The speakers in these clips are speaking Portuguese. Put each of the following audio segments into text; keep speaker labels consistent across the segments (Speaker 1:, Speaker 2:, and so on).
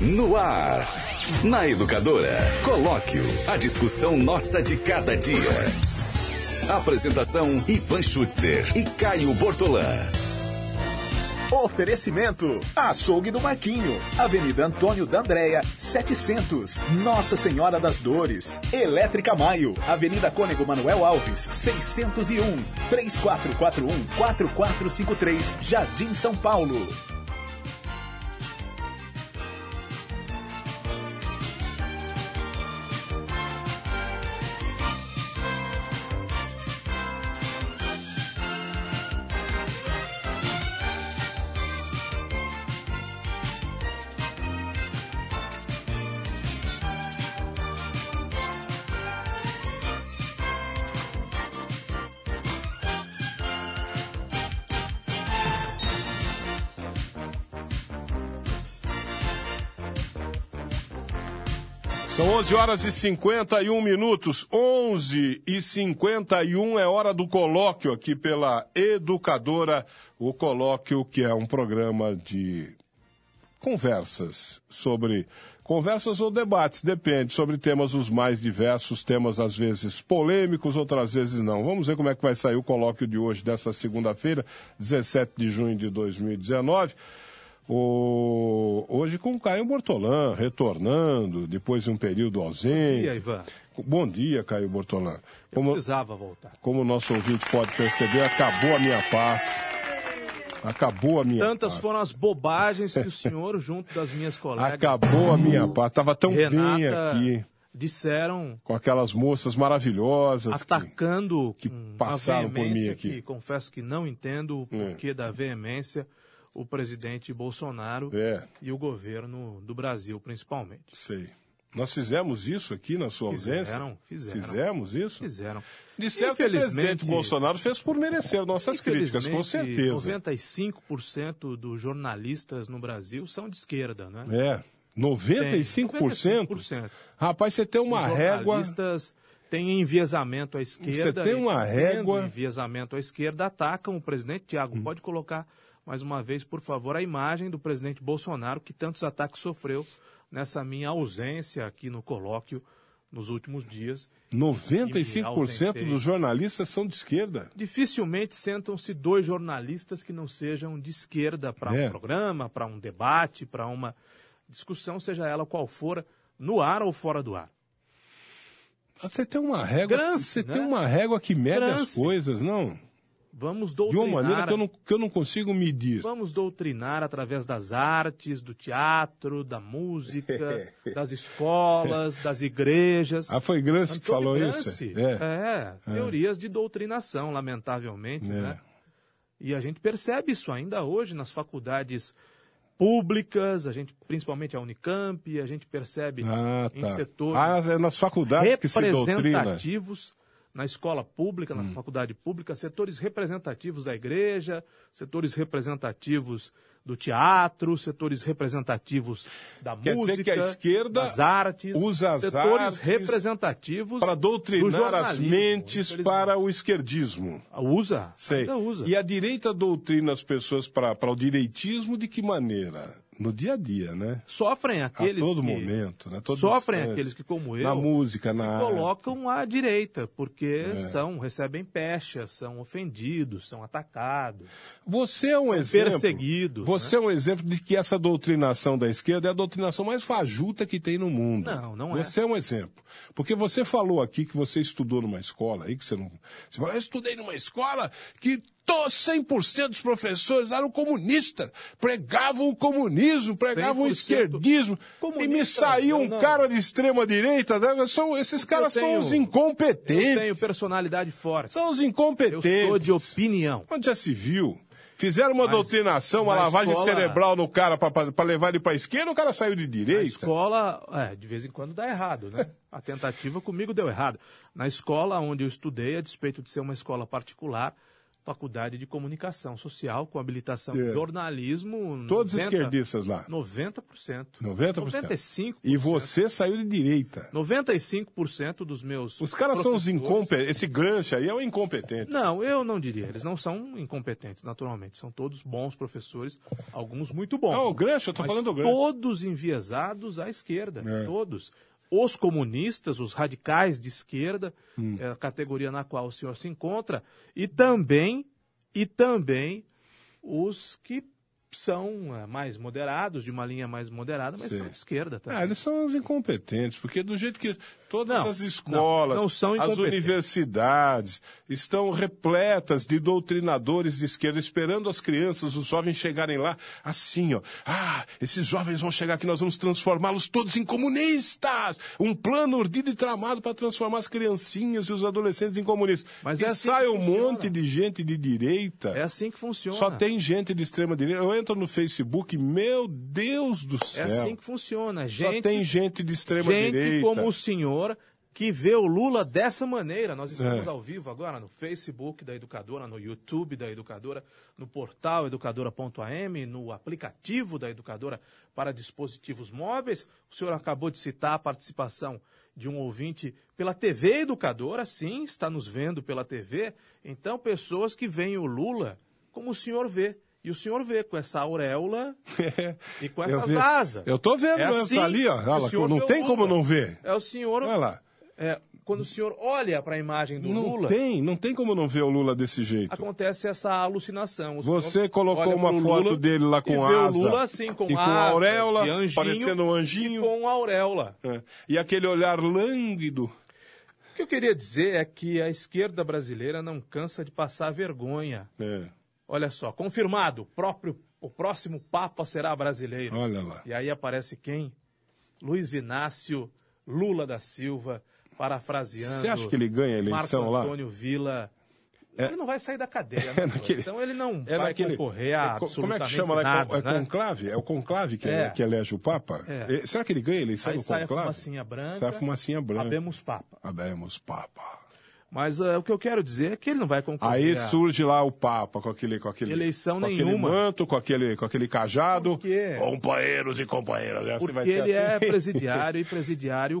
Speaker 1: No ar. Na Educadora. Colóquio. A discussão nossa de cada dia. Apresentação: Ivan Schutzer e Caio Bortolã.
Speaker 2: Oferecimento: Açougue do Marquinho, Avenida Antônio da Andréia, 700, Nossa Senhora das Dores. Elétrica Maio, Avenida Cônego Manuel Alves, 601, 3441 4453, Jardim São Paulo.
Speaker 3: São 11 horas e 51 minutos. 11 e 51 é hora do colóquio aqui pela Educadora. O colóquio que é um programa de conversas sobre conversas ou debates, depende, sobre temas os mais diversos, temas às vezes polêmicos, outras vezes não. Vamos ver como é que vai sair o colóquio de hoje, dessa segunda-feira, 17 de junho de 2019. O... Hoje com o Caio Bortolã, retornando, depois de um período ausente.
Speaker 4: E aí, Ivan?
Speaker 3: Bom dia, Caio Bortolã.
Speaker 4: Eu
Speaker 3: Como,
Speaker 4: precisava voltar.
Speaker 3: como o nosso ouvinte pode perceber, acabou a minha paz. Acabou a minha
Speaker 4: Tantas
Speaker 3: paz.
Speaker 4: foram as bobagens que o senhor, junto das minhas colegas,
Speaker 3: Acabou a minha paz. Tava tão bem
Speaker 4: Renata,
Speaker 3: aqui,
Speaker 4: disseram,
Speaker 3: com aquelas moças maravilhosas. que-
Speaker 4: atacando que
Speaker 3: passaram por mim aqui. É.
Speaker 4: que confesso que não entendo o porquê da veemência, o presidente Bolsonaro
Speaker 3: É,
Speaker 4: e o governo do Brasil, principalmente.
Speaker 3: sei. Nós fizemos isso aqui na sua ausência?
Speaker 4: Fizeram, fizeram.
Speaker 3: Fizemos isso?
Speaker 4: Fizeram.
Speaker 3: De certo, que o presidente Bolsonaro fez por merecer nossas críticas, com certeza.
Speaker 4: Infelizmente, 95% dos jornalistas no Brasil são de esquerda, né?
Speaker 3: É.
Speaker 4: Tem,
Speaker 3: 95%?
Speaker 4: 95%.
Speaker 3: Rapaz, você tem uma
Speaker 4: Os
Speaker 3: régua.
Speaker 4: jornalistas têm enviesamento à esquerda.
Speaker 3: Você tem
Speaker 4: e,
Speaker 3: uma
Speaker 4: tendo
Speaker 3: régua. Hum.
Speaker 4: Enviesamento à esquerda, atacam o presidente Tiago. Pode colocar mais uma vez, por favor, a imagem do presidente Bolsonaro, que tantos ataques sofreu nessa minha ausência aqui no colóquio nos últimos dias. E
Speaker 3: 95%
Speaker 4: me
Speaker 3: dos jornalistas são de esquerda.
Speaker 4: Dificilmente sentam-se dois jornalistas que não sejam de esquerda para
Speaker 3: É.
Speaker 4: um programa, para um debate, para uma discussão, seja ela qual for, no ar ou fora do ar.
Speaker 3: Ah, Você tem uma régua.
Speaker 4: Grance,
Speaker 3: você
Speaker 4: né?
Speaker 3: tem uma régua que mede as
Speaker 4: Grance.
Speaker 3: coisas, não?
Speaker 4: Vamos
Speaker 3: De uma
Speaker 4: doutrinar
Speaker 3: maneira que eu
Speaker 4: a
Speaker 3: não, que eu não consigo medir.
Speaker 4: Vamos doutrinar através das artes, do teatro, da música, das escolas, das igrejas.
Speaker 3: Ah, foi Grance que
Speaker 4: Antônio
Speaker 3: falou
Speaker 4: Gramsci,
Speaker 3: isso? É.
Speaker 4: É. teorias de doutrinação, lamentavelmente,
Speaker 3: É.
Speaker 4: né? E a gente percebe isso ainda hoje nas faculdades públicas, a gente, principalmente a Unicamp, a gente percebe
Speaker 3: Ah,
Speaker 4: É. em
Speaker 3: tá.
Speaker 4: setores
Speaker 3: Ah, é nas faculdades que se doutrina. Hum.
Speaker 4: representativos na escola pública, na faculdade pública, setores representativos da igreja, setores representativos do teatro, setores representativos da
Speaker 3: Quer dizer
Speaker 4: música,
Speaker 3: que a esquerda
Speaker 4: das artes,
Speaker 3: usa as
Speaker 4: setores
Speaker 3: artes
Speaker 4: representativos
Speaker 3: Para
Speaker 4: do
Speaker 3: doutrinar as
Speaker 4: jornalismo,
Speaker 3: mentes
Speaker 4: infelizmente.
Speaker 3: para o esquerdismo.
Speaker 4: usa,
Speaker 3: Sei.
Speaker 4: ainda usa.
Speaker 3: E a direita doutrina as pessoas para o direitismo de que maneira? No dia a dia, né?
Speaker 4: Sofrem aqueles
Speaker 3: a todo
Speaker 4: que
Speaker 3: momento, né? Todo
Speaker 4: sofrem
Speaker 3: instante.
Speaker 4: aqueles que, como eu,
Speaker 3: Na música,
Speaker 4: se
Speaker 3: na É. arte.
Speaker 4: colocam à direita, porque são recebem pechas, são ofendidos, são atacados.
Speaker 3: Você é um exemplo.
Speaker 4: perseguidos, né?
Speaker 3: Você é um exemplo de que essa doutrinação da esquerda é a doutrinação mais fajuta que tem no mundo.
Speaker 4: Não, não é.
Speaker 3: Você é um exemplo. Porque você falou aqui que você estudou numa escola aí que você não. Você falou, eu estudei numa escola que tô 100% dos professores eram comunistas, pregavam o comunismo, pregavam o
Speaker 4: 100%
Speaker 3: esquerdismo. E me
Speaker 4: comunista,
Speaker 3: saiu um
Speaker 4: não.
Speaker 3: cara de extrema direita, né? são, esses caras são
Speaker 4: tenho- um.
Speaker 3: os
Speaker 4: Eu
Speaker 3: incompetentes.
Speaker 4: tenho personalidade forte.
Speaker 3: São os
Speaker 4: Eu
Speaker 3: incompetentes.
Speaker 4: sou de opinião.
Speaker 3: Onde já se viu? Fizeram uma
Speaker 4: Mas-
Speaker 3: doutrinação, uma
Speaker 4: mas
Speaker 3: lavagem
Speaker 4: escola-
Speaker 3: cerebral no cara para levar ele para esquerda, o cara saiu de
Speaker 4: A
Speaker 3: direita.
Speaker 4: escola, é, de vez em quando dá errado, né? A tentativa comigo deu errado. Na escola onde eu estudei, a despeito de ser uma escola particular, Faculdade de Comunicação Social, com habilitação
Speaker 3: É.
Speaker 4: em jornalismo.
Speaker 3: Todos esquerdistas lá.
Speaker 4: 90%.
Speaker 3: 90%.
Speaker 4: 95%.
Speaker 3: E você saiu de direita.
Speaker 4: 95% dos meus.
Speaker 3: Os caras são os
Speaker 4: professores-
Speaker 3: incompetentes. Esse Grancha aí é um incompetente.
Speaker 4: Não, eu não diria. Eles não são incompetentes, naturalmente. São todos bons professores, alguns muito bons.
Speaker 3: Não, É o Grancha, eu tô
Speaker 4: Mas
Speaker 3: falando do Grancha.
Speaker 4: Todos enviesados à esquerda.
Speaker 3: É.
Speaker 4: Todos. Os comunistas, os radicais de esquerda,
Speaker 3: Hum.
Speaker 4: é a categoria na qual o senhor se encontra, e também, e também os que são é, mais moderados, de uma linha mais moderada, mas
Speaker 3: Sim.
Speaker 4: são de esquerda também.
Speaker 3: Ah, eles são os incompetentes, porque do jeito que todas
Speaker 4: Não,
Speaker 3: as escolas,
Speaker 4: não, não são
Speaker 3: as
Speaker 4: incompetentes.
Speaker 3: universidades estão repletas de doutrinadores de esquerda esperando as crianças, os jovens chegarem lá assim, ó. Ah, esses jovens vão chegar aqui, nós vamos transformá-los todos em comunistas. Um plano urdido e tramado para transformar as criancinhas e os adolescentes em comunistas.
Speaker 4: Mas
Speaker 3: e
Speaker 4: é assim
Speaker 3: sai
Speaker 4: que
Speaker 3: um
Speaker 4: funciona.
Speaker 3: monte de gente de direita.
Speaker 4: É assim que funciona.
Speaker 3: Só tem gente de extrema direita. Eu entro no Facebook, meu Deus do
Speaker 4: É
Speaker 3: céu.
Speaker 4: assim que funciona. Gente,
Speaker 3: Só tem gente de extrema
Speaker 4: gente
Speaker 3: direita.
Speaker 4: como o senhor que vê o Lula dessa maneira. Nós estamos
Speaker 3: É.
Speaker 4: ao vivo agora no Facebook da Educadora, no YouTube da Educadora, no portal educadora.am, no aplicativo da Educadora para dispositivos móveis. O senhor acabou de citar a participação de um ouvinte pela TV Educadora, sim, está nos vendo pela TV. Então, pessoas que veem o Lula como o senhor vê. E o senhor vê com essa auréola e com
Speaker 3: Eu
Speaker 4: essa
Speaker 3: vi-
Speaker 4: vaza.
Speaker 3: Eu tô vendo,
Speaker 4: É
Speaker 3: né?
Speaker 4: assim
Speaker 3: tá ali, ó.
Speaker 4: que
Speaker 3: Olha lá,
Speaker 4: o senhor
Speaker 3: não
Speaker 4: vê o
Speaker 3: tem como
Speaker 4: Lula.
Speaker 3: não ver.
Speaker 4: É o senhor.
Speaker 3: Olha lá.
Speaker 4: é, quando o senhor olha para a imagem do
Speaker 3: não
Speaker 4: Lula,
Speaker 3: tem, não tem como não ver o Lula desse jeito.
Speaker 4: acontece essa alucinação. O senhor
Speaker 3: Você colocou
Speaker 4: olha
Speaker 3: uma
Speaker 4: pro
Speaker 3: foto
Speaker 4: Lula
Speaker 3: dele lá
Speaker 4: e
Speaker 3: com
Speaker 4: vê
Speaker 3: asa.
Speaker 4: o Lula assim, com
Speaker 3: e com
Speaker 4: asas,
Speaker 3: auréola,
Speaker 4: e anjinho,
Speaker 3: parecendo um anjinho.
Speaker 4: com auréola.
Speaker 3: É. E aquele olhar lânguido.
Speaker 4: O que eu queria dizer é que a esquerda brasileira não cansa de passar vergonha.
Speaker 3: É.
Speaker 4: Olha só, confirmado, o próprio, o próximo Papa será brasileiro.
Speaker 3: Olha lá.
Speaker 4: E aí aparece quem? Luiz Inácio Lula da Silva, parafraseando.
Speaker 3: Você acha que ele ganha a eleição
Speaker 4: Marco
Speaker 3: lá?
Speaker 4: Antônio Vila. Ele não vai sair da cadeia, né,
Speaker 3: É
Speaker 4: Antônio?
Speaker 3: naquele-
Speaker 4: então ele não
Speaker 3: É
Speaker 4: vai
Speaker 3: naquele-
Speaker 4: concorrer a
Speaker 3: é co- Como é que
Speaker 4: absolutamente
Speaker 3: chama lá? É con-
Speaker 4: nada,
Speaker 3: é
Speaker 4: né?
Speaker 3: conclave? É o conclave que,
Speaker 4: É.
Speaker 3: que elege o Papa?
Speaker 4: É.
Speaker 3: Eh, Será que ele ganha a eleição
Speaker 4: Aí
Speaker 3: do
Speaker 4: sai a
Speaker 3: conclave?
Speaker 4: fumacinha branca,
Speaker 3: Sai a fumacinha branca.
Speaker 4: Abemos papa.
Speaker 3: Abemos Papa.
Speaker 4: Mas eh, o que eu quero dizer é que ele não vai
Speaker 3: Aí
Speaker 4: concorrer a-
Speaker 3: surge lá o Papa com aquele, com aquele,
Speaker 4: Eleição
Speaker 3: com aquele
Speaker 4: nenhuma.
Speaker 3: manto, com aquele, com aquele cajado.
Speaker 4: Por quê?
Speaker 3: Companheiros e companheiras. essa vai
Speaker 4: porque
Speaker 3: ser
Speaker 4: ele
Speaker 3: assim.
Speaker 4: é presidiário e presidiário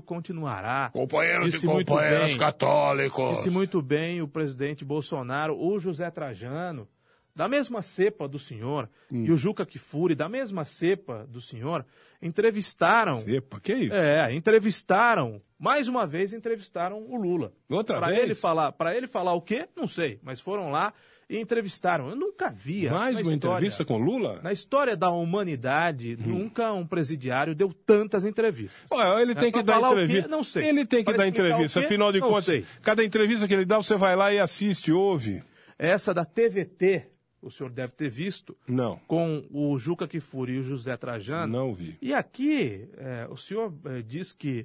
Speaker 4: continuará.
Speaker 3: Companheiros
Speaker 4: Disse
Speaker 3: e
Speaker 4: muito
Speaker 3: companheiras
Speaker 4: bem.
Speaker 3: católicos.
Speaker 4: Disse muito bem o presidente Bolsonaro, o José Trajano, da mesma cepa do senhor,
Speaker 3: Hum.
Speaker 4: e o Juca Kifuri, da mesma cepa do senhor, entrevistaram
Speaker 3: Epa, que isso?
Speaker 4: É, entrevistaram, mais uma vez entrevistaram o Lula.
Speaker 3: Outra
Speaker 4: pra
Speaker 3: vez?
Speaker 4: Ele falar, pra ele falar o quê? Não sei, mas foram lá e entrevistaram. Eu nunca via.
Speaker 3: Mais
Speaker 4: na
Speaker 3: uma
Speaker 4: história-
Speaker 3: entrevista Hum. com Lula?
Speaker 4: Na história da humanidade, nunca um presidiário deu tantas entrevistas.
Speaker 3: Olha, ele
Speaker 4: É
Speaker 3: tem
Speaker 4: pra
Speaker 3: que dar
Speaker 4: falar o quê?
Speaker 3: entrevista.
Speaker 4: Não sei.
Speaker 3: Ele tem que
Speaker 4: Pra
Speaker 3: dar
Speaker 4: explicar o
Speaker 3: entrevista.
Speaker 4: quê?
Speaker 3: Afinal de
Speaker 4: Não
Speaker 3: contas,
Speaker 4: sei.
Speaker 3: cada entrevista que ele dá, você vai lá e assiste, ouve.
Speaker 4: Essa da TVT, o senhor deve ter visto,
Speaker 3: Não,
Speaker 4: com o Juca Kifuri e o José Trajano.
Speaker 3: Ah, não vi.
Speaker 4: E aqui, eh, o senhor eh, diz que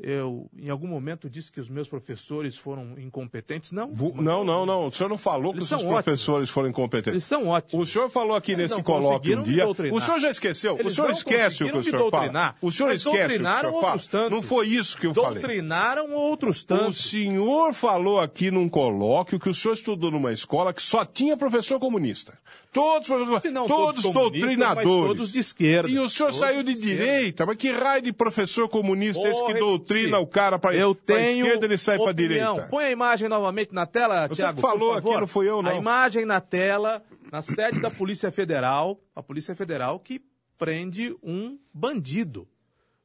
Speaker 4: eu, em algum momento, disse que os meus professores foram incompetentes. Não,
Speaker 3: Vu- Não, não, não. O senhor não falou que
Speaker 4: Eles
Speaker 3: os
Speaker 4: são
Speaker 3: seus
Speaker 4: ótimos.
Speaker 3: professores foram incompetentes.
Speaker 4: eles são
Speaker 3: O
Speaker 4: ótimos.
Speaker 3: senhor falou aqui
Speaker 4: Eles
Speaker 3: nesse
Speaker 4: não
Speaker 3: colóquio
Speaker 4: conseguiram
Speaker 3: um
Speaker 4: me
Speaker 3: dia.
Speaker 4: doutrinar.
Speaker 3: O senhor já esqueceu. o
Speaker 4: Eles
Speaker 3: senhor
Speaker 4: não
Speaker 3: esquece o que o
Speaker 4: conseguiram me
Speaker 3: senhor fala.
Speaker 4: doutrinar.
Speaker 3: O senhor
Speaker 4: Mas
Speaker 3: esquece o que o
Speaker 4: doutrinaram
Speaker 3: senhor fala.
Speaker 4: outros tantos.
Speaker 3: Não foi isso que eu falei.
Speaker 4: Doutrinaram outros
Speaker 3: O
Speaker 4: tantos.
Speaker 3: senhor falou aqui num colóquio que o senhor estudou numa escola que só tinha professor comunista. Todos,
Speaker 4: Se não
Speaker 3: todos,
Speaker 4: comunistas, mas
Speaker 3: doutrinadores.
Speaker 4: todos de esquerda.
Speaker 3: E o senhor
Speaker 4: Todos
Speaker 3: saiu de
Speaker 4: esquerda.
Speaker 3: direita, mas que raio de professor comunista é esse
Speaker 4: Vou
Speaker 3: que
Speaker 4: repetir.
Speaker 3: doutrina o cara para
Speaker 4: Eu tenho
Speaker 3: esquerda ele sai para
Speaker 4: opinião.
Speaker 3: direita?
Speaker 4: Põe a imagem novamente na tela,
Speaker 3: Você
Speaker 4: Tiago.
Speaker 3: que falou
Speaker 4: por favor.
Speaker 3: aqui, não fui eu, não.
Speaker 4: A imagem na tela, na sede da Polícia Federal, a Polícia Federal que prende um bandido.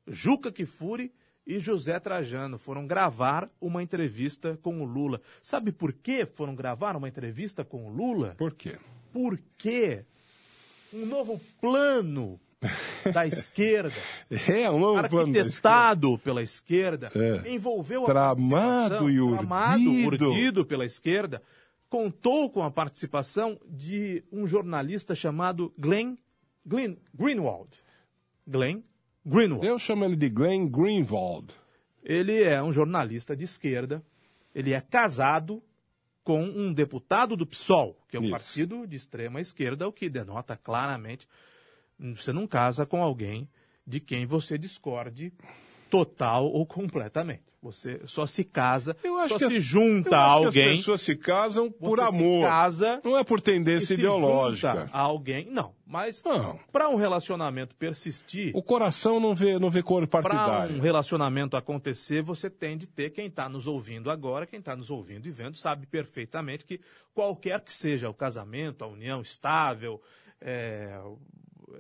Speaker 4: Juca Kifuri e José Trajano foram gravar uma entrevista com o Lula. Sabe por que foram gravar uma entrevista com o Lula?
Speaker 3: Por quê?
Speaker 4: Porque um novo plano da esquerda
Speaker 3: É, um novo plano da esquerda.
Speaker 4: arquitetado pela esquerda,
Speaker 3: É.
Speaker 4: envolveu a
Speaker 3: Tramado
Speaker 4: participação-
Speaker 3: e urdido.
Speaker 4: tramado, urdido pela esquerda, contou com a participação de um jornalista chamado Glenn, Glenn Greenwald. Glenn Greenwald.
Speaker 3: Eu chamo ele de Glenn Greenwald.
Speaker 4: Ele é um jornalista de esquerda, ele é casado com um deputado do PSOL, que é um
Speaker 3: Isso.
Speaker 4: partido de extrema esquerda, o que denota claramente você não casa com alguém de quem você discorde total ou completamente. Você só se casa,
Speaker 3: Eu acho
Speaker 4: só
Speaker 3: que
Speaker 4: se
Speaker 3: as-
Speaker 4: junta
Speaker 3: eu
Speaker 4: a
Speaker 3: acho que
Speaker 4: alguém.
Speaker 3: as pessoas se casam por
Speaker 4: se
Speaker 3: amor.
Speaker 4: casa
Speaker 3: não é por
Speaker 4: e
Speaker 3: tendência
Speaker 4: se
Speaker 3: ideológica.
Speaker 4: junta a alguém. Não, mas
Speaker 3: Não.
Speaker 4: para um relacionamento persistir,
Speaker 3: O coração não vê, não vê cor
Speaker 4: para
Speaker 3: partidária.
Speaker 4: um relacionamento acontecer, você tem de ter quem está nos ouvindo agora, quem está nos ouvindo e vendo, sabe perfeitamente que qualquer que seja o casamento, a união estável, é,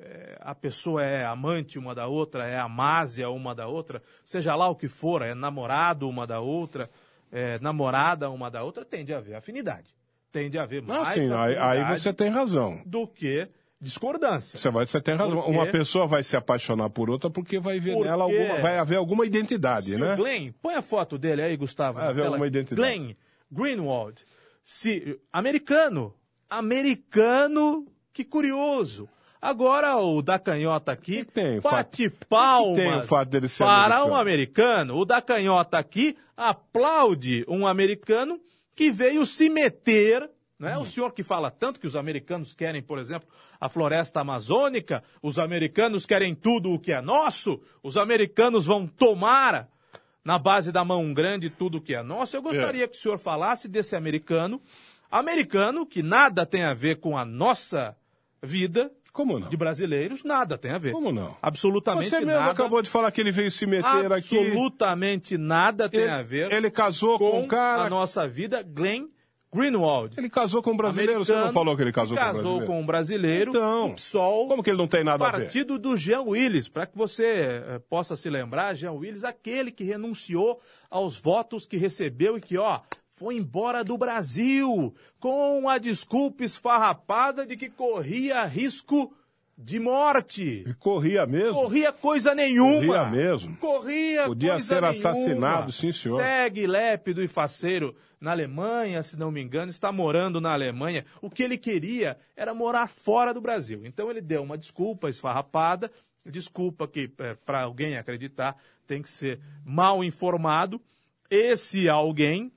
Speaker 4: é, a pessoa é amante uma da outra, é amásia uma da outra, seja lá o que for, é namorado uma da outra, é namorada uma da outra, tem de haver afinidade. Tem de haver
Speaker 3: Ah,
Speaker 4: mais
Speaker 3: sim, aí, aí
Speaker 4: afinidade
Speaker 3: você tem razão.
Speaker 4: do que discordância.
Speaker 3: Você, vai, você tem razão.
Speaker 4: Porque-
Speaker 3: Uma pessoa vai se apaixonar por outra porque vai ver
Speaker 4: Porque-
Speaker 3: nela alguma. Vai haver alguma identidade,
Speaker 4: Se
Speaker 3: né?
Speaker 4: o Glenn, põe a foto dele aí, Gustavo.
Speaker 3: Ah,
Speaker 4: na
Speaker 3: vê
Speaker 4: tela.
Speaker 3: alguma identidade.
Speaker 4: Glenn Greenwald. Se, americano. Americano, que curioso. Agora o da canhota aqui
Speaker 3: Que tem o que
Speaker 4: bate palmas
Speaker 3: tem o fato dele ser
Speaker 4: para
Speaker 3: americano?
Speaker 4: um americano. O da canhota aqui aplaude um americano que veio se meter, né? O senhor que fala tanto que os americanos querem, por exemplo, a floresta amazônica, os americanos querem tudo o que é nosso, os americanos vão tomar na base da mão grande tudo o que é nosso. Eu gostaria que o senhor falasse desse americano, americano que nada tem a ver com a nossa vida
Speaker 3: Como não?
Speaker 4: de brasileiros, nada tem a ver.
Speaker 3: Como não?
Speaker 4: Absolutamente
Speaker 3: Você mesmo
Speaker 4: nada.
Speaker 3: acabou de falar que ele veio se meter aqui.
Speaker 4: Absolutamente nada tem
Speaker 3: Ele,
Speaker 4: a ver
Speaker 3: ele casou com, um cara.
Speaker 4: a nossa vida, Glenn Greenwald.
Speaker 3: Ele casou com um brasileiro. Você não
Speaker 4: Americano,
Speaker 3: falou que ele casou,
Speaker 4: casou
Speaker 3: com um brasileiro?
Speaker 4: com um brasileiro,
Speaker 3: Então,
Speaker 4: do PSOL,
Speaker 3: Como que ele não tem nada a ver?
Speaker 4: partido do Jean Willis. Para que você eh, possa se lembrar, Jean Willis, aquele que renunciou aos votos que recebeu e que, ó, foi embora do Brasil com a desculpa esfarrapada de que corria risco de morte.
Speaker 3: Ele corria mesmo.
Speaker 4: Corria coisa nenhuma.
Speaker 3: Corria mesmo.
Speaker 4: Corria
Speaker 3: Podia
Speaker 4: coisa
Speaker 3: ser
Speaker 4: nenhuma.
Speaker 3: assassinado, sim, senhor.
Speaker 4: Segue lépido e faceiro na Alemanha, se não me engano, está morando na Alemanha. O que ele queria era morar fora do Brasil. Então ele deu uma desculpa esfarrapada, desculpa que para alguém acreditar tem que ser mal informado. Esse alguém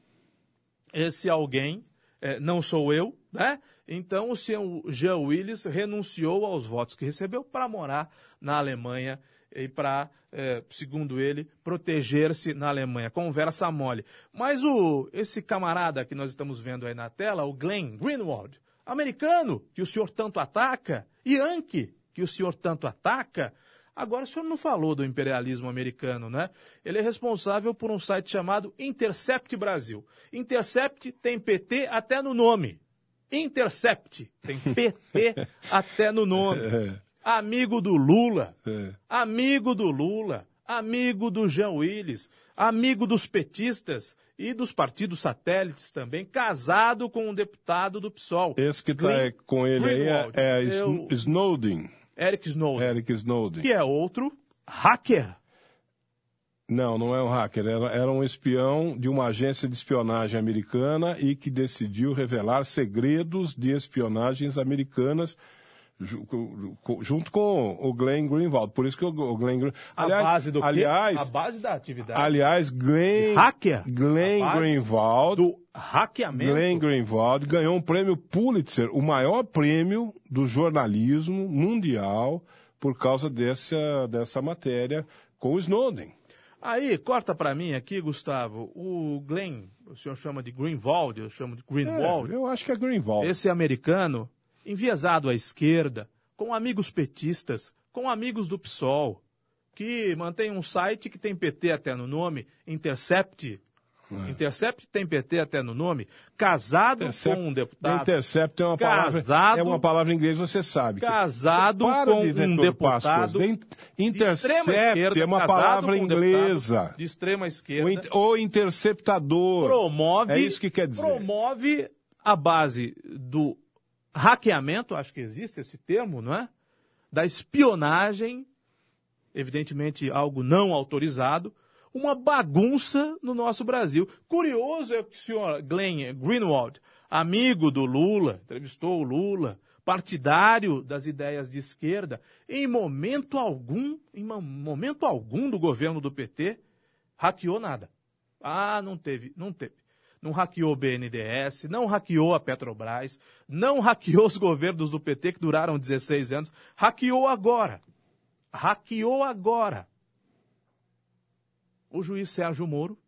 Speaker 4: esse alguém eh, não sou eu, né? Então o seu Jean Willis renunciou aos votos que recebeu para morar na Alemanha e para, eh, segundo ele, proteger-se na Alemanha. Conversa mole. Mas o esse camarada que nós estamos vendo aí na tela, o Glenn Greenwald, americano que o senhor tanto ataca, e Yankee que o senhor tanto ataca, Agora, o senhor não falou do imperialismo americano, né? Ele é responsável por um site chamado Intercept Brasil. Intercept tem PT até no nome. Intercept tem PT até no nome.
Speaker 3: É.
Speaker 4: Amigo do Lula,
Speaker 3: É.
Speaker 4: amigo do Lula, amigo do Jean Willis, amigo dos petistas e dos partidos satélites também, casado com um deputado do PSOL.
Speaker 3: Esse que tá
Speaker 4: Glenn
Speaker 3: aí com ele aí é,
Speaker 4: Greenwald.
Speaker 3: é
Speaker 4: Eu-
Speaker 3: Sn- Snowden.
Speaker 4: Eric Snowden,
Speaker 3: Eric Snowden.
Speaker 4: que é outro hacker.
Speaker 3: Não, não é um hacker. Era, era um espião de uma agência de espionagem americana e que decidiu revelar segredos de espionagens americanas ju- co- co- junto com o Glenn Greenwald. Por isso que o o Glenn Greenwald...
Speaker 4: A base do quê?
Speaker 3: aliás,
Speaker 4: A base da atividade.
Speaker 3: aliás, Glenn,
Speaker 4: Hacker?
Speaker 3: Glenn
Speaker 4: A base
Speaker 3: Greenwald...
Speaker 4: Do hackeamento.
Speaker 3: Glenn Greenwald ganhou um prêmio Pulitzer, o maior prêmio do jornalismo mundial, por causa dessa, dessa matéria com o Snowden.
Speaker 4: Aí, corta pra mim aqui, Gustavo. O Glenn, o senhor chama de Greenwald, eu chamo de Greenwald.
Speaker 3: É, eu acho que é Greenwald.
Speaker 4: Esse americano, enviesado à esquerda, com amigos petistas, com amigos do PSOL, que mantém um site que tem PT até no nome, Intercept.
Speaker 3: É.
Speaker 4: Intercept tem PT até no nome, casado
Speaker 3: Intercept-
Speaker 4: com um deputado.
Speaker 3: Intercept é uma
Speaker 4: Casado-
Speaker 3: palavra. É uma palavra em inglês, você sabe. que-
Speaker 4: Casado
Speaker 3: Você para
Speaker 4: com
Speaker 3: de
Speaker 4: um
Speaker 3: deturpar as coisas.
Speaker 4: deputado
Speaker 3: In-
Speaker 4: de extrema
Speaker 3: Intercept
Speaker 4: esquerda,
Speaker 3: é uma
Speaker 4: casado
Speaker 3: palavra
Speaker 4: com um deputado
Speaker 3: inglesa.
Speaker 4: De extrema
Speaker 3: O,
Speaker 4: esquerda.
Speaker 3: in- o interceptador.
Speaker 4: promove.
Speaker 3: É isso que quer dizer.
Speaker 4: Promove a base do hackeamento, acho que existe esse termo, não é? Da espionagem, evidentemente algo não autorizado, uma bagunça no nosso Brasil. Curioso é que o senhor Glenn Greenwald, amigo do Lula, entrevistou o Lula, partidário das ideias de esquerda, em momento algum, em mo- momento algum do governo do PT, hackeou nada. Ah, não teve, não teve. Não hackeou o BNDES, não hackeou a Petrobras, não hackeou os governos do PT que duraram 16 anos, hackeou agora. Hackeou agora. o juiz Sérgio Moro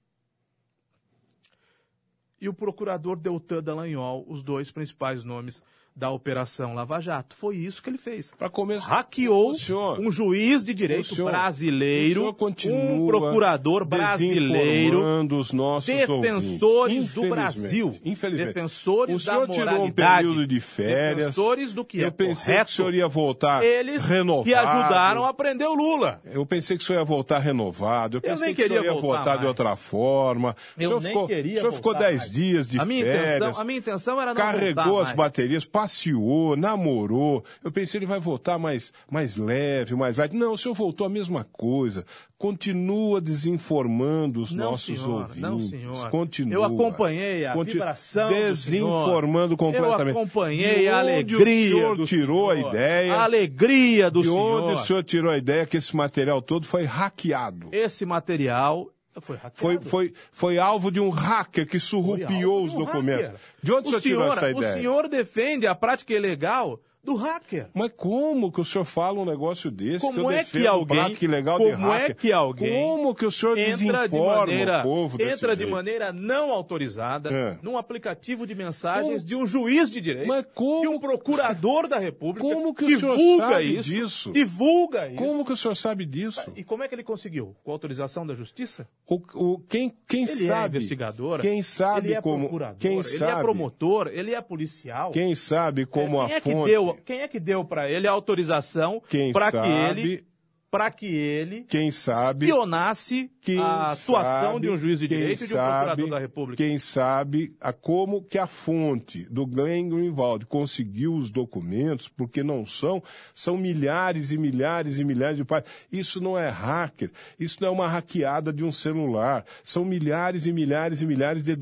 Speaker 4: e o procurador Deltan Dallagnol, os dois principais nomes da Operação Lava Jato. Foi isso que ele fez.
Speaker 3: Para começo,
Speaker 4: Hackeou
Speaker 3: O senhor-
Speaker 4: um juiz de direito
Speaker 3: o senhor- o
Speaker 4: brasileiro,
Speaker 3: senhor continua
Speaker 4: um procurador brasileiro,
Speaker 3: desinformando os nossos
Speaker 4: defensores
Speaker 3: ouvintes.
Speaker 4: do Brasil,
Speaker 3: Infelizmente, Infelizmente.
Speaker 4: defensores
Speaker 3: o senhor
Speaker 4: da
Speaker 3: tirou um
Speaker 4: moralidade,
Speaker 3: período de férias.
Speaker 4: defensores do que é
Speaker 3: Eu pensei
Speaker 4: correto.
Speaker 3: que o senhor ia voltar
Speaker 4: eles
Speaker 3: renovado.
Speaker 4: que ajudaram a prender o Lula.
Speaker 3: Eu pensei que o senhor ia voltar renovado. Eu,
Speaker 4: Eu
Speaker 3: pensei
Speaker 4: nem
Speaker 3: que o senhor ia
Speaker 4: queria voltar
Speaker 3: voltar, de
Speaker 4: mais.
Speaker 3: outra forma. o
Speaker 4: Eu
Speaker 3: senhor
Speaker 4: nem
Speaker 3: ficou,
Speaker 4: queria
Speaker 3: o senhor ficou
Speaker 4: voltar
Speaker 3: dez
Speaker 4: mais.
Speaker 3: dias de
Speaker 4: A minha,
Speaker 3: férias.
Speaker 4: intenção, a minha intenção era não
Speaker 3: Carregou
Speaker 4: voltar
Speaker 3: as
Speaker 4: mais.
Speaker 3: baterias, passeou, namorou. Eu pensei, ele vai voltar mais, mais leve, mais light. Não, o senhor voltou a mesma coisa. Continua desinformando os
Speaker 4: Não,
Speaker 3: nossos
Speaker 4: senhora,
Speaker 3: ouvintes.
Speaker 4: não, senhora.
Speaker 3: Continua.
Speaker 4: Eu acompanhei a vibração do senhor.
Speaker 3: Desinformando completamente.
Speaker 4: Eu acompanhei
Speaker 3: De
Speaker 4: a
Speaker 3: onde
Speaker 4: alegria
Speaker 3: O senhor
Speaker 4: do
Speaker 3: tirou
Speaker 4: senhor.
Speaker 3: a ideia.
Speaker 4: A alegria do
Speaker 3: de
Speaker 4: senhor.
Speaker 3: onde o senhor tirou a ideia que esse material todo foi hackeado?
Speaker 4: Esse material foi hackeado.
Speaker 3: Foi, foi, foi alvo de um hacker que
Speaker 4: Foi
Speaker 3: surrupiou
Speaker 4: alvo
Speaker 3: os
Speaker 4: de um
Speaker 3: documentos.
Speaker 4: hacker.
Speaker 3: De onde o senhor tirou
Speaker 4: senhor-
Speaker 3: essa ideia?
Speaker 4: O senhor defende a prática ilegal do hacker.
Speaker 3: Mas como que o senhor fala um negócio desse?
Speaker 4: Como
Speaker 3: que eu
Speaker 4: é
Speaker 3: defendo
Speaker 4: que alguém-
Speaker 3: prática ilegal de
Speaker 4: como é
Speaker 3: hacker?
Speaker 4: que alguém
Speaker 3: Como que o senhor
Speaker 4: Entra de
Speaker 3: desinforma
Speaker 4: maneira,
Speaker 3: o povo desse
Speaker 4: entra de
Speaker 3: jeito?
Speaker 4: maneira não autorizada
Speaker 3: É.
Speaker 4: num aplicativo de mensagens de um juiz de direito,
Speaker 3: Mas como-
Speaker 4: de um procurador da República.
Speaker 3: Como que o senhor
Speaker 4: divulga
Speaker 3: sabe
Speaker 4: isso,
Speaker 3: disso?
Speaker 4: Divulga é isso.
Speaker 3: Como que o senhor sabe disso?
Speaker 4: E como é que ele conseguiu? Com autorização da justiça?
Speaker 3: O, o- quem quem
Speaker 4: Ele
Speaker 3: sabe?
Speaker 4: é investigador,
Speaker 3: Quem sabe
Speaker 4: ele é
Speaker 3: como?
Speaker 4: procurador,
Speaker 3: Quem
Speaker 4: ele
Speaker 3: sabe?
Speaker 4: é promotor, ele é policial.
Speaker 3: Quem sabe como
Speaker 4: É,
Speaker 3: a
Speaker 4: quem é que
Speaker 3: fonte?
Speaker 4: deu, quem é que deu para ele a autorização
Speaker 3: Quem
Speaker 4: para que
Speaker 3: sabe?
Speaker 4: ele para que ele
Speaker 3: Quem sabe?
Speaker 4: espionasse
Speaker 3: Quem
Speaker 4: a atuação
Speaker 3: Ah, sabe-
Speaker 4: de um juiz de
Speaker 3: quem
Speaker 4: direito e de um
Speaker 3: sabe-
Speaker 4: procurador da República?
Speaker 3: Quem sabe a como que a fonte do Glenn Greenwald conseguiu os documentos, porque não são, são milhares e milhares e milhares de páginas. Isso não é hacker, isso não é uma hackeada de um celular, são milhares e milhares e milhares de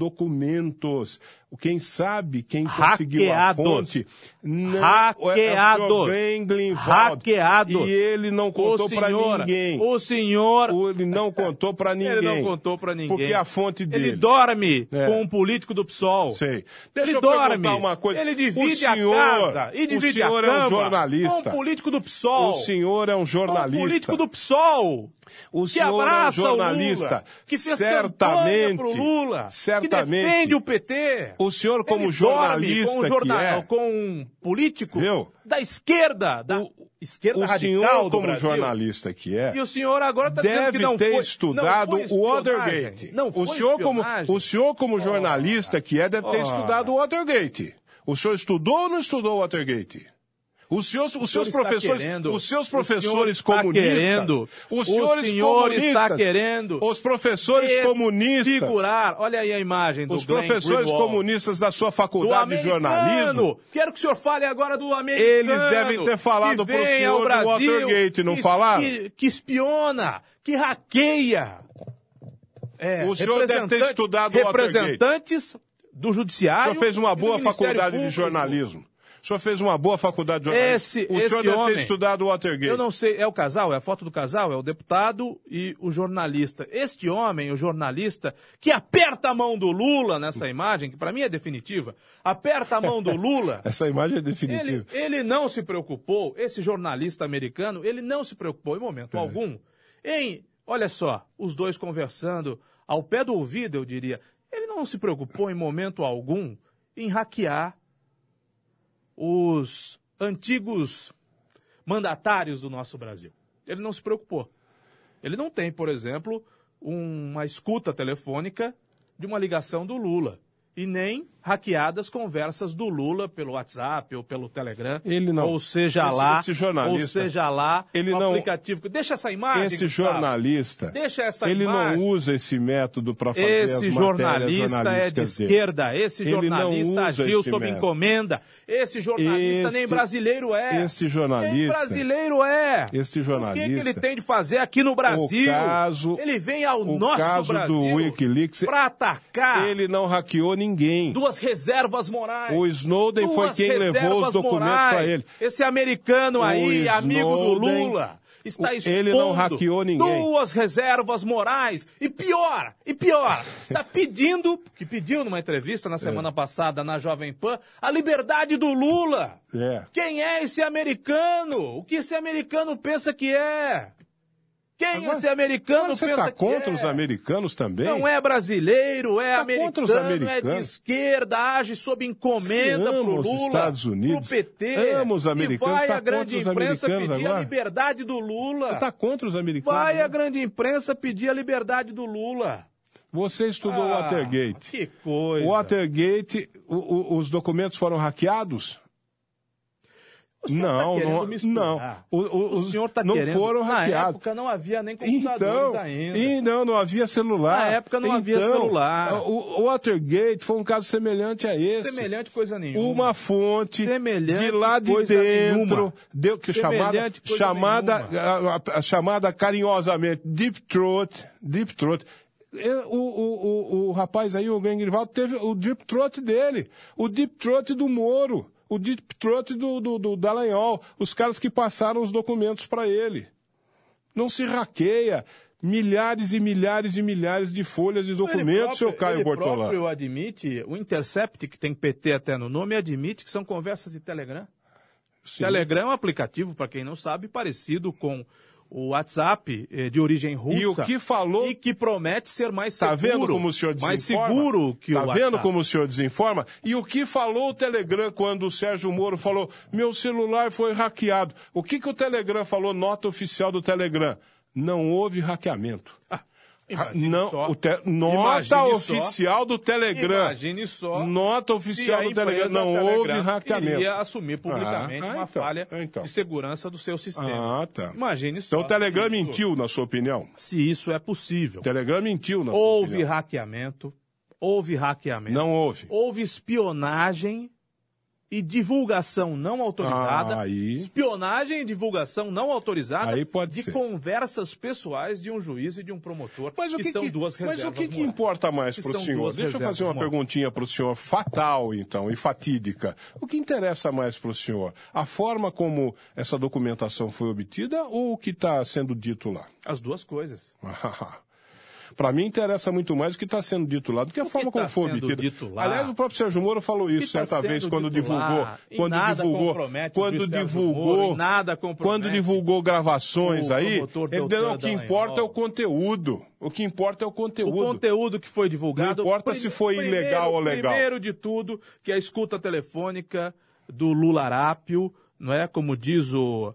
Speaker 3: documentos. Quem sabe quem conseguiu a
Speaker 4: Hackeados.
Speaker 3: fonte não é o
Speaker 4: Hackeados.
Speaker 3: senhor Glenn Greenwald.
Speaker 4: Hackeados.
Speaker 3: E ele não contou para ninguém.
Speaker 4: O senhor.
Speaker 3: Ou ele não contou pra ninguém.
Speaker 4: Ele não contou pra ninguém.
Speaker 3: Porque é a fonte dele.
Speaker 4: Ele dorme
Speaker 3: É.
Speaker 4: com um político do PSOL.
Speaker 3: Sei. Deixa
Speaker 4: ele
Speaker 3: eu
Speaker 4: dorme.
Speaker 3: perguntar uma coisa.
Speaker 4: Ele
Speaker 3: o
Speaker 4: divide
Speaker 3: senhor,
Speaker 4: a casa e divide
Speaker 3: o senhor
Speaker 4: a cama
Speaker 3: é um
Speaker 4: com
Speaker 3: jornalista.
Speaker 4: um político do PSOL.
Speaker 3: O senhor é um jornalista.
Speaker 4: Com um político do PSOL.
Speaker 3: O
Speaker 4: que
Speaker 3: senhor é um
Speaker 4: abraça
Speaker 3: jornalista.
Speaker 4: o Lula. Que fez
Speaker 3: Certamente.
Speaker 4: campanha pro Lula.
Speaker 3: Certamente.
Speaker 4: Que defende o PT.
Speaker 3: O senhor, como
Speaker 4: Ele
Speaker 3: jornalista
Speaker 4: dorme com um,
Speaker 3: que é,
Speaker 4: com um político
Speaker 3: Viu?
Speaker 4: da esquerda, da
Speaker 3: O-
Speaker 4: esquerda
Speaker 3: o
Speaker 4: radical
Speaker 3: senhor,
Speaker 4: do
Speaker 3: como
Speaker 4: Brasil.
Speaker 3: jornalista que é,
Speaker 4: E o senhor agora está dizendo
Speaker 3: deve
Speaker 4: que não
Speaker 3: ter
Speaker 4: foi,
Speaker 3: estudado
Speaker 4: não foi
Speaker 3: o
Speaker 4: espionagem.
Speaker 3: Watergate.
Speaker 4: Não foi
Speaker 3: o senhor como
Speaker 4: espionagem.
Speaker 3: o senhor como jornalista que é deve ter
Speaker 4: Ora.
Speaker 3: estudado o Watergate. O senhor estudou ou não estudou o Watergate? Os seus, os seus
Speaker 4: está
Speaker 3: professores,
Speaker 4: querendo-
Speaker 3: os seus
Speaker 4: o senhor
Speaker 3: professores
Speaker 4: está
Speaker 3: comunistas,
Speaker 4: querendo-
Speaker 3: os
Speaker 4: o
Speaker 3: senhores
Speaker 4: senhor está
Speaker 3: comunistas,
Speaker 4: querendo
Speaker 3: os professores comunistas,
Speaker 4: Figurar, olha aí a imagem do
Speaker 3: os
Speaker 4: Glenn
Speaker 3: professores
Speaker 4: Greenwald.
Speaker 3: comunistas da sua
Speaker 4: do
Speaker 3: faculdade de
Speaker 4: americano.
Speaker 3: jornalismo,
Speaker 4: Quero que o senhor fale agora do americano.
Speaker 3: Eles devem ter falado
Speaker 4: que
Speaker 3: pro
Speaker 4: vem
Speaker 3: senhor
Speaker 4: ao
Speaker 3: do
Speaker 4: Brasil,
Speaker 3: Watergate, não
Speaker 4: que,
Speaker 3: falaram?
Speaker 4: Que, que espiona, que hackeia. É,
Speaker 3: O senhor deve ter
Speaker 4: representante-
Speaker 3: estudado o Watergate.
Speaker 4: Representantes do
Speaker 3: O
Speaker 4: Judiciário.
Speaker 3: senhor fez uma
Speaker 4: e do
Speaker 3: boa
Speaker 4: Ministério
Speaker 3: faculdade de
Speaker 4: Público.
Speaker 3: jornalismo. O senhor fez uma boa faculdade de jornalismo.
Speaker 4: Esse-
Speaker 3: o senhor
Speaker 4: esse
Speaker 3: deve
Speaker 4: homem-
Speaker 3: ter estudado o Watergate.
Speaker 4: Eu não sei, é o casal, é a foto do casal, é o deputado e o jornalista. Este homem, o jornalista, que aperta a mão do Lula nessa imagem, que pra mim é definitiva, aperta a mão do Lula.
Speaker 3: Essa imagem é
Speaker 4: Ele,
Speaker 3: definitiva.
Speaker 4: ele não se preocupou, esse jornalista americano, ele não se preocupou em momento algum em, olha só, os dois conversando ao pé do ouvido, eu diria. Ele não se preocupou em momento algum em hackear os antigos mandatários do nosso Brasil. Ele não se preocupou. Ele não tem, por exemplo, uma escuta telefônica de uma ligação do Lula. E nem hackeadas conversas do Lula pelo WhatsApp ou pelo Telegram.
Speaker 3: Ele não.
Speaker 4: Ou seja
Speaker 3: Esse-
Speaker 4: lá.
Speaker 3: esse jornalista,
Speaker 4: Ou seja lá.
Speaker 3: ele
Speaker 4: o
Speaker 3: não-
Speaker 4: aplicativo. que- Deixa essa imagem.
Speaker 3: esse
Speaker 4: Gustavo.
Speaker 3: jornalista,
Speaker 4: Ah, Deixa essa
Speaker 3: ele
Speaker 4: imagem.
Speaker 3: não usa esse método para fazer as
Speaker 4: Esse
Speaker 3: matérias
Speaker 4: jornalista é
Speaker 3: jornalísticas
Speaker 4: de
Speaker 3: dele.
Speaker 4: esquerda. Esse
Speaker 3: Ele não
Speaker 4: jornalista
Speaker 3: usa
Speaker 4: agiu
Speaker 3: esse
Speaker 4: sob
Speaker 3: método.
Speaker 4: encomenda. Esse jornalista nem
Speaker 3: Este-
Speaker 4: brasileiro é.
Speaker 3: este jornalista-
Speaker 4: Nem brasileiro é.
Speaker 3: Este
Speaker 4: O que que,
Speaker 3: jornalista-
Speaker 4: ele tem de fazer aqui no Brasil?
Speaker 3: O caso-
Speaker 4: ele vem ao
Speaker 3: o
Speaker 4: nosso
Speaker 3: caso do
Speaker 4: Brasil
Speaker 3: Wikileaks-
Speaker 4: para atacar
Speaker 3: Ele não hackeou ninguém.
Speaker 4: duas reservas morais.
Speaker 3: O Snowden foi
Speaker 4: Duas
Speaker 3: quem levou os
Speaker 4: reservas
Speaker 3: documentos
Speaker 4: morais.
Speaker 3: para ele.
Speaker 4: Esse americano aí,
Speaker 3: O
Speaker 4: amigo do
Speaker 3: Snowden-
Speaker 4: Lula, está
Speaker 3: o-
Speaker 4: expondo
Speaker 3: ele não hackeou ninguém.
Speaker 4: duas reservas morais. E pior, e pior, está pedindo, que pediu numa entrevista na
Speaker 3: É.
Speaker 4: semana passada na Jovem Pan, a liberdade do Lula.
Speaker 3: É.
Speaker 4: Quem é esse americano? O que esse americano pensa que é? Quem
Speaker 3: Agora-
Speaker 4: esse americano
Speaker 3: Agora você
Speaker 4: pensa
Speaker 3: está contra
Speaker 4: que é?
Speaker 3: os americanos também?
Speaker 4: Não é brasileiro, é
Speaker 3: tá contra os
Speaker 4: americano, é de
Speaker 3: americanos.
Speaker 4: esquerda, age sob encomenda
Speaker 3: Você ama
Speaker 4: pro
Speaker 3: os
Speaker 4: Lula,
Speaker 3: Estados Unidos,
Speaker 4: pro PT,
Speaker 3: ama os americanos,
Speaker 4: e vai
Speaker 3: tá
Speaker 4: a grande
Speaker 3: contra os
Speaker 4: imprensa pedir
Speaker 3: americanos
Speaker 4: a
Speaker 3: agora?
Speaker 4: liberdade do Lula.
Speaker 3: Você está contra os americanos?
Speaker 4: Vai
Speaker 3: né?
Speaker 4: a grande imprensa pedir a liberdade do Lula.
Speaker 3: Você estudou
Speaker 4: Ah,
Speaker 3: Watergate.
Speaker 4: Que coisa.
Speaker 3: Watergate, o- o- os documentos foram hackeados?
Speaker 4: O senhor tá
Speaker 3: Não, é-
Speaker 4: querendo
Speaker 3: não-
Speaker 4: misturar.
Speaker 3: não. O- o-
Speaker 4: o senhor tá
Speaker 3: não
Speaker 4: querendo.
Speaker 3: foram
Speaker 4: Na
Speaker 3: hackeados.
Speaker 4: época não havia nem computadores
Speaker 3: Então,
Speaker 4: ainda.
Speaker 3: e não, não havia celular.
Speaker 4: Na época não
Speaker 3: Então,
Speaker 4: havia celular.
Speaker 3: O, o Watergate foi um caso semelhante a esse.
Speaker 4: Semelhante coisa nenhuma.
Speaker 3: Uma fonte
Speaker 4: Semelhante
Speaker 3: de lá de
Speaker 4: coisa nenhuma.
Speaker 3: dentro, deu, que chamada,
Speaker 4: Semelhante coisa
Speaker 3: chamada, a- a- a- chamada carinhosamente Deep Throat, Deep Throat. Eu- O, o, o, o rapaz aí, o Gengrivaldo, teve o Deep Throat dele, o Deep Throat do Moro, o Deep Throat do, do, do Dallagnol, os caras que passaram os documentos para ele. Não se hackeia milhares e milhares e milhares de folhas de
Speaker 4: Ele
Speaker 3: documentos,
Speaker 4: próprio-
Speaker 3: seu Caio
Speaker 4: ele
Speaker 3: Bortolã.
Speaker 4: próprio admite, o Intercept, que tem PT até no nome, admite que são conversas de Telegram.
Speaker 3: Sim.
Speaker 4: Telegram é um aplicativo, para quem não sabe, parecido com o WhatsApp eh, de origem russa.
Speaker 3: E o que falou
Speaker 4: E que promete ser mais
Speaker 3: Tá
Speaker 4: seguro.
Speaker 3: vendo como o senhor desinforma?
Speaker 4: Mais seguro que
Speaker 3: tá
Speaker 4: o
Speaker 3: vendo
Speaker 4: WhatsApp.
Speaker 3: como o senhor desinforma? E o que falou o Telegram quando o Sérgio Moro falou: meu celular foi hackeado? O que, que o Telegram falou, nota oficial do Telegram? Não houve hackeamento. Ah,
Speaker 4: imagine
Speaker 3: Não,
Speaker 4: só.
Speaker 3: o te-
Speaker 4: Imagine
Speaker 3: nota
Speaker 4: só.
Speaker 3: oficial do Telegram.
Speaker 4: Imagine só.
Speaker 3: Nota oficial
Speaker 4: se a
Speaker 3: do Telegram.
Speaker 4: empresa
Speaker 3: Não
Speaker 4: Telegram
Speaker 3: houve hackeamento.
Speaker 4: Iria assumir publicamente
Speaker 3: Ah, ah,
Speaker 4: uma
Speaker 3: então,
Speaker 4: falha
Speaker 3: então.
Speaker 4: de segurança do seu sistema.
Speaker 3: Ah, tá.
Speaker 4: Imagine só.
Speaker 3: Então o Telegram
Speaker 4: se isso-
Speaker 3: mentiu, na sua opinião.
Speaker 4: Se isso é possível.
Speaker 3: O Telegram mentiu, na sua
Speaker 4: Houve
Speaker 3: opinião.
Speaker 4: hackeamento. Houve hackeamento.
Speaker 3: Não houve.
Speaker 4: houve espionagem e divulgação não autorizada.
Speaker 3: Ah, aí.
Speaker 4: Espionagem e divulgação não autorizada
Speaker 3: Aí pode
Speaker 4: de
Speaker 3: ser.
Speaker 4: conversas pessoais de um juiz e de um promotor, que, são duas
Speaker 3: mas
Speaker 4: reservas.
Speaker 3: o que, que
Speaker 4: morais.
Speaker 3: importa mais
Speaker 4: Que
Speaker 3: para o
Speaker 4: são
Speaker 3: senhor?
Speaker 4: duas
Speaker 3: Deixa eu
Speaker 4: reservas
Speaker 3: fazer uma
Speaker 4: morais.
Speaker 3: perguntinha para o senhor fatal, então, e fatídica. O que interessa mais para o senhor? A forma como essa documentação foi obtida ou o que está sendo dito lá?
Speaker 4: As duas coisas.
Speaker 3: Para mim interessa muito mais o que está sendo dito lá do que a forma
Speaker 4: tá
Speaker 3: como foi
Speaker 4: sendo
Speaker 3: obtida.
Speaker 4: dito lá?
Speaker 3: Aliás, o próprio Sérgio Moro falou isso
Speaker 4: tá
Speaker 3: certa
Speaker 4: sendo
Speaker 3: vez quando
Speaker 4: dito
Speaker 3: divulgou,
Speaker 4: lá? Em
Speaker 3: quando
Speaker 4: nada
Speaker 3: divulgou,
Speaker 4: compromete o
Speaker 3: quando
Speaker 4: juiz Sérgio
Speaker 3: divulgou,
Speaker 4: Moro, em nada compromete
Speaker 3: quando divulgou gravações
Speaker 4: o
Speaker 3: aí,
Speaker 4: promotor
Speaker 3: ele deu,
Speaker 4: Deltan
Speaker 3: não, o que importa é o conteúdo. O que importa é o
Speaker 4: O
Speaker 3: conteúdo.
Speaker 4: conteúdo que foi divulgado.
Speaker 3: Não importa
Speaker 4: prime-
Speaker 3: se foi
Speaker 4: primeiro-
Speaker 3: ilegal ou legal.
Speaker 4: Primeiro de tudo, que é a escuta telefônica do Lula Arápio, não é? Como diz o.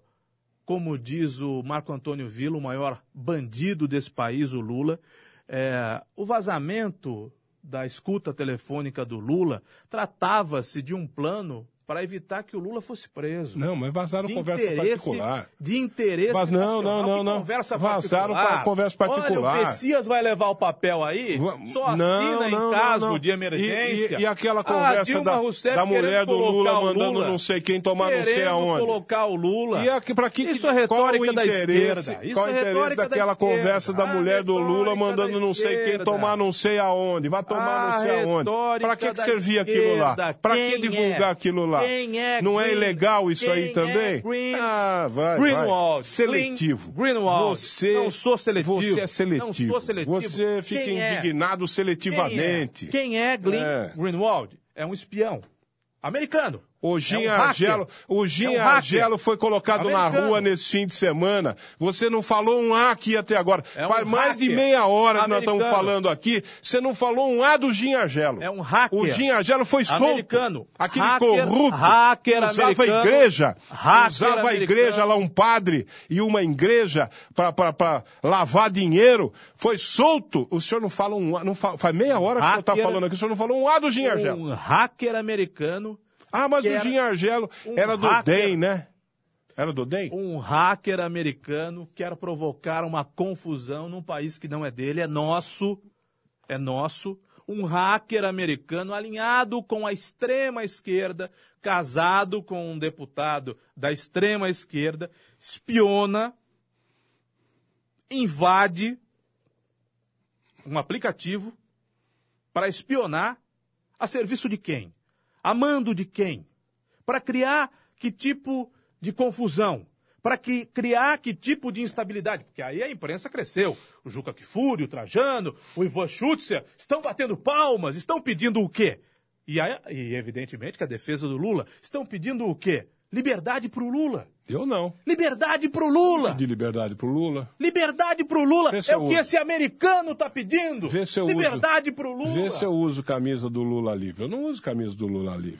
Speaker 4: Como diz o Marco Antônio Villa, o maior bandido desse país, o Lula, é, o vazamento da escuta telefônica do Lula tratava-se de um plano para evitar que o Lula fosse preso.
Speaker 3: Não, mas vazaram
Speaker 4: de
Speaker 3: Tá conversa
Speaker 4: interesse,
Speaker 3: particular.
Speaker 4: De interesse
Speaker 3: Mas não,
Speaker 4: nacional.
Speaker 3: não, não,
Speaker 4: Que
Speaker 3: não.
Speaker 4: Conversa
Speaker 3: Vazaram
Speaker 4: particular.
Speaker 3: pra- conversa particular.
Speaker 4: Olha, o Messias vai levar o papel aí,
Speaker 3: Va-
Speaker 4: só assina
Speaker 3: Não,
Speaker 4: em
Speaker 3: não, não,
Speaker 4: caso
Speaker 3: não.
Speaker 4: de emergência.
Speaker 3: E, e- e aquela
Speaker 4: Ah,
Speaker 3: conversa
Speaker 4: Dilma
Speaker 3: da,
Speaker 4: Rousseff
Speaker 3: da mulher
Speaker 4: querendo
Speaker 3: do Lula
Speaker 4: colocar o
Speaker 3: mandando
Speaker 4: Lula,
Speaker 3: não sei quem tomar não sei
Speaker 4: querendo
Speaker 3: aonde.
Speaker 4: colocar o Lula.
Speaker 3: E aqui, pra que,
Speaker 4: Isso
Speaker 3: que-
Speaker 4: é
Speaker 3: qual
Speaker 4: retórica
Speaker 3: o
Speaker 4: da
Speaker 3: interesse,
Speaker 4: esquerda. Isso
Speaker 3: Qual
Speaker 4: é
Speaker 3: o interesse
Speaker 4: retórica da
Speaker 3: daquela
Speaker 4: esquerda.
Speaker 3: conversa da
Speaker 4: Ah,
Speaker 3: mulher do Lula
Speaker 4: retórica
Speaker 3: mandando
Speaker 4: da
Speaker 3: não sei quem
Speaker 4: esquerda. é?
Speaker 3: tomar não sei aonde, vai tomar
Speaker 4: Ah,
Speaker 3: não sei aonde.
Speaker 4: retórica
Speaker 3: Pra que, que
Speaker 4: da
Speaker 3: servia aquilo lá?
Speaker 4: esquerda.
Speaker 3: Pra que
Speaker 4: Quem é?
Speaker 3: divulgar aquilo lá?
Speaker 4: Quem é
Speaker 3: não é
Speaker 4: green?
Speaker 3: ilegal isso
Speaker 4: Quem
Speaker 3: aí
Speaker 4: é
Speaker 3: também?
Speaker 4: green?
Speaker 3: Ah, vai, vai.
Speaker 4: Greenwald.
Speaker 3: Seletivo.
Speaker 4: Clean, Greenwald.
Speaker 3: Você,
Speaker 4: Não sou seletivo.
Speaker 3: Você é
Speaker 4: Não
Speaker 3: seletivo.
Speaker 4: sou seletivo.
Speaker 3: Você fica
Speaker 4: Quem é?
Speaker 3: indignado seletivamente.
Speaker 4: Quem é, Quem é Glenn
Speaker 3: É.
Speaker 4: Greenwald? É um espião americano.
Speaker 3: O
Speaker 4: é
Speaker 3: Gin
Speaker 4: um hacker.
Speaker 3: Argelo, o Gin
Speaker 4: É um hacker.
Speaker 3: Argelo foi colocado na
Speaker 4: Americano.
Speaker 3: rua nesse fim de semana. Você não falou um A aqui até agora.
Speaker 4: É um
Speaker 3: Faz mais de
Speaker 4: hacker.
Speaker 3: meia hora que nós
Speaker 4: Americano.
Speaker 3: estamos falando aqui. Você não falou um A do Gin Argelo.
Speaker 4: É um hacker.
Speaker 3: O Gin Argelo foi solto.
Speaker 4: Americano.
Speaker 3: Aquele
Speaker 4: Hacker,
Speaker 3: corrupto.
Speaker 4: hacker
Speaker 3: usava a
Speaker 4: americano.
Speaker 3: igreja.
Speaker 4: Hacker
Speaker 3: usava a
Speaker 4: americano.
Speaker 3: igreja lá, um padre e uma igreja para lavar dinheiro. Foi solto. O senhor não fala um A. Não fa- faz meia hora que o senhor está
Speaker 4: Hacker.
Speaker 3: falando aqui. O senhor não falou um A do Gin Argelo.
Speaker 4: Um hacker americano.
Speaker 3: Ah, mas
Speaker 4: que
Speaker 3: o
Speaker 4: era
Speaker 3: Gin Argelo
Speaker 4: um
Speaker 3: era do
Speaker 4: hacker.
Speaker 3: DEM, né? Era do DEM?
Speaker 4: Um hacker americano quer provocar uma confusão num país que não é dele, é nosso. É nosso. Um hacker americano alinhado com a extrema esquerda, casado com um deputado da extrema esquerda, espiona, invade um aplicativo para espionar a serviço de quem? A mando de quem? Para criar que tipo de confusão? Para que, criar que tipo de instabilidade? Porque aí a imprensa cresceu. O Juca Kifuri, o Trajano, o Ivan Schutzer estão batendo palmas, estão pedindo o quê? E, aí- e evidentemente que a defesa do Lula estão pedindo o quê? Liberdade pro Lula.
Speaker 3: Eu não.
Speaker 4: Liberdade pro Lula.
Speaker 3: De liberdade pro Lula.
Speaker 4: Liberdade pro Lula.
Speaker 3: Vê se
Speaker 4: É
Speaker 3: eu
Speaker 4: o que
Speaker 3: uso.
Speaker 4: esse americano tá pedindo.
Speaker 3: Vê se eu uso.
Speaker 4: Liberdade pro Lula.
Speaker 3: Vê se eu uso camisa do Lula livre. Eu não uso camisa do Lula livre.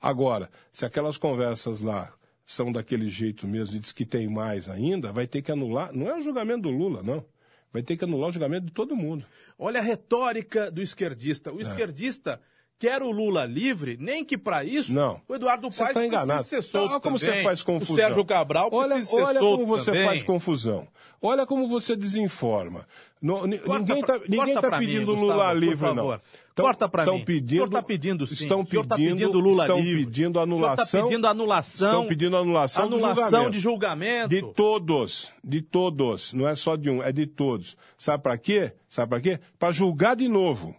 Speaker 3: Agora, se aquelas conversas lá são daquele jeito mesmo e diz que tem mais ainda, vai ter que anular. Não é o julgamento do Lula, não. Vai ter que anular o julgamento de todo mundo.
Speaker 4: Olha a retórica do esquerdista.
Speaker 3: É.
Speaker 4: O esquerdista quer o Lula livre, nem que para isso
Speaker 3: Não.
Speaker 4: o Eduardo
Speaker 3: Você
Speaker 4: Paes
Speaker 3: está enganado.
Speaker 4: precisa ser solto
Speaker 3: Olha como
Speaker 4: também.
Speaker 3: você faz confusão.
Speaker 4: O Sérgio Cabral
Speaker 3: olha,
Speaker 4: precisa ser
Speaker 3: olha
Speaker 4: solto
Speaker 3: como você
Speaker 4: também.
Speaker 3: faz confusão. Olha como você desinforma. No- ni-
Speaker 4: Corta
Speaker 3: ninguém
Speaker 4: pra-
Speaker 3: está ninguém
Speaker 4: corta
Speaker 3: tá
Speaker 4: pra mim,
Speaker 3: pedindo
Speaker 4: Gustavo,
Speaker 3: Lula
Speaker 4: por
Speaker 3: livre, não.
Speaker 4: favor. Corta pra mim.
Speaker 3: Pedindo,
Speaker 4: O senhor tá pedindo, sim.
Speaker 3: Estão
Speaker 4: O senhor
Speaker 3: pedindo,
Speaker 4: tá pedindo Lula
Speaker 3: estão
Speaker 4: livre.
Speaker 3: pedindo
Speaker 4: O senhor tá
Speaker 3: anulação.
Speaker 4: pedindo anulação-
Speaker 3: Estão pedindo anulação, do
Speaker 4: Anulação de
Speaker 3: julgamento.
Speaker 4: julgamento.
Speaker 3: De todos, de todos, não é só de um, é de todos. Sabe para quê? Sabe para quê? Para julgar de novo.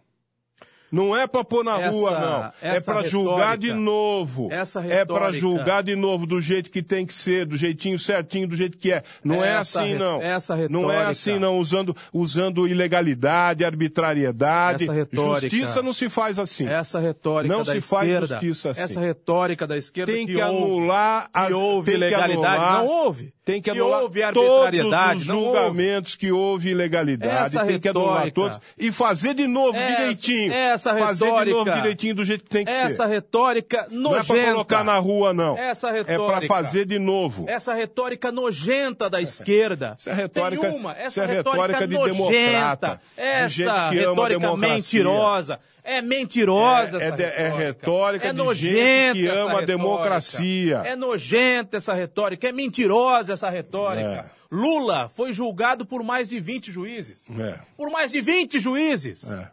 Speaker 3: Não é para pôr na
Speaker 4: Essa-
Speaker 3: rua, não. É
Speaker 4: essa
Speaker 3: para julgar
Speaker 4: retórica-
Speaker 3: de novo.
Speaker 4: essa
Speaker 3: é para
Speaker 4: retórica-
Speaker 3: julgar de novo do jeito que tem que ser, do jeitinho certinho, do jeito que é. Não é
Speaker 4: Essa
Speaker 3: assim,
Speaker 4: re-
Speaker 3: não.
Speaker 4: essa
Speaker 3: Não é
Speaker 4: retórica-
Speaker 3: assim, não. Usando, usando ilegalidade, arbitrariedade.
Speaker 4: Essa retórica-
Speaker 3: Justiça não se faz assim.
Speaker 4: Essa retórica
Speaker 3: Não
Speaker 4: da
Speaker 3: se faz
Speaker 4: esquerda.
Speaker 3: justiça assim.
Speaker 4: Essa retórica da esquerda
Speaker 3: Tem que,
Speaker 4: houve,
Speaker 3: anular as
Speaker 4: que houve
Speaker 3: tem que
Speaker 4: ilegalidade.
Speaker 3: anular-
Speaker 4: não houve.
Speaker 3: Tem que
Speaker 4: que
Speaker 3: anular
Speaker 4: houve
Speaker 3: todos os
Speaker 4: arbitrariedade. não houve.
Speaker 3: julgamentos que houve ilegalidade.
Speaker 4: Essa
Speaker 3: tem que anular
Speaker 4: retórica-
Speaker 3: todos. E fazer de novo
Speaker 4: Essa-
Speaker 3: direitinho.
Speaker 4: essa
Speaker 3: fazer de novo
Speaker 4: retórica-
Speaker 3: direitinho do jeito que tem que
Speaker 4: Essa
Speaker 3: ser.
Speaker 4: retórica
Speaker 3: Não
Speaker 4: nojenta.
Speaker 3: é pra colocar na rua, não.
Speaker 4: Essa
Speaker 3: É pra
Speaker 4: retórica-
Speaker 3: fazer de novo.
Speaker 4: Essa retórica nojenta da esquerda.
Speaker 3: Isso é retórica-
Speaker 4: Tem uma,
Speaker 3: isso
Speaker 4: essa
Speaker 3: é retórica de democrata,
Speaker 4: nojenta.
Speaker 3: de gente
Speaker 4: Essa
Speaker 3: que ama a
Speaker 4: retórica
Speaker 3: democracia.
Speaker 4: mentirosa. É mentirosa
Speaker 3: É- é
Speaker 4: essa
Speaker 3: de- é retórica
Speaker 4: É
Speaker 3: de
Speaker 4: nojenta
Speaker 3: gente que
Speaker 4: essa
Speaker 3: ama a
Speaker 4: retórica.
Speaker 3: democracia.
Speaker 4: É nojenta essa retórica. É mentirosa essa retórica.
Speaker 3: É.
Speaker 4: Lula foi julgado por mais de 20 juízes.
Speaker 3: É.
Speaker 4: Por mais de 20 juízes.
Speaker 3: É.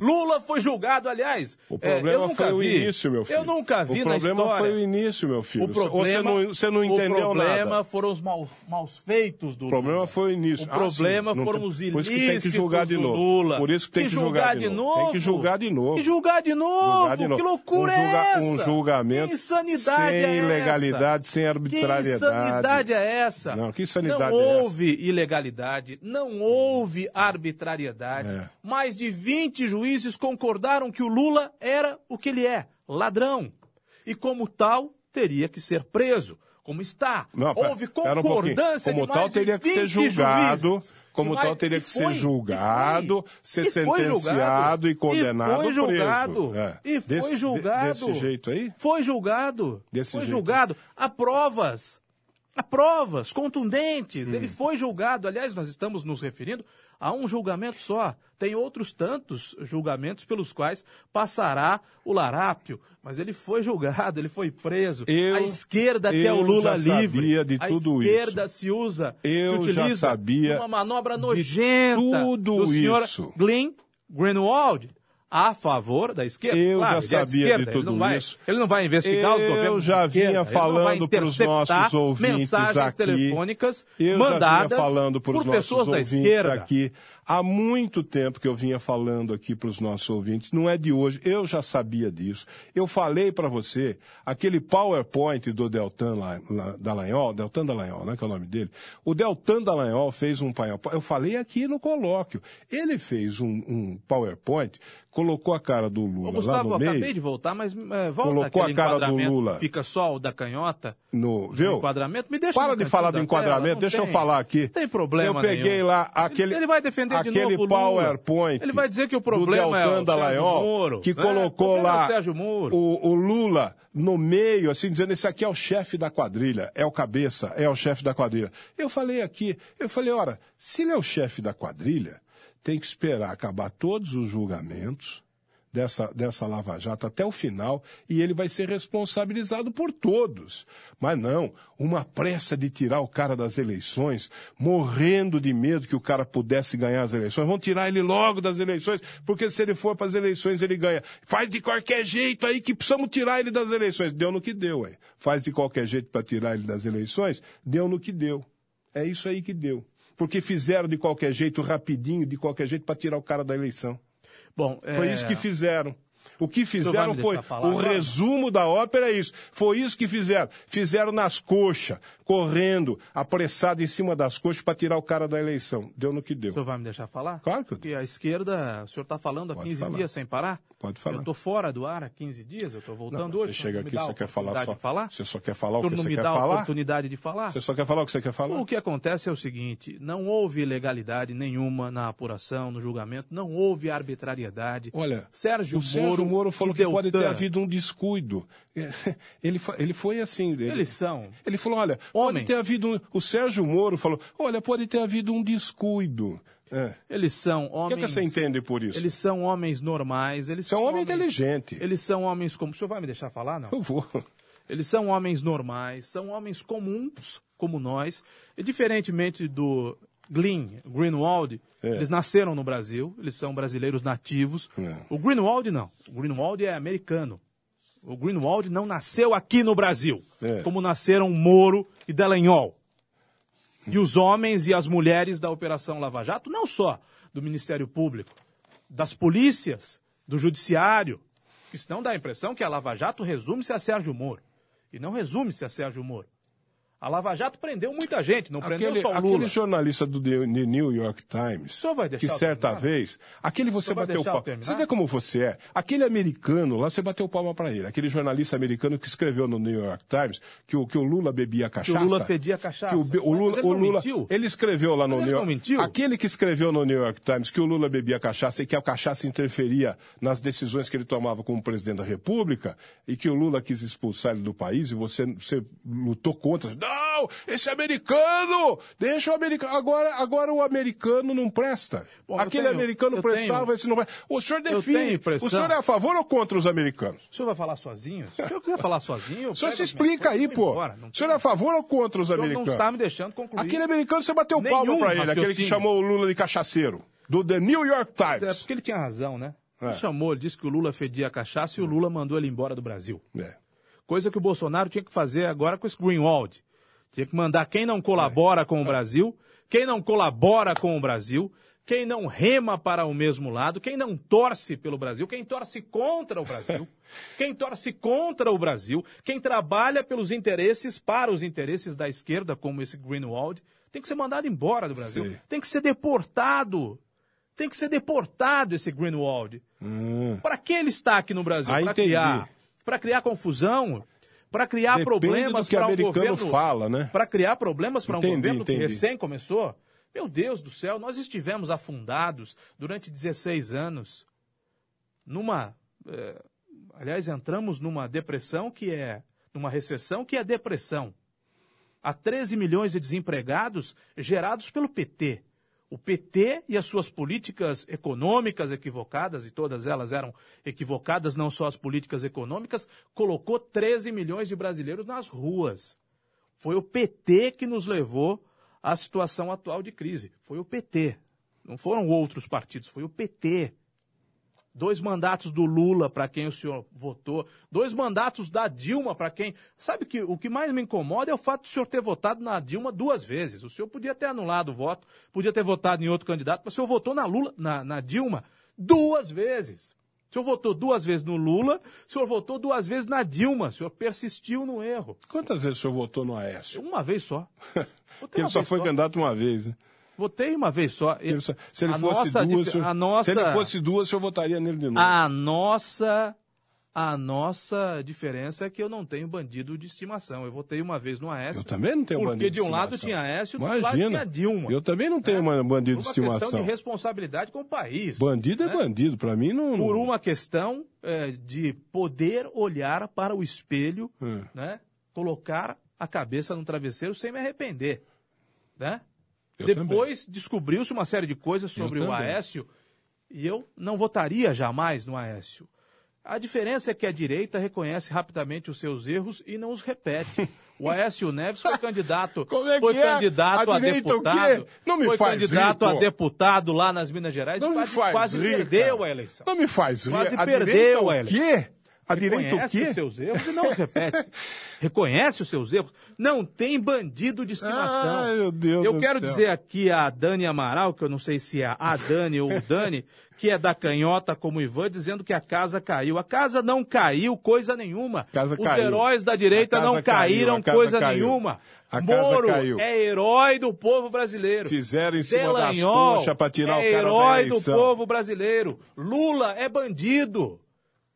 Speaker 4: Lula foi julgado, aliás.
Speaker 3: O
Speaker 4: é,
Speaker 3: problema
Speaker 4: eu nunca
Speaker 3: foi o
Speaker 4: vi-
Speaker 3: início, meu filho.
Speaker 4: Eu nunca vi
Speaker 3: o
Speaker 4: na
Speaker 3: problema
Speaker 4: história.
Speaker 3: foi o início, meu filho.
Speaker 4: O
Speaker 3: você,
Speaker 4: problema,
Speaker 3: não, você não entendeu
Speaker 4: o problema
Speaker 3: nada.
Speaker 4: foram os maus, maus feitos do
Speaker 3: O problema
Speaker 4: Lula.
Speaker 3: foi o início.
Speaker 4: O
Speaker 3: Ah,
Speaker 4: problema
Speaker 3: sim. Não
Speaker 4: foram
Speaker 3: tem-
Speaker 4: os
Speaker 3: Por
Speaker 4: ilícitos
Speaker 3: isso que tem que julgar de
Speaker 4: do
Speaker 3: novo.
Speaker 4: Lula.
Speaker 3: Por isso que tem que, julgar, de novo. Tem que julgar de novo.
Speaker 4: Que julgar de novo.
Speaker 3: Julgar de novo.
Speaker 4: Que loucura
Speaker 3: um julga-
Speaker 4: é essa?
Speaker 3: Um julgamento
Speaker 4: Que insanidade
Speaker 3: sem
Speaker 4: é essa?
Speaker 3: ilegalidade, sem
Speaker 4: Que
Speaker 3: arbitrariedade.
Speaker 4: insanidade é essa?
Speaker 3: Não, que insanidade
Speaker 4: Não
Speaker 3: é essa?
Speaker 4: houve ilegalidade, não houve arbitrariedade.
Speaker 3: É.
Speaker 4: Mais de 20 juízes concordaram que o Lula era o que ele é, ladrão. E como tal, teria que ser preso. Como está?
Speaker 3: Não, pera-
Speaker 4: houve
Speaker 3: pera um pouquinho.
Speaker 4: concordância
Speaker 3: Como
Speaker 4: de mais
Speaker 3: tal,
Speaker 4: de
Speaker 3: teria que ser
Speaker 4: 20
Speaker 3: julgado,
Speaker 4: juízes.
Speaker 3: como
Speaker 4: E mais-
Speaker 3: tal, teria
Speaker 4: e
Speaker 3: que ser
Speaker 4: foi, e
Speaker 3: julgado,
Speaker 4: foi.
Speaker 3: ser
Speaker 4: E foi julgado,
Speaker 3: sentenciado e condenado,
Speaker 4: E foi julgado.
Speaker 3: preso. É.
Speaker 4: E foi
Speaker 3: Desse- de-
Speaker 4: julgado.
Speaker 3: desse jeito aí?
Speaker 4: Foi julgado.
Speaker 3: Desse
Speaker 4: foi
Speaker 3: jeito.
Speaker 4: julgado. Há provas. Há provas contundentes.
Speaker 3: Hum.
Speaker 4: Ele foi julgado. Aliás, nós estamos nos referindo a um julgamento só. Tem outros tantos julgamentos pelos quais passará o larápio. Mas ele foi julgado, ele foi preso.
Speaker 3: Eu-
Speaker 4: a esquerda quer
Speaker 3: eu
Speaker 4: o Lula
Speaker 3: já
Speaker 4: livre.
Speaker 3: sabia de tudo
Speaker 4: a
Speaker 3: isso.
Speaker 4: esquerda se usa,
Speaker 3: Eu
Speaker 4: se
Speaker 3: já
Speaker 4: utiliza
Speaker 3: sabia
Speaker 4: uma manobra
Speaker 3: de
Speaker 4: nojenta
Speaker 3: tudo
Speaker 4: do senhor
Speaker 3: isso.
Speaker 4: Glenn Greenwald a favor da esquerda.
Speaker 3: Eu já
Speaker 4: Claro, ele é de
Speaker 3: sabia
Speaker 4: esquerda,
Speaker 3: de
Speaker 4: ele não
Speaker 3: tudo
Speaker 4: vai-
Speaker 3: isso.
Speaker 4: Ele não vai investigar os
Speaker 3: Eu
Speaker 4: governos.
Speaker 3: já
Speaker 4: de esquerda,
Speaker 3: vinha
Speaker 4: ele não vai
Speaker 3: falando pros
Speaker 4: interceptar
Speaker 3: nossos ouvintes
Speaker 4: mensagens
Speaker 3: aqui.
Speaker 4: telefônicas
Speaker 3: Eu já
Speaker 4: mandadas
Speaker 3: vinha falando pros
Speaker 4: por
Speaker 3: nossos
Speaker 4: pessoas da
Speaker 3: ouvintes
Speaker 4: esquerda.
Speaker 3: aqui. Há muito tempo que eu vinha falando aqui para os nossos ouvintes. Não é de hoje. Eu já sabia disso. Eu falei para você, aquele PowerPoint do Deltan La- La- Dallagnol, Deltan Dallagnol, né, que é o nome dele. O Deltan Dallagnol fez um PowerPoint. Eu falei aqui no colóquio. Ele fez um, um PowerPoint, colocou a cara do Lula
Speaker 4: Ô,
Speaker 3: lá
Speaker 4: Gustavo,
Speaker 3: no
Speaker 4: eu
Speaker 3: meio.
Speaker 4: acabei de voltar, mas é, volta
Speaker 3: Colocou
Speaker 4: aquele
Speaker 3: a cara do
Speaker 4: enquadramento que
Speaker 3: Lula.
Speaker 4: Fica só o da canhota.
Speaker 3: No, viu?
Speaker 4: enquadramento, me deixa
Speaker 3: Para
Speaker 4: no
Speaker 3: de
Speaker 4: cantinho
Speaker 3: falar do
Speaker 4: da tela,
Speaker 3: enquadramento,
Speaker 4: não
Speaker 3: deixa eu
Speaker 4: tem-
Speaker 3: falar aqui.
Speaker 4: não tem
Speaker 3: Eu
Speaker 4: problema
Speaker 3: peguei
Speaker 4: nenhum.
Speaker 3: lá
Speaker 4: Ele-
Speaker 3: aquele
Speaker 4: ele vai defender de
Speaker 3: aquele
Speaker 4: novo o Lula.
Speaker 3: PowerPoint.
Speaker 4: Ele vai dizer que o problema
Speaker 3: do
Speaker 4: é
Speaker 3: Deltan
Speaker 4: o Sérgio
Speaker 3: Dallagnol,
Speaker 4: Moro,
Speaker 3: que
Speaker 4: né? O
Speaker 3: colocou
Speaker 4: problema é
Speaker 3: lá
Speaker 4: o Sérgio Moro.
Speaker 3: O, o Lula no meio, assim dizendo esse aqui é o chefe da quadrilha, é o cabeça, é o chefe da quadrilha. Eu falei aqui, eu falei, ora, se ele é o chefe da quadrilha, tem que esperar acabar todos os julgamentos dessa, dessa Lava Jato até o final e ele vai ser responsabilizado por todos. Mas não, uma pressa de tirar o cara das eleições, morrendo de medo que o cara pudesse ganhar as eleições. Vão tirar ele logo das eleições, porque se ele for para as eleições ele ganha. Faz de qualquer jeito aí que precisamos tirar ele das eleições. Deu no que deu, aí. Faz de qualquer jeito para tirar ele das eleições, deu no que deu. É isso aí que deu. Porque fizeram de qualquer jeito, rapidinho, de qualquer jeito, para tirar o cara da eleição.
Speaker 4: Bom,
Speaker 3: Foi
Speaker 4: é,
Speaker 3: isso que fizeram. O que
Speaker 4: vai
Speaker 3: fizeram
Speaker 4: me
Speaker 3: foi.
Speaker 4: deixar falar
Speaker 3: O
Speaker 4: agora?
Speaker 3: resumo da ópera é isso. Foi isso que fizeram. Fizeram nas coxas, correndo, apressado em cima das coxas para tirar o cara da eleição. Deu no que
Speaker 4: O senhor
Speaker 3: deu.
Speaker 4: vai me deixar falar?
Speaker 3: Claro que eu
Speaker 4: Porque a esquerda, o senhor está falando há
Speaker 3: Pode
Speaker 4: 15
Speaker 3: falar.
Speaker 4: dias sem parar?
Speaker 3: Pode falar.
Speaker 4: Eu estou fora do ar há 15 dias, eu estou voltando
Speaker 3: Não,
Speaker 4: hoje.
Speaker 3: Você chega
Speaker 4: não me
Speaker 3: aqui,
Speaker 4: dá a
Speaker 3: você quer falar
Speaker 4: oportunidade
Speaker 3: só.
Speaker 4: de falar?
Speaker 3: Você só quer falar
Speaker 4: O
Speaker 3: o que
Speaker 4: senhor não
Speaker 3: você
Speaker 4: me
Speaker 3: quer
Speaker 4: dá a
Speaker 3: falar?
Speaker 4: oportunidade de falar?
Speaker 3: Você só quer falar o que você quer falar?
Speaker 4: O que acontece é o seguinte: não houve legalidade nenhuma na apuração, no julgamento, não houve arbitrariedade.
Speaker 3: Olha,
Speaker 4: Sérgio
Speaker 3: o
Speaker 4: Moro,
Speaker 3: Sérgio Moro, falou
Speaker 4: e
Speaker 3: que pode ter
Speaker 4: Deltan,
Speaker 3: havido um descuido. É, Ele, fa- ele foi assim. Ele,
Speaker 4: Eles são.
Speaker 3: ele falou, olha,
Speaker 4: Homens.
Speaker 3: pode ter havido um, O Sérgio Moro falou, olha, pode ter havido um descuido. É.
Speaker 4: Eles são homens.
Speaker 3: O que, é que você entende por isso?
Speaker 4: Eles são homens normais. Eles
Speaker 3: São
Speaker 4: são
Speaker 3: um homem inteligente.
Speaker 4: Eles são homens como. O senhor vai me deixar falar, não?
Speaker 3: Eu vou.
Speaker 4: Eles são homens normais, são homens comuns, como nós. E diferentemente do Glyn, Greenwald,
Speaker 3: É.
Speaker 4: eles nasceram no Brasil, eles são brasileiros nativos.
Speaker 3: É.
Speaker 4: O Greenwald não. O Greenwald é americano. O Greenwald não nasceu aqui no Brasil,
Speaker 3: É.
Speaker 4: como nasceram Moro e Dallagnol. E os homens e as mulheres da Operação Lava Jato, não só do Ministério Público, das polícias, do Judiciário, que senão dá a impressão que a Lava Jato resume-se a Sérgio Moro. E não resume-se a Sérgio Moro. A Lava Jato prendeu muita gente, não
Speaker 3: Aquele,
Speaker 4: prendeu só o
Speaker 3: aquele
Speaker 4: Lula.
Speaker 3: jornalista do The New York Times,
Speaker 4: senhor vai deixar
Speaker 3: que
Speaker 4: eu
Speaker 3: certa
Speaker 4: terminar?
Speaker 3: vez, aquele você
Speaker 4: senhor vai
Speaker 3: bateu
Speaker 4: deixar eu
Speaker 3: palma.
Speaker 4: terminar?
Speaker 3: Você vê como você é? Aquele americano lá, você bateu palma pra ele. Aquele jornalista americano que escreveu no New York Times que o, que o Lula bebia
Speaker 4: Que
Speaker 3: cachaça.
Speaker 4: o Lula fedia cachaça.
Speaker 3: Que o, Be- o
Speaker 4: Mas
Speaker 3: Lula,
Speaker 4: ele
Speaker 3: o
Speaker 4: não
Speaker 3: Lula-
Speaker 4: mentiu?
Speaker 3: ele escreveu lá no
Speaker 4: Mas ele
Speaker 3: New
Speaker 4: não mentiu?
Speaker 3: Aquele que escreveu no New York Times que o Lula bebia cachaça e que a cachaça interferia nas decisões que ele tomava como presidente da República e que o Lula quis expulsar ele do país e você, você lutou contra. Não! Esse americano! Deixa o americano. Agora, agora o americano não presta.
Speaker 4: Bom, eu
Speaker 3: Aquele
Speaker 4: tenho-
Speaker 3: americano
Speaker 4: eu
Speaker 3: prestava,
Speaker 4: tenho-
Speaker 3: esse não presta. O senhor
Speaker 4: tenho
Speaker 3: define.
Speaker 4: impressão-
Speaker 3: O senhor é a favor ou contra os americanos?
Speaker 4: O senhor vai falar sozinho? Se o senhor quiser falar sozinho, eu
Speaker 3: O senhor
Speaker 4: pego
Speaker 3: se
Speaker 4: as minhas
Speaker 3: explica
Speaker 4: coisas
Speaker 3: aí,
Speaker 4: e vou
Speaker 3: pô.
Speaker 4: embora. Não
Speaker 3: o senhor é a favor ou contra os
Speaker 4: O senhor não
Speaker 3: americanos?
Speaker 4: está me deixando concluir.
Speaker 3: Aquele é americano você bateu
Speaker 4: Nenhum
Speaker 3: palma pra ele, aquele que
Speaker 4: raciocínio.
Speaker 3: chamou o Lula de cachaceiro. Do The New York
Speaker 4: Mas É
Speaker 3: Times.
Speaker 4: porque ele tinha razão, né?
Speaker 3: É.
Speaker 4: Ele chamou, ele disse que o Lula fedia cachaça e o Lula mandou ele embora do Brasil.
Speaker 3: É.
Speaker 4: Coisa que o Bolsonaro tinha que fazer agora com esse Greenwald. Tinha que mandar quem não colabora com o Brasil, quem não colabora com o Brasil, quem não rema para o mesmo lado, quem não torce pelo Brasil, quem torce contra o Brasil, quem torce contra o Brasil, quem trabalha pelos interesses para os interesses da esquerda, como esse Greenwald, tem que ser mandado embora do Brasil.
Speaker 3: Sim.
Speaker 4: Tem que ser deportado. Tem que ser deportado esse Greenwald. Para que ele está aqui no Brasil?
Speaker 3: Hum. Ah,
Speaker 4: Para
Speaker 3: entendi.
Speaker 4: criar, para criar confusão, para criar
Speaker 3: Depende
Speaker 4: problemas
Speaker 3: do que
Speaker 4: para um
Speaker 3: americano
Speaker 4: governo.
Speaker 3: fala, né?
Speaker 4: Para criar problemas para um
Speaker 3: Entendi,
Speaker 4: governo que
Speaker 3: entendi.
Speaker 4: recém começou. Meu Deus do céu, nós estivemos afundados durante 16 anos numa, eh, aliás, entramos numa depressão que é numa recessão que é depressão. Há 13 milhões de desempregados gerados pelo PT. O PT e as suas políticas econômicas equivocadas, e todas elas eram equivocadas, não só as políticas econômicas, colocou 13 milhões de brasileiros nas ruas. Foi o PT que nos levou à situação atual de crise. Foi o PT. Não foram outros partidos, foi o PT. Dois mandatos do Lula para quem o senhor votou, dois mandatos da Dilma para quem. Sabe que o que mais me incomoda é o fato do senhor ter votado na Dilma duas vezes. O senhor podia ter anulado o voto, podia ter votado em outro candidato, mas o senhor votou na Lula, na, na Dilma duas vezes. O senhor votou duas vezes no Lula, o senhor votou duas vezes na Dilma, o senhor persistiu no erro.
Speaker 3: Quantas vezes o senhor votou no Aécio?
Speaker 4: Uma vez só.
Speaker 3: Porque ele só foi candidato uma vez, né?
Speaker 4: Votei uma vez só.
Speaker 3: Ele só- se ele
Speaker 4: A
Speaker 3: fosse
Speaker 4: nossa
Speaker 3: duas,
Speaker 4: dif-
Speaker 3: o senhor-
Speaker 4: a nossa- Ah,
Speaker 3: se ele fosse um. duas, o senhor votaria nele de novo.
Speaker 4: A nossa a nossa diferença é que eu não tenho bandido de estimação. Eu votei uma vez no Aécio.
Speaker 3: Eu também não tenho
Speaker 4: porque
Speaker 3: bandido de
Speaker 4: de um lado
Speaker 3: estimação.
Speaker 4: tinha Aécio, do outro lado
Speaker 3: Imagina.
Speaker 4: tinha Dilma. né?
Speaker 3: Eu também não tenho uma- bandido
Speaker 4: Por
Speaker 3: de
Speaker 4: uma
Speaker 3: estimação.
Speaker 4: questão de responsabilidade com o país.
Speaker 3: Bandido é
Speaker 4: né?
Speaker 3: bandido, pra mim não.
Speaker 4: Por uma questão eh, de poder olhar para o espelho,
Speaker 3: É.
Speaker 4: né? Colocar a cabeça no travesseiro sem me arrepender, né?
Speaker 3: Eu
Speaker 4: Depois descobriu-se uma série de coisas sobre
Speaker 3: Eu
Speaker 4: o
Speaker 3: também.
Speaker 4: Aécio e eu não votaria jamais no Aécio. A diferença é que a direita reconhece rapidamente os seus erros e não os repete. O Aécio Neves foi candidato,
Speaker 3: Como é que
Speaker 4: foi
Speaker 3: é?
Speaker 4: candidato
Speaker 3: A
Speaker 4: a,
Speaker 3: direita o quê?
Speaker 4: deputado,
Speaker 3: Não me
Speaker 4: foi
Speaker 3: faz
Speaker 4: candidato
Speaker 3: rir,
Speaker 4: a
Speaker 3: pô.
Speaker 4: deputado lá nas Minas Gerais
Speaker 3: Não
Speaker 4: e
Speaker 3: me
Speaker 4: quase,
Speaker 3: faz
Speaker 4: quase
Speaker 3: rir,
Speaker 4: perdeu
Speaker 3: cara.
Speaker 4: a eleição.
Speaker 3: Não me faz rir.
Speaker 4: Quase
Speaker 3: a direita
Speaker 4: perdeu a
Speaker 3: o quê? A direita o
Speaker 4: Reconhece
Speaker 3: quê?
Speaker 4: os seus erros e não os repete. Reconhece os seus erros. Não tem bandido de estimação.
Speaker 3: Ai, meu Deus
Speaker 4: eu
Speaker 3: do
Speaker 4: quero
Speaker 3: céu.
Speaker 4: dizer aqui a Dani Amaral, que eu não sei se é a Dani ou o Dani, que é da canhota como o Ivan, dizendo que a casa caiu. A casa não caiu coisa nenhuma.
Speaker 3: Casa
Speaker 4: os
Speaker 3: caiu.
Speaker 4: heróis da direita
Speaker 3: A casa
Speaker 4: não caíram
Speaker 3: caiu, a casa
Speaker 4: coisa
Speaker 3: caiu.
Speaker 4: nenhuma.
Speaker 3: A casa
Speaker 4: Moro
Speaker 3: caiu.
Speaker 4: é herói do povo brasileiro.
Speaker 3: Fizeram em cima das
Speaker 4: Delanhol
Speaker 3: coxas pra tirar
Speaker 4: é
Speaker 3: o cara da
Speaker 4: herói do
Speaker 3: eleição.
Speaker 4: povo povo brasileiro. Lula é bandido.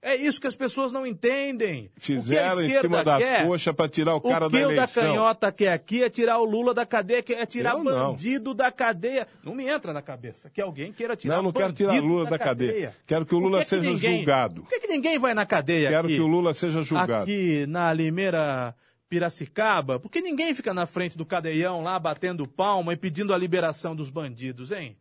Speaker 4: É isso que as pessoas não entendem.
Speaker 3: Fizeram em cima das
Speaker 4: quer,
Speaker 3: coxas para tirar o cara
Speaker 4: o que
Speaker 3: da
Speaker 4: o da
Speaker 3: eleição.
Speaker 4: canhota quer aqui é tirar o Lula da cadeia, que é tirar
Speaker 3: Eu não.
Speaker 4: bandido da cadeia. Não me entra na cabeça que alguém queira tirar
Speaker 3: Não, não quero tirar
Speaker 4: bandido
Speaker 3: Lula da cadeia. Quero que o
Speaker 4: Por
Speaker 3: Lula
Speaker 4: é
Speaker 3: seja
Speaker 4: ninguém-
Speaker 3: julgado.
Speaker 4: Por que, que ninguém vai na cadeia
Speaker 3: Quero
Speaker 4: aqui?
Speaker 3: que o Lula seja julgado.
Speaker 4: Aqui na Limeira Piracicaba? Por que ninguém fica na frente do cadeião lá batendo palma e pedindo a liberação dos bandidos, hein?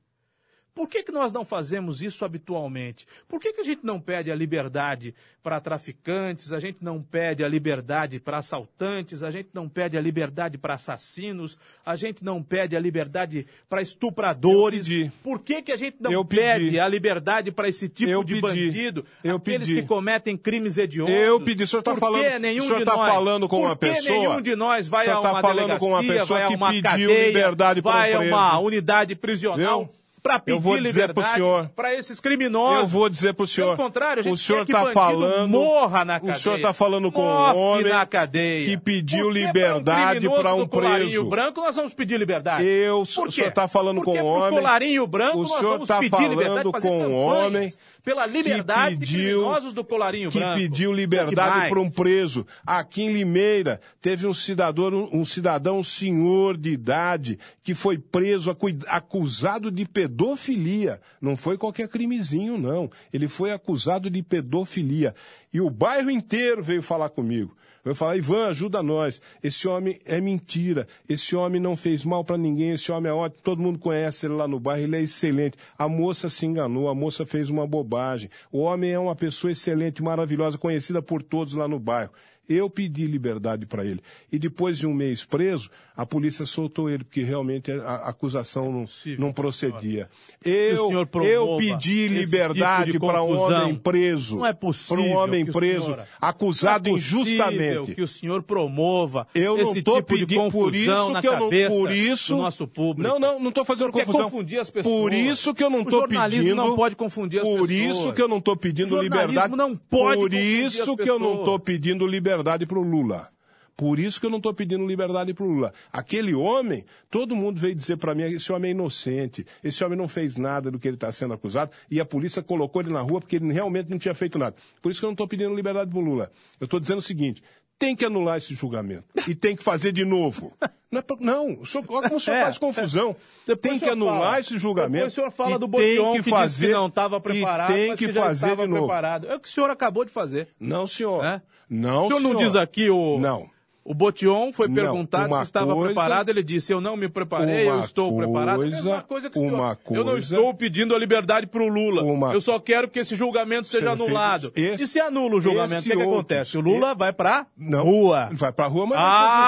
Speaker 4: Por que, que nós não fazemos isso habitualmente? Por que, que a gente não pede a liberdade para traficantes, a gente não pede a liberdade para assaltantes, a gente não pede a liberdade para assassinos, a gente não pede a liberdade para estupradores?
Speaker 3: Eu pedi.
Speaker 4: Por que, que a gente não
Speaker 3: Eu pedi.
Speaker 4: pede a liberdade para esse tipo
Speaker 3: Eu
Speaker 4: de
Speaker 3: pedi.
Speaker 4: bandido?
Speaker 3: Eu
Speaker 4: aqueles
Speaker 3: pedi.
Speaker 4: que cometem crimes hediondos?
Speaker 3: Eu pedi, o senhor tá
Speaker 4: Por que
Speaker 3: falando-
Speaker 4: nenhum
Speaker 3: o senhor
Speaker 4: de
Speaker 3: tá
Speaker 4: nós-
Speaker 3: falando com
Speaker 4: por
Speaker 3: uma
Speaker 4: que
Speaker 3: pessoa-
Speaker 4: nenhum de nós
Speaker 3: o
Speaker 4: vai
Speaker 3: senhor
Speaker 4: a
Speaker 3: tá
Speaker 4: uma
Speaker 3: falando com uma
Speaker 4: delegacia,
Speaker 3: pessoa
Speaker 4: vai
Speaker 3: que
Speaker 4: a uma
Speaker 3: pediu
Speaker 4: cadeia,
Speaker 3: liberdade pra um
Speaker 4: vai a uma
Speaker 3: preso.
Speaker 4: unidade prisional
Speaker 3: Viu?
Speaker 4: para
Speaker 3: Eu
Speaker 4: pedir
Speaker 3: vou dizer pro senhor.
Speaker 4: liberdade para esses criminosos.
Speaker 3: Eu vou dizer pro senhor.
Speaker 4: Pelo contrário, a gente
Speaker 3: o senhor
Speaker 4: quer que
Speaker 3: tá
Speaker 4: bandido
Speaker 3: falando,
Speaker 4: morra na
Speaker 3: O
Speaker 4: cadeia.
Speaker 3: senhor tá falando com
Speaker 4: Morre
Speaker 3: um homem
Speaker 4: na cadeia.
Speaker 3: que pediu
Speaker 4: Por que pra um
Speaker 3: liberdade
Speaker 4: criminoso
Speaker 3: pra um
Speaker 4: do colarinho
Speaker 3: preso.
Speaker 4: branco nós vamos pedir liberdade.
Speaker 3: Eu-
Speaker 4: Por
Speaker 3: o senhor
Speaker 4: quê?
Speaker 3: tá falando
Speaker 4: Porque
Speaker 3: com um
Speaker 4: pro
Speaker 3: homem-
Speaker 4: colarinho branco
Speaker 3: o
Speaker 4: nós
Speaker 3: senhor
Speaker 4: vamos
Speaker 3: tá
Speaker 4: pedir
Speaker 3: falando
Speaker 4: liberdade, fazer
Speaker 3: com um
Speaker 4: campanhas
Speaker 3: homem
Speaker 4: pela liberdade de
Speaker 3: pediu-
Speaker 4: criminosos do colarinho
Speaker 3: que
Speaker 4: branco.
Speaker 3: pediu
Speaker 4: Isso é
Speaker 3: liberdade
Speaker 4: demais.
Speaker 3: para um preso. Aqui em Limeira, teve um cidadão, um cidadão, um senhor de idade, que foi preso acu- acusado de pedofilia. Não foi qualquer crimezinho, não. Ele foi acusado de pedofilia. E o bairro inteiro veio falar comigo. Eu falar, Ivan, ajuda nós. Esse homem é mentira. Esse homem não fez mal para ninguém. Esse homem é ótimo. Todo mundo conhece ele lá no bairro. Ele é excelente. A moça se enganou. A moça fez uma bobagem. O homem é uma pessoa excelente, maravilhosa, conhecida por todos lá no bairro. Eu pedi liberdade para ele. E depois de um mês preso, a polícia soltou ele, porque realmente a- a acusação não, não procedia. Eu,
Speaker 4: senhor promova
Speaker 3: eu pedi
Speaker 4: esse
Speaker 3: liberdade
Speaker 4: tipo de
Speaker 3: para um
Speaker 4: confusão.
Speaker 3: homem preso.
Speaker 4: Não é possível
Speaker 3: Para um homem
Speaker 4: que o
Speaker 3: preso,
Speaker 4: senhor-
Speaker 3: acusado
Speaker 4: Não é possível
Speaker 3: injustamente.
Speaker 4: que o senhor promova
Speaker 3: Eu não
Speaker 4: esse
Speaker 3: tô
Speaker 4: tipo de
Speaker 3: pedindo por
Speaker 4: confusão
Speaker 3: isso
Speaker 4: na
Speaker 3: que eu não
Speaker 4: cabeça
Speaker 3: por isso
Speaker 4: do nosso público.
Speaker 3: Não, não, não tô fazendo
Speaker 4: Quer
Speaker 3: confusão.
Speaker 4: confundir as pessoas.
Speaker 3: Por isso que eu não
Speaker 4: O
Speaker 3: tô
Speaker 4: jornalismo
Speaker 3: pedindo
Speaker 4: não pode confundir as
Speaker 3: Por
Speaker 4: pessoas.
Speaker 3: isso que eu não tô pedindo
Speaker 4: O jornalismo
Speaker 3: liberdade.
Speaker 4: não pode
Speaker 3: Por
Speaker 4: confundir as
Speaker 3: isso que eu não tô
Speaker 4: pessoas.
Speaker 3: pedindo liberdade pro Lula. Por isso que eu não estou pedindo liberdade pro Lula. Aquele homem, todo mundo veio dizer para mim, esse homem é inocente, esse homem não fez nada do que ele está sendo acusado, e a polícia colocou ele na rua porque ele realmente não tinha feito nada. Por isso que eu não estou pedindo liberdade pro Lula. Eu estou dizendo o seguinte, tem que anular esse julgamento e tem que fazer de novo. Não, é pra- não o senhor- olha como o senhor
Speaker 4: É.
Speaker 3: faz confusão.
Speaker 4: Depois
Speaker 3: tem
Speaker 4: o
Speaker 3: que
Speaker 4: senhor
Speaker 3: anular
Speaker 4: fala.
Speaker 3: esse julgamento.
Speaker 4: Depois o senhor fala
Speaker 3: e
Speaker 4: do
Speaker 3: tem
Speaker 4: Botion
Speaker 3: que
Speaker 4: que, disse
Speaker 3: fazer
Speaker 4: que não estava preparado,
Speaker 3: E tem
Speaker 4: mas
Speaker 3: que,
Speaker 4: que já
Speaker 3: fazer
Speaker 4: estava
Speaker 3: de novo.
Speaker 4: preparado. É o que o senhor acabou de fazer.
Speaker 3: Não, senhor.
Speaker 4: É?
Speaker 3: Não,
Speaker 4: o senhor não
Speaker 3: senhor.
Speaker 4: diz aqui o...
Speaker 3: Não.
Speaker 4: O Botion foi
Speaker 3: Não,
Speaker 4: perguntado
Speaker 3: uma
Speaker 4: se estava
Speaker 3: coisa-
Speaker 4: preparado, ele disse, eu não me preparei, eu
Speaker 3: Uma
Speaker 4: estou preparado. É a
Speaker 3: coisa-
Speaker 4: mesma coisa que o
Speaker 3: uma
Speaker 4: senhor. Eu não
Speaker 3: coisa-
Speaker 4: estou pedindo a liberdade para o Lula,
Speaker 3: Uma-
Speaker 4: eu só quero que esse julgamento seja
Speaker 3: Seja
Speaker 4: anulado.
Speaker 3: feito- esse-
Speaker 4: E se anula o julgamento, o
Speaker 3: esse
Speaker 4: que, que
Speaker 3: outro-
Speaker 4: acontece? O Lula vai para
Speaker 3: Não.
Speaker 4: rua.
Speaker 3: Vai pra rua, mas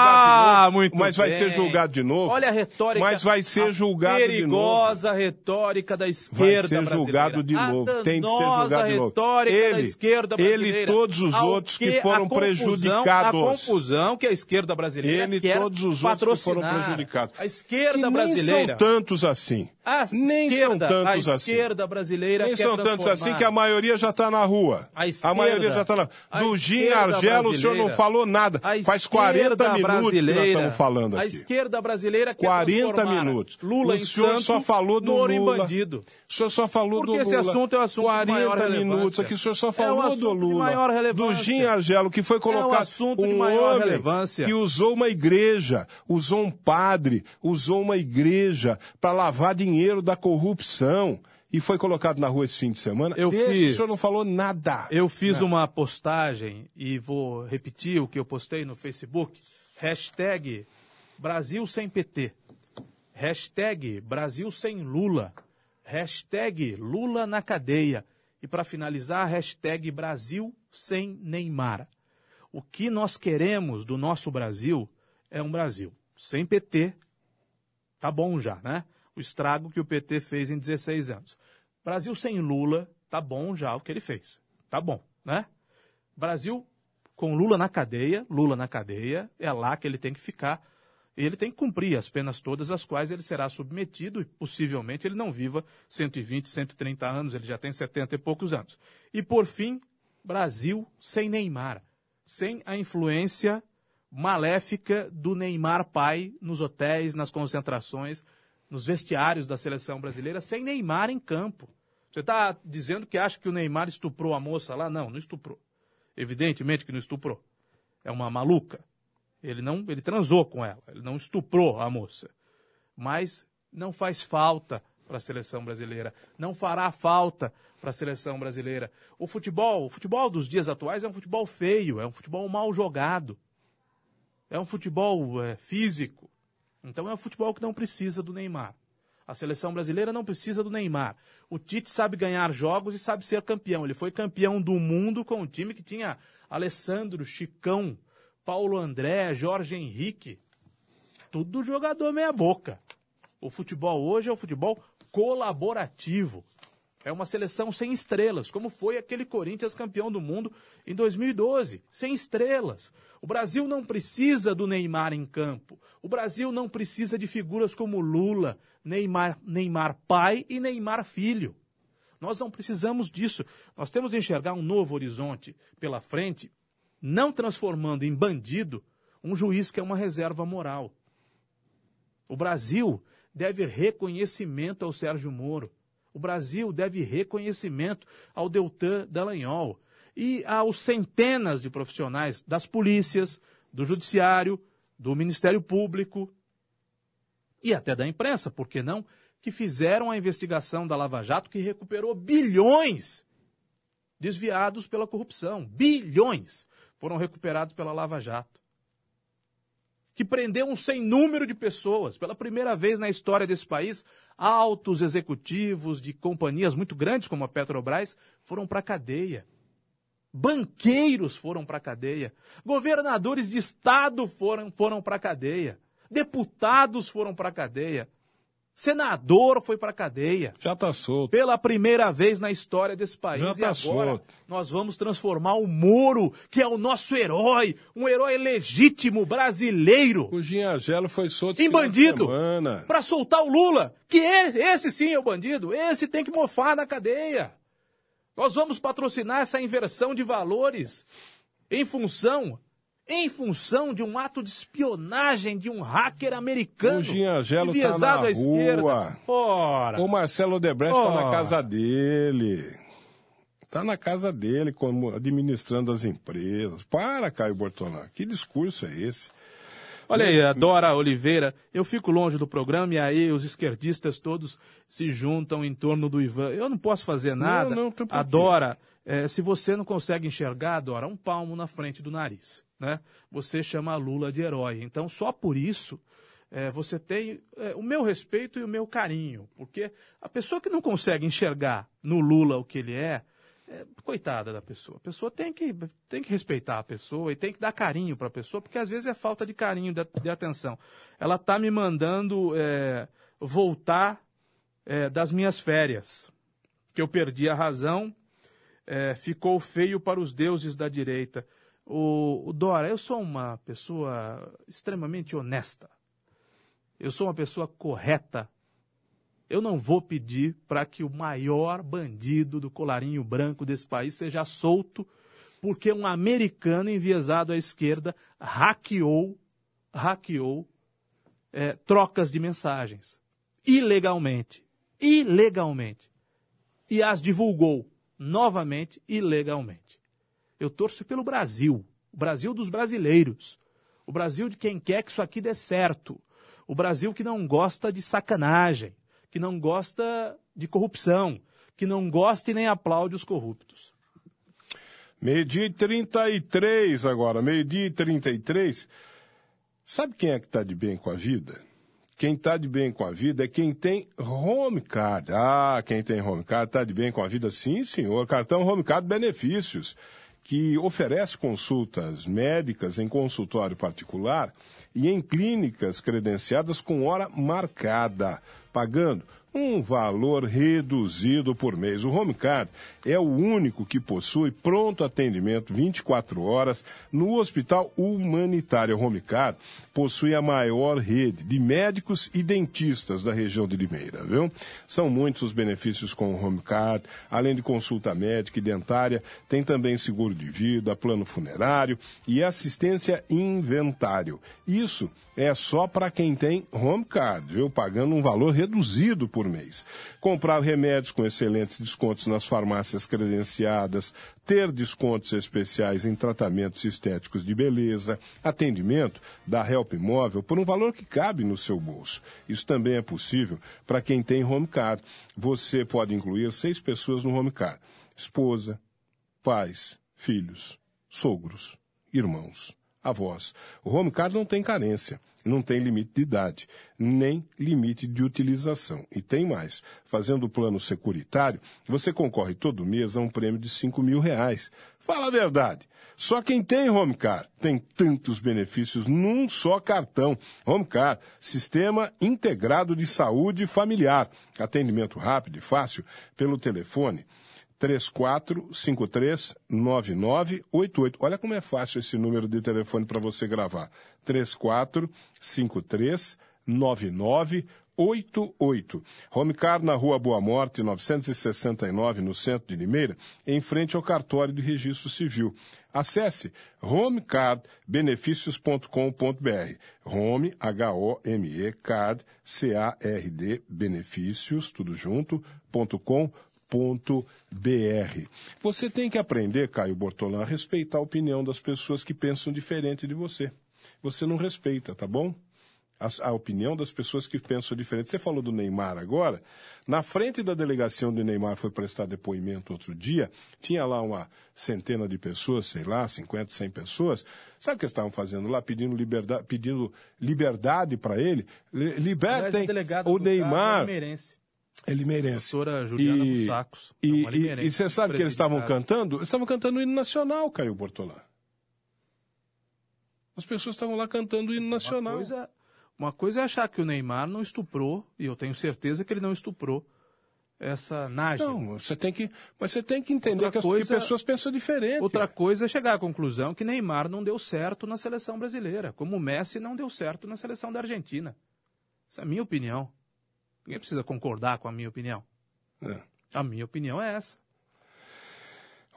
Speaker 3: vai ser julgado de novo.
Speaker 4: Ah, muito
Speaker 3: Mas vai
Speaker 4: bem.
Speaker 3: ser julgado de novo.
Speaker 4: Olha a retórica.
Speaker 3: Mas vai ser
Speaker 4: a
Speaker 3: julgado de novo.
Speaker 4: perigosa retórica da esquerda
Speaker 3: ser
Speaker 4: brasileira.
Speaker 3: julgado de
Speaker 4: A
Speaker 3: novo. Tem que ser
Speaker 4: danosa
Speaker 3: julgado de novo.
Speaker 4: retórica da
Speaker 3: Ele-
Speaker 4: esquerda
Speaker 3: ele e
Speaker 4: brasileira.
Speaker 3: todos os
Speaker 4: Ao
Speaker 3: outros que
Speaker 4: a
Speaker 3: foram
Speaker 4: confusão-
Speaker 3: prejudicados.
Speaker 4: A confusão que a esquerda brasileira
Speaker 3: Ele e
Speaker 4: quer
Speaker 3: todos os outros que foram
Speaker 4: patrocinar.
Speaker 3: prejudicados.
Speaker 4: A esquerda
Speaker 3: que
Speaker 4: brasileira.
Speaker 3: Nem são tantos assim.
Speaker 4: A
Speaker 3: nem
Speaker 4: esquerda,
Speaker 3: são tantos
Speaker 4: a
Speaker 3: assim.
Speaker 4: esquerda brasileira
Speaker 3: Nem
Speaker 4: quer
Speaker 3: são tantos
Speaker 4: transformar.
Speaker 3: assim que a maioria já está na rua.
Speaker 4: A esquerda-
Speaker 3: maioria já está na
Speaker 4: a
Speaker 3: Do Gin
Speaker 4: esquerda
Speaker 3: Argelo, o senhor não
Speaker 4: brasileira-
Speaker 3: falou nada.
Speaker 4: A
Speaker 3: Faz
Speaker 4: esquerda
Speaker 3: 40 minutos que nós
Speaker 4: brasileira-
Speaker 3: estamos falando
Speaker 4: A
Speaker 3: aqui.
Speaker 4: esquerda brasileira quer
Speaker 3: 40
Speaker 4: é transformar
Speaker 3: minutos.
Speaker 4: Lula
Speaker 3: o
Speaker 4: em
Speaker 3: senhor
Speaker 4: santo,
Speaker 3: só falou do
Speaker 4: Moro em
Speaker 3: Lula.
Speaker 4: bandido.
Speaker 3: O senhor só falou
Speaker 4: Porque
Speaker 3: do
Speaker 4: esse
Speaker 3: Lula.
Speaker 4: assunto é um assunto de
Speaker 3: 40
Speaker 4: maior relevância.
Speaker 3: minutos aqui, o senhor
Speaker 4: É
Speaker 3: só
Speaker 4: um
Speaker 3: falou
Speaker 4: assunto de
Speaker 3: do Lula.
Speaker 4: maior relevância. É
Speaker 3: do Gin Argelo, que foi colocado
Speaker 4: assunto de
Speaker 3: um
Speaker 4: maior
Speaker 3: homem
Speaker 4: relevância.
Speaker 3: que usou uma igreja, usou um padre, usou uma igreja para lavar dinheiro da corrupção. E foi colocado na rua esse fim de semana.
Speaker 4: Eu
Speaker 3: Esse
Speaker 4: fiz.
Speaker 3: o senhor não falou nada.
Speaker 4: Eu fiz uma postagem e vou repetir o que eu postei no Facebook. Hashtag Brasil sem PT. Hashtag Brasil sem Lula. Hashtag Lula na cadeia. E para finalizar, hashtag Brasil sem Neymar. O que nós queremos do nosso Brasil é um Brasil sem PT, tá bom já, né? O estrago que o PT fez em 16 anos. Brasil sem Lula, tá bom já o que ele fez. Tá bom, né? Brasil com Lula na cadeia, Lula na cadeia, é lá que ele tem que ficar. E ele tem que cumprir as penas todas às quais ele será submetido e possivelmente ele não viva 120, 130 anos, ele já tem 70 e poucos anos. E por fim, Brasil sem Neymar, sem a influência maléfica do Neymar pai nos hotéis, nas concentrações, nos vestiários da seleção brasileira, sem Neymar em campo. Você está dizendo que acha que o Neymar estuprou a moça lá? Não, não estuprou. Evidentemente que não estuprou. É uma maluca. Ele não, ele transou com ela, ele não estuprou a moça. Mas não faz falta para a seleção brasileira, não fará falta para a seleção brasileira. O futebol, o futebol dos dias atuais é um futebol feio, é um futebol mal jogado. É um futebol é, físico. Então é um futebol que não precisa do Neymar. A seleção brasileira não precisa do Neymar. O Tite sabe ganhar jogos e sabe ser campeão. Ele foi campeão do mundo com um time que tinha Alessandro, Chicão, Paulo André, Jorge Henrique. Tudo jogador meia-boca. O futebol hoje é um futebol colaborativo. É uma seleção sem estrelas, como foi aquele Corinthians campeão do mundo em 2012, sem estrelas. O Brasil não precisa do Neymar em campo. O Brasil não precisa de figuras como Lula, Neymar, Neymar pai e Neymar filho. Nós não precisamos disso. Nós temos de enxergar um novo horizonte pela frente, não transformando em bandido um juiz que é uma reserva moral. O Brasil deve reconhecimento ao Sérgio Moro. O Brasil deve reconhecimento ao Deltan Dallagnol e aos centenas de profissionais das polícias, do judiciário, do Ministério Público e até da imprensa, por que não, que fizeram a investigação da Lava Jato que recuperou bilhões desviados pela corrupção. Bilhões foram recuperados pela Lava Jato. Que prendeu um sem número de pessoas. Pela primeira vez na história desse país, altos executivos de companhias muito grandes como a Petrobras foram para a cadeia. Banqueiros foram para a cadeia. Governadores de estado foram, foram para a cadeia. Deputados foram para a cadeia. Senador foi para a cadeia.
Speaker 3: Já está solto.
Speaker 4: Pela primeira vez na história desse país.
Speaker 3: Já tá
Speaker 4: e agora
Speaker 3: solto.
Speaker 4: nós vamos transformar o Moro, que é o nosso herói, um herói legítimo brasileiro
Speaker 3: O Ginhagelo foi solto
Speaker 4: em
Speaker 3: esse final de
Speaker 4: bandido
Speaker 3: semana.
Speaker 4: para soltar o Lula, que ele- esse sim é o bandido, esse tem que mofar na cadeia. Nós vamos patrocinar essa inversão de valores em função em função de um ato de espionagem de um hacker americano
Speaker 3: O Ginhagelo tá
Speaker 4: enviesado
Speaker 3: na
Speaker 4: à esquerda.
Speaker 3: rua.
Speaker 4: Ora,
Speaker 3: O Marcelo Odebrecht está
Speaker 4: Ó.
Speaker 3: na casa dele. Está na casa dele, como administrando as empresas. Para, Caio Bortolã. Que discurso é esse?
Speaker 4: Olha
Speaker 3: Hum.
Speaker 4: aí, a Dora Oliveira, eu fico longe do programa e aí os esquerdistas todos se juntam em torno do Ivan. Eu não posso fazer nada.
Speaker 3: não, tem um por
Speaker 4: a
Speaker 3: quê.
Speaker 4: Dora, eh, se você não consegue enxergar, Dora, um palmo na frente do nariz, né? Você chama Lula de herói. Então, só por isso, eh, você tem eh, o meu respeito e o meu carinho. Porque a pessoa que não consegue enxergar no Lula o que ele é, é, coitada da pessoa. A pessoa tem que, tem que respeitar a pessoa e tem que dar carinho para a pessoa, porque às vezes é falta de carinho, de, de atenção. Ela tá me mandando é, voltar é, das minhas férias, que eu perdi a razão, é, ficou feio para os deuses da direita. O, o Dora, eu sou uma pessoa extremamente honesta. Eu sou uma pessoa correta eu não vou pedir para que o maior bandido do colarinho branco desse país seja solto, porque um americano enviesado à esquerda hackeou, hackeou eh, trocas de mensagens ilegalmente, ilegalmente, e as divulgou novamente ilegalmente. Eu torço pelo Brasil, o Brasil dos brasileiros, o Brasil de quem quer que isso aqui dê certo, o Brasil que não gosta de sacanagem, que não gosta de corrupção, que não gosta e nem aplaude os corruptos.
Speaker 3: Meio-dia e 33 agora, meio-dia e 33. Sabe quem é que está de bem com a vida? Quem está de bem com a vida é quem tem home card. Ah, quem tem home card está de bem com a vida? Sim, senhor. Cartão home card benefícios, que oferece consultas médicas em consultório particular e em clínicas credenciadas com hora marcada, pagando um valor reduzido por mês. O Home Card é o único que possui pronto atendimento 24 horas no Hospital Humanitário. O Home Card possui a maior rede de médicos e dentistas da região de Limeira, viu? São muitos os benefícios com o Home Card, além de consulta médica e dentária, tem também seguro de vida, plano funerário e assistência inventário. Isso é só para quem tem Home Card, viu? Pagando um valor reduzido por por mês. Comprar remédios com excelentes descontos nas farmácias credenciadas, ter descontos especiais em tratamentos estéticos de beleza, atendimento da Help Móvel por um valor que cabe no seu bolso. Isso também é possível para quem tem home car. Você pode incluir seis pessoas no home car: esposa, pais, filhos, sogros, irmãos, avós. O home car não tem carência. Não tem limite de idade, nem limite de utilização. E tem mais. Fazendo o plano securitário, você concorre todo mês a um prêmio de 5 mil reais. Fala a verdade. Só quem tem home car tem tantos benefícios num só cartão. Home car, Sistema Integrado de Saúde Familiar. Atendimento rápido e fácil pelo telefone 34539988. Olha como é fácil esse número de telefone para você gravar. 34539988. Homecar na Rua Boa Morte, 969, no centro de Limeira, em frente ao cartório de registro civil. Acesse homecardbeneficios.com.br. Home, H-O-M-E, card, C-A-R-D, benefícios, tudo junto, ponto com, www.caiobortolan.com.br. Você tem que aprender, Caio Bortolan, a respeitar a opinião das pessoas que pensam diferente de você. Você não respeita, tá bom? A, a, opinião das pessoas que pensam diferente. Você falou do Neymar agora. Na frente da delegação do Neymar foi prestar depoimento outro dia. Tinha lá uma centena de pessoas, sei lá, 50, 100 pessoas. Sabe o que estavam fazendo lá? Pedindo liberdade, pedindo liberdade para ele. Libertem É, o Neymar. É limeirense.
Speaker 4: Doutora Juliana e, né? Bussacos.
Speaker 3: E, não, é e, você sabe que eles estavam cantando? Eles estavam cantando o hino nacional, Caio Bortolã. As pessoas estavam lá cantando o hino nacional.
Speaker 4: Uma coisa, uma coisa é achar que o Neymar não estuprou, e eu tenho certeza que ele não estuprou essa nage.
Speaker 3: Não, Então, você tem que, mas você tem que entender outra que as coisa, pessoas pensam diferente.
Speaker 4: Outra coisa é chegar à conclusão que Neymar não deu certo na seleção brasileira, como o Messi não deu certo na seleção da Argentina. Essa é a minha opinião. Ninguém precisa concordar com a minha opinião. É. A minha opinião é essa.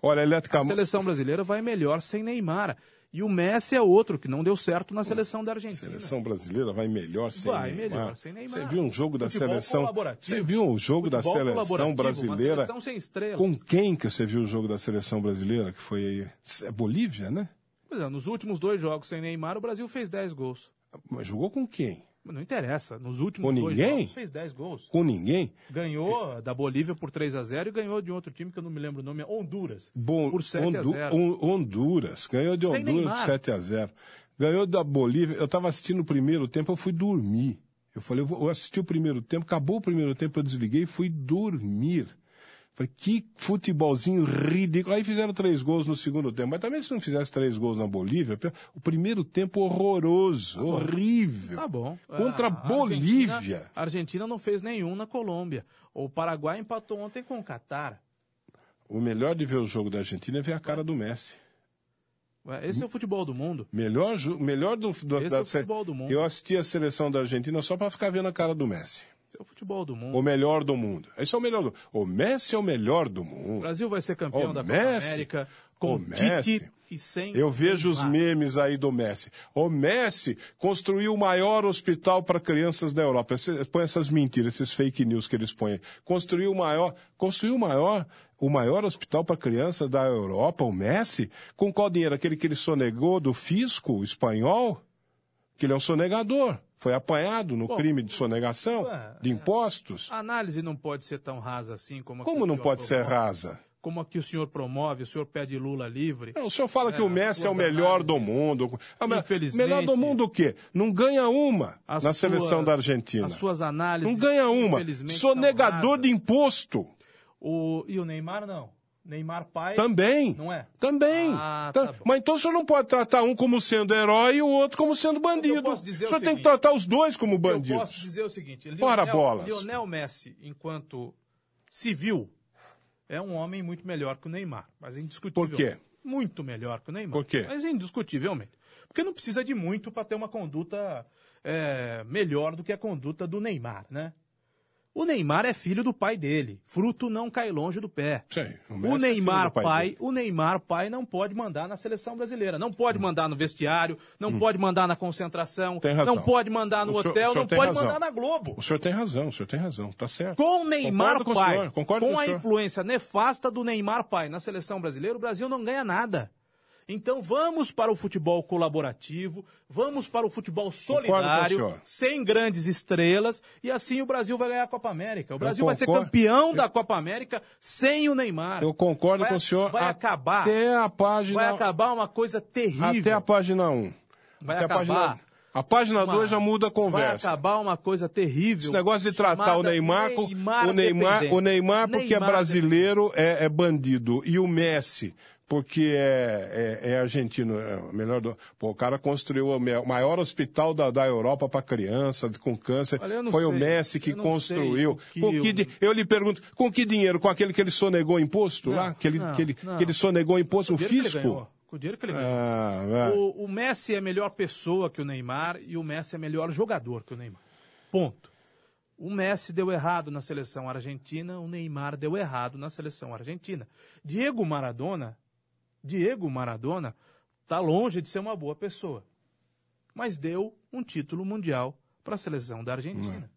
Speaker 3: Olha, a, elétrica...
Speaker 4: a seleção brasileira vai melhor sem Neymar. E o Messi é outro que não deu certo na seleção da Argentina.
Speaker 3: A seleção brasileira vai melhor sem
Speaker 4: vai
Speaker 3: Neymar.
Speaker 4: Vai melhor sem Neymar.
Speaker 3: Você viu um jogo da Futebol seleção? Você viu um jogo Futebol da seleção brasileira?
Speaker 4: Seleção sem estrelas.
Speaker 3: Com quem que você viu o jogo da seleção brasileira que foi aí? É Bolívia, né?
Speaker 4: Pois é, nos últimos dois jogos sem Neymar o Brasil fez 10 gols.
Speaker 3: Mas jogou com quem?
Speaker 4: Não interessa. Nos últimos
Speaker 3: Com dois ninguém?
Speaker 4: jogos fez 10 gols.
Speaker 3: Com ninguém?
Speaker 4: Ganhou da Bolívia por 3 a 0 e ganhou de um outro time que eu não me lembro o nome, é Honduras.
Speaker 3: Bom, um
Speaker 4: por 7 Hondu a 0.
Speaker 3: Honduras. Ganhou de Sem Honduras Neymar. por 7 a 0. Ganhou da Bolívia. Eu estava assistindo o primeiro tempo, eu fui dormir. Eu falei, eu, vou, eu assisti o primeiro tempo, acabou o primeiro tempo, eu desliguei e fui dormir. Falei, que futebolzinho ridículo. Aí fizeram três gols no segundo tempo. Mas também se não fizesse três gols na Bolívia, o primeiro tempo horroroso, tá horrível.
Speaker 4: Tá bom.
Speaker 3: Contra a Bolívia.
Speaker 4: Argentina, a Argentina não fez nenhum na Colômbia. O Paraguai empatou ontem com o Catar.
Speaker 3: O melhor de ver o jogo da Argentina é ver a cara do Messi.
Speaker 4: Esse é o futebol do mundo.
Speaker 3: Melhor, melhor do, do,
Speaker 4: Esse
Speaker 3: da,
Speaker 4: é o futebol do mundo.
Speaker 3: Eu assisti a seleção da Argentina só para ficar vendo a cara do Messi
Speaker 4: é o futebol do mundo.
Speaker 3: O melhor do mundo. Esse é o melhor do O Messi é o melhor do mundo. O
Speaker 4: Brasil vai ser campeão o da Messi, Copa América com o Messi. Tite e sem
Speaker 3: Eu vejo os memes aí do Messi. O Messi construiu o maior hospital para crianças da Europa. Põe essas mentiras, esses fake news que eles põem. Construiu o maior, construiu o maior o maior hospital para crianças da Europa, o Messi, com qual dinheiro? Aquele que ele sonegou do fisco espanhol? Que ele é um sonegador foi apanhado no Bom, crime de sonegação é, de impostos.
Speaker 4: A análise não pode ser tão rasa assim como a
Speaker 3: Como não pode promove, ser rasa?
Speaker 4: Como a que o senhor promove, o senhor pede Lula livre.
Speaker 3: Não, o senhor fala é, que o Messi é o melhor análises, do mundo. Infelizmente. Melhor do mundo o quê? Não ganha uma na
Speaker 4: suas,
Speaker 3: seleção da Argentina.
Speaker 4: As suas análises. tá
Speaker 3: Não ganha uma. Sonegador de imposto.
Speaker 4: O, e o Neymar não. Neymar pai.
Speaker 3: Também.
Speaker 4: Não é?
Speaker 3: Também.
Speaker 4: Ah, tá bom.
Speaker 3: Mas então o senhor não pode tratar um como sendo herói e o outro como sendo bandido.
Speaker 4: Eu posso dizer
Speaker 3: o senhor
Speaker 4: o
Speaker 3: tem
Speaker 4: seguinte,
Speaker 3: que tratar os dois como bandidos.
Speaker 4: Eu posso dizer o seguinte: Lionel,
Speaker 3: Para bolas.
Speaker 4: Lionel Messi, enquanto civil, é um homem muito melhor que o Neymar. Mas indiscutível.
Speaker 3: Por quê?
Speaker 4: Muito melhor que o Neymar.
Speaker 3: Por quê?
Speaker 4: Mas indiscutivelmente. Porque não precisa de muito para ter uma conduta é, melhor do que a conduta do Neymar, né? O Neymar é filho do pai dele. Fruto não cai longe do pé.
Speaker 3: Sim, o
Speaker 4: O
Speaker 3: Messi é filho
Speaker 4: Neymar
Speaker 3: do pai
Speaker 4: pai,
Speaker 3: dele.
Speaker 4: o Neymar pai não pode mandar na seleção brasileira, não pode mandar no vestiário, não pode mandar na concentração,
Speaker 3: Hum. Tem razão.
Speaker 4: não pode mandar no
Speaker 3: O senhor-
Speaker 4: hotel,
Speaker 3: o senhor
Speaker 4: não
Speaker 3: tem
Speaker 4: pode
Speaker 3: razão.
Speaker 4: mandar na Globo.
Speaker 3: O senhor tem razão, o senhor tem razão, tá certo.
Speaker 4: Com o Neymar
Speaker 3: Concordo com o
Speaker 4: pai,
Speaker 3: senhor, concordo com o
Speaker 4: a
Speaker 3: senhor.
Speaker 4: influência nefasta do Neymar pai na seleção brasileira, o Brasil não ganha nada. Então vamos para o futebol colaborativo, vamos para o futebol
Speaker 3: Concordo com o
Speaker 4: solidário,
Speaker 3: senhor.
Speaker 4: sem grandes estrelas, e assim o Brasil vai ganhar a Copa América. O Brasil vai ser
Speaker 3: concordo.
Speaker 4: campeão da Copa América sem o Neymar.
Speaker 3: Eu concordo
Speaker 4: Vai-
Speaker 3: com o senhor.
Speaker 4: Vai acabar.
Speaker 3: Até a página.
Speaker 4: Vai acabar uma coisa terrível.
Speaker 3: Até a página 1.
Speaker 4: Vai
Speaker 3: até A
Speaker 4: acabar.
Speaker 3: página, um. a página
Speaker 4: Uma-
Speaker 3: 2 já muda a conversa.
Speaker 4: Vai acabar uma coisa terrível.
Speaker 3: Esse negócio de tratar
Speaker 4: chamada
Speaker 3: o Neymar, com-
Speaker 4: Neymar
Speaker 3: o Neymar,
Speaker 4: dependência.
Speaker 3: o Neymar porque
Speaker 4: Neymar
Speaker 3: é brasileiro é, é bandido e o Messi porque é, é- é argentino, é o melhor do- pô, o cara construiu o me- o maior hospital da, da Europa para criança com câncer.
Speaker 4: Olha, eu não
Speaker 3: Foi o
Speaker 4: sei.
Speaker 3: Messi que
Speaker 4: Eu não sei
Speaker 3: construiu.
Speaker 4: o que
Speaker 3: Com
Speaker 4: eu-
Speaker 3: que di- eu... lhe pergunto, com que dinheiro? Com aquele que ele sonegou imposto lá? Que ele,
Speaker 4: não,
Speaker 3: que ele,
Speaker 4: não.
Speaker 3: que ele sonegou imposto, o
Speaker 4: Com o dinheiro que ele
Speaker 3: fisco?
Speaker 4: ganhou, Com o dinheiro que ele ganhou.
Speaker 3: Ah, vai.
Speaker 4: O, o Messi é melhor pessoa que o Neymar e o Messi é melhor jogador que o Neymar. Ponto. O Messi deu errado na seleção argentina, o Neymar deu errado na seleção argentina. Diego Maradona, Diego Maradona tá longe de ser uma boa pessoa, mas deu um título mundial para a seleção da Argentina.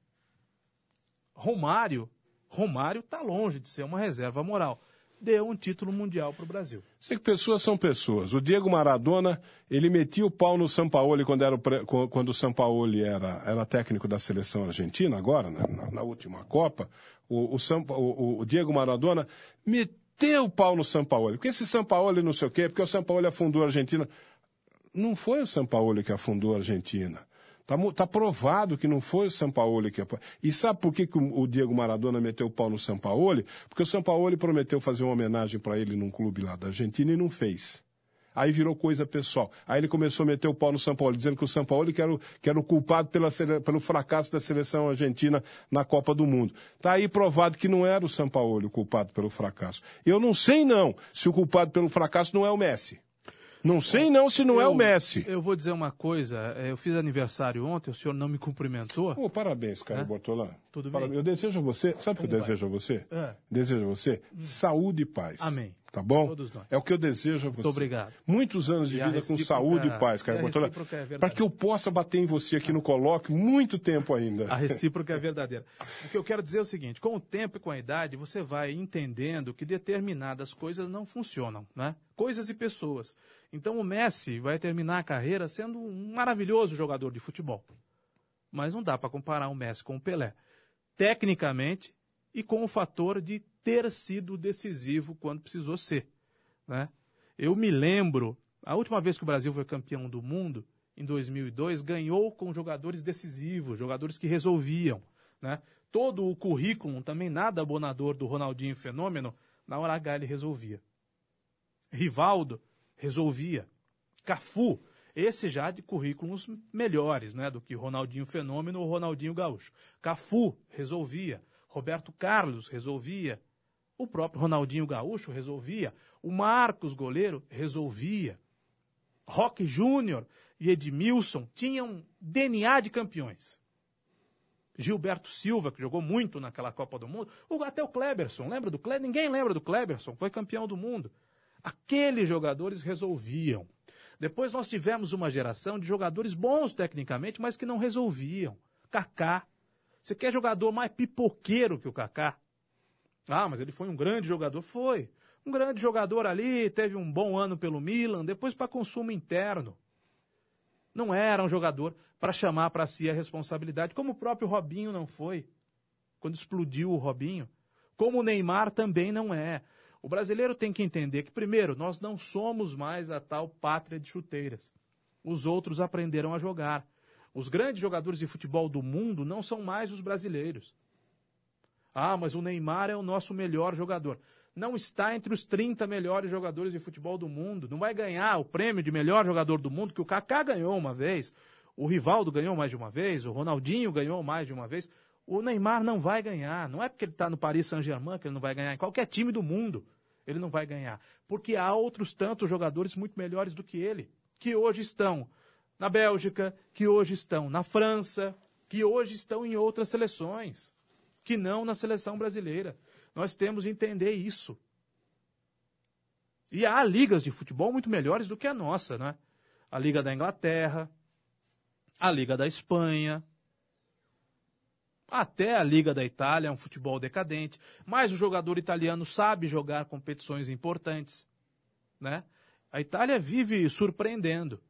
Speaker 4: Romário, Romário tá longe de ser uma reserva moral, deu um título mundial para o Brasil.
Speaker 3: Sei que pessoas são pessoas. O Diego Maradona, ele metia o pau no Sampaoli quando, era o, pre- qu- quando o Sampaoli era, era técnico da seleção argentina, agora, né, na, na última Copa. O, o, Sampa- o- o- o Diego Maradona meteu o pau no Sampaoli. Porque esse Sampaoli não sei o quê, porque o Sampaoli afundou a Argentina. Não foi o Sampaoli que afundou a Argentina. Está provado que não foi o Sampaoli que... apo- E sabe por que, que o o Diego Maradona meteu o pau no Sampaoli? Porque o Sampaoli prometeu fazer uma homenagem para ele num clube lá da Argentina e não fez. Aí virou coisa pessoal. Aí ele começou a meter o pau no Sampaoli, dizendo que o Sampaoli que era o, que era o culpado pela sele- pelo fracasso da seleção argentina na Copa do Mundo. Está aí provado que não era o Sampaoli o culpado pelo fracasso. Eu não sei, não, se o culpado pelo fracasso não é o Messi. Não sei, não, se não é o
Speaker 4: Eu-
Speaker 3: Messi.
Speaker 4: Eu vou dizer uma coisa. eh, Eu fiz aniversário ontem, o senhor não me cumprimentou.
Speaker 3: Pô, parabéns, Caio Bortolã.
Speaker 4: Tudo
Speaker 3: Parabéns.
Speaker 4: bem?
Speaker 3: Eu desejo a você, sabe o que eu desejo a você?
Speaker 4: É.
Speaker 3: Desejo a você saúde e paz.
Speaker 4: Hum. Amém.
Speaker 3: Tá bom?
Speaker 4: Todos nós.
Speaker 3: É o que eu desejo a você.
Speaker 4: obrigado.
Speaker 3: Muitos anos de
Speaker 4: E a
Speaker 3: vida com
Speaker 4: recíproca-
Speaker 3: saúde e paz,
Speaker 4: e
Speaker 3: Caio
Speaker 4: a
Speaker 3: Bortolã.
Speaker 4: recíproca é Ah. verdade.
Speaker 3: Para que eu possa bater em você aqui no Coloque muito tempo ainda.
Speaker 4: A recíproca é verdadeira. O que eu quero dizer é o seguinte: com o tempo e com a idade, você vai entendendo que determinadas coisas não funcionam, né? Coisas e pessoas. Então o Messi vai terminar a carreira sendo um maravilhoso jogador de futebol. Mas não dá para comparar o Messi com o Pelé. Tecnicamente e com o fator de ter sido decisivo quando precisou ser. né? Eu me lembro, a última vez que o Brasil foi campeão do mundo, em 2002, ganhou com jogadores decisivos, jogadores que resolviam, né? Todo o currículo, também nada abonador do Ronaldinho Fenômeno, na hora H ele resolvia. Rivaldo resolvia. Cafu, esse já de currículos melhores, né, do que Ronaldinho Fenômeno ou Ronaldinho Gaúcho. Cafu resolvia, Roberto Carlos resolvia, o próprio Ronaldinho Gaúcho resolvia, o Marcos goleiro resolvia. Roque Júnior e Edmilson tinham DNA de campeões. Gilberto Silva, que jogou muito naquela Copa do Mundo, o- até o Kleberson, lembra do Kleberson? Ninguém lembra do Kleberson, foi campeão do mundo. Aqueles jogadores resolviam. Depois nós tivemos uma geração de jogadores bons tecnicamente, mas que não resolviam. Kaká. Você quer jogador mais pipoqueiro que o Kaká? Ah, mas ele foi um grande jogador. Foi. Um grande jogador ali, teve um bom ano pelo Milan, depois para consumo interno. Não era um jogador para chamar para si a responsabilidade, como o próprio Robinho não foi, quando explodiu o Robinho. Como o Neymar também não é. O brasileiro tem que entender que, primeiro, nós não somos mais a tal pátria de chuteiras. Os outros aprenderam a jogar. Os grandes jogadores de futebol do mundo não são mais os brasileiros. Ah, mas o Neymar é o nosso melhor jogador. Não está entre os 30 melhores jogadores de futebol do mundo. Não vai ganhar o prêmio de melhor jogador do mundo, que o Kaká ganhou uma vez, o Rivaldo ganhou mais de uma vez, o Ronaldinho ganhou mais de uma vez. O Neymar não vai ganhar. Não é porque ele está no Paris Saint-Germain que ele não vai ganhar. Em qualquer time do mundo ele não vai ganhar. Porque há outros tantos jogadores muito melhores do que ele, que hoje estão na Bélgica, que hoje estão na França, que hoje estão em outras seleções. que não na seleção brasileira. Nós temos de entender isso. E há ligas de futebol muito melhores do que a nossa, né? A Liga da Inglaterra, a Liga da Espanha, até a Liga da Itália, é um futebol decadente, mas o jogador italiano sabe jogar competições importantes, né? A Itália vive surpreendendo.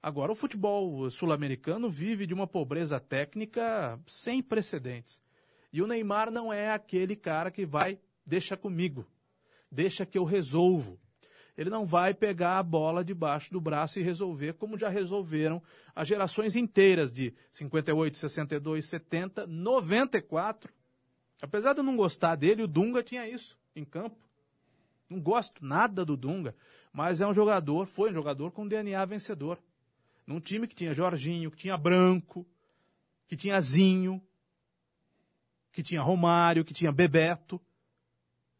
Speaker 4: Agora, o futebol sul-americano vive de uma pobreza técnica sem precedentes. E o Neymar não é aquele cara que vai, deixa comigo, deixa que eu resolvo. Ele não vai pegar a bola debaixo do braço e resolver como já resolveram as gerações inteiras de 58, 62, 70, 94. Apesar de eu não gostar dele, o Dunga tinha isso em campo. Não gosto nada do Dunga, mas é um jogador, foi um jogador com DNA vencedor. Num time que tinha Jorginho, que tinha Branco, que tinha Zinho, que tinha Romário, que tinha Bebeto.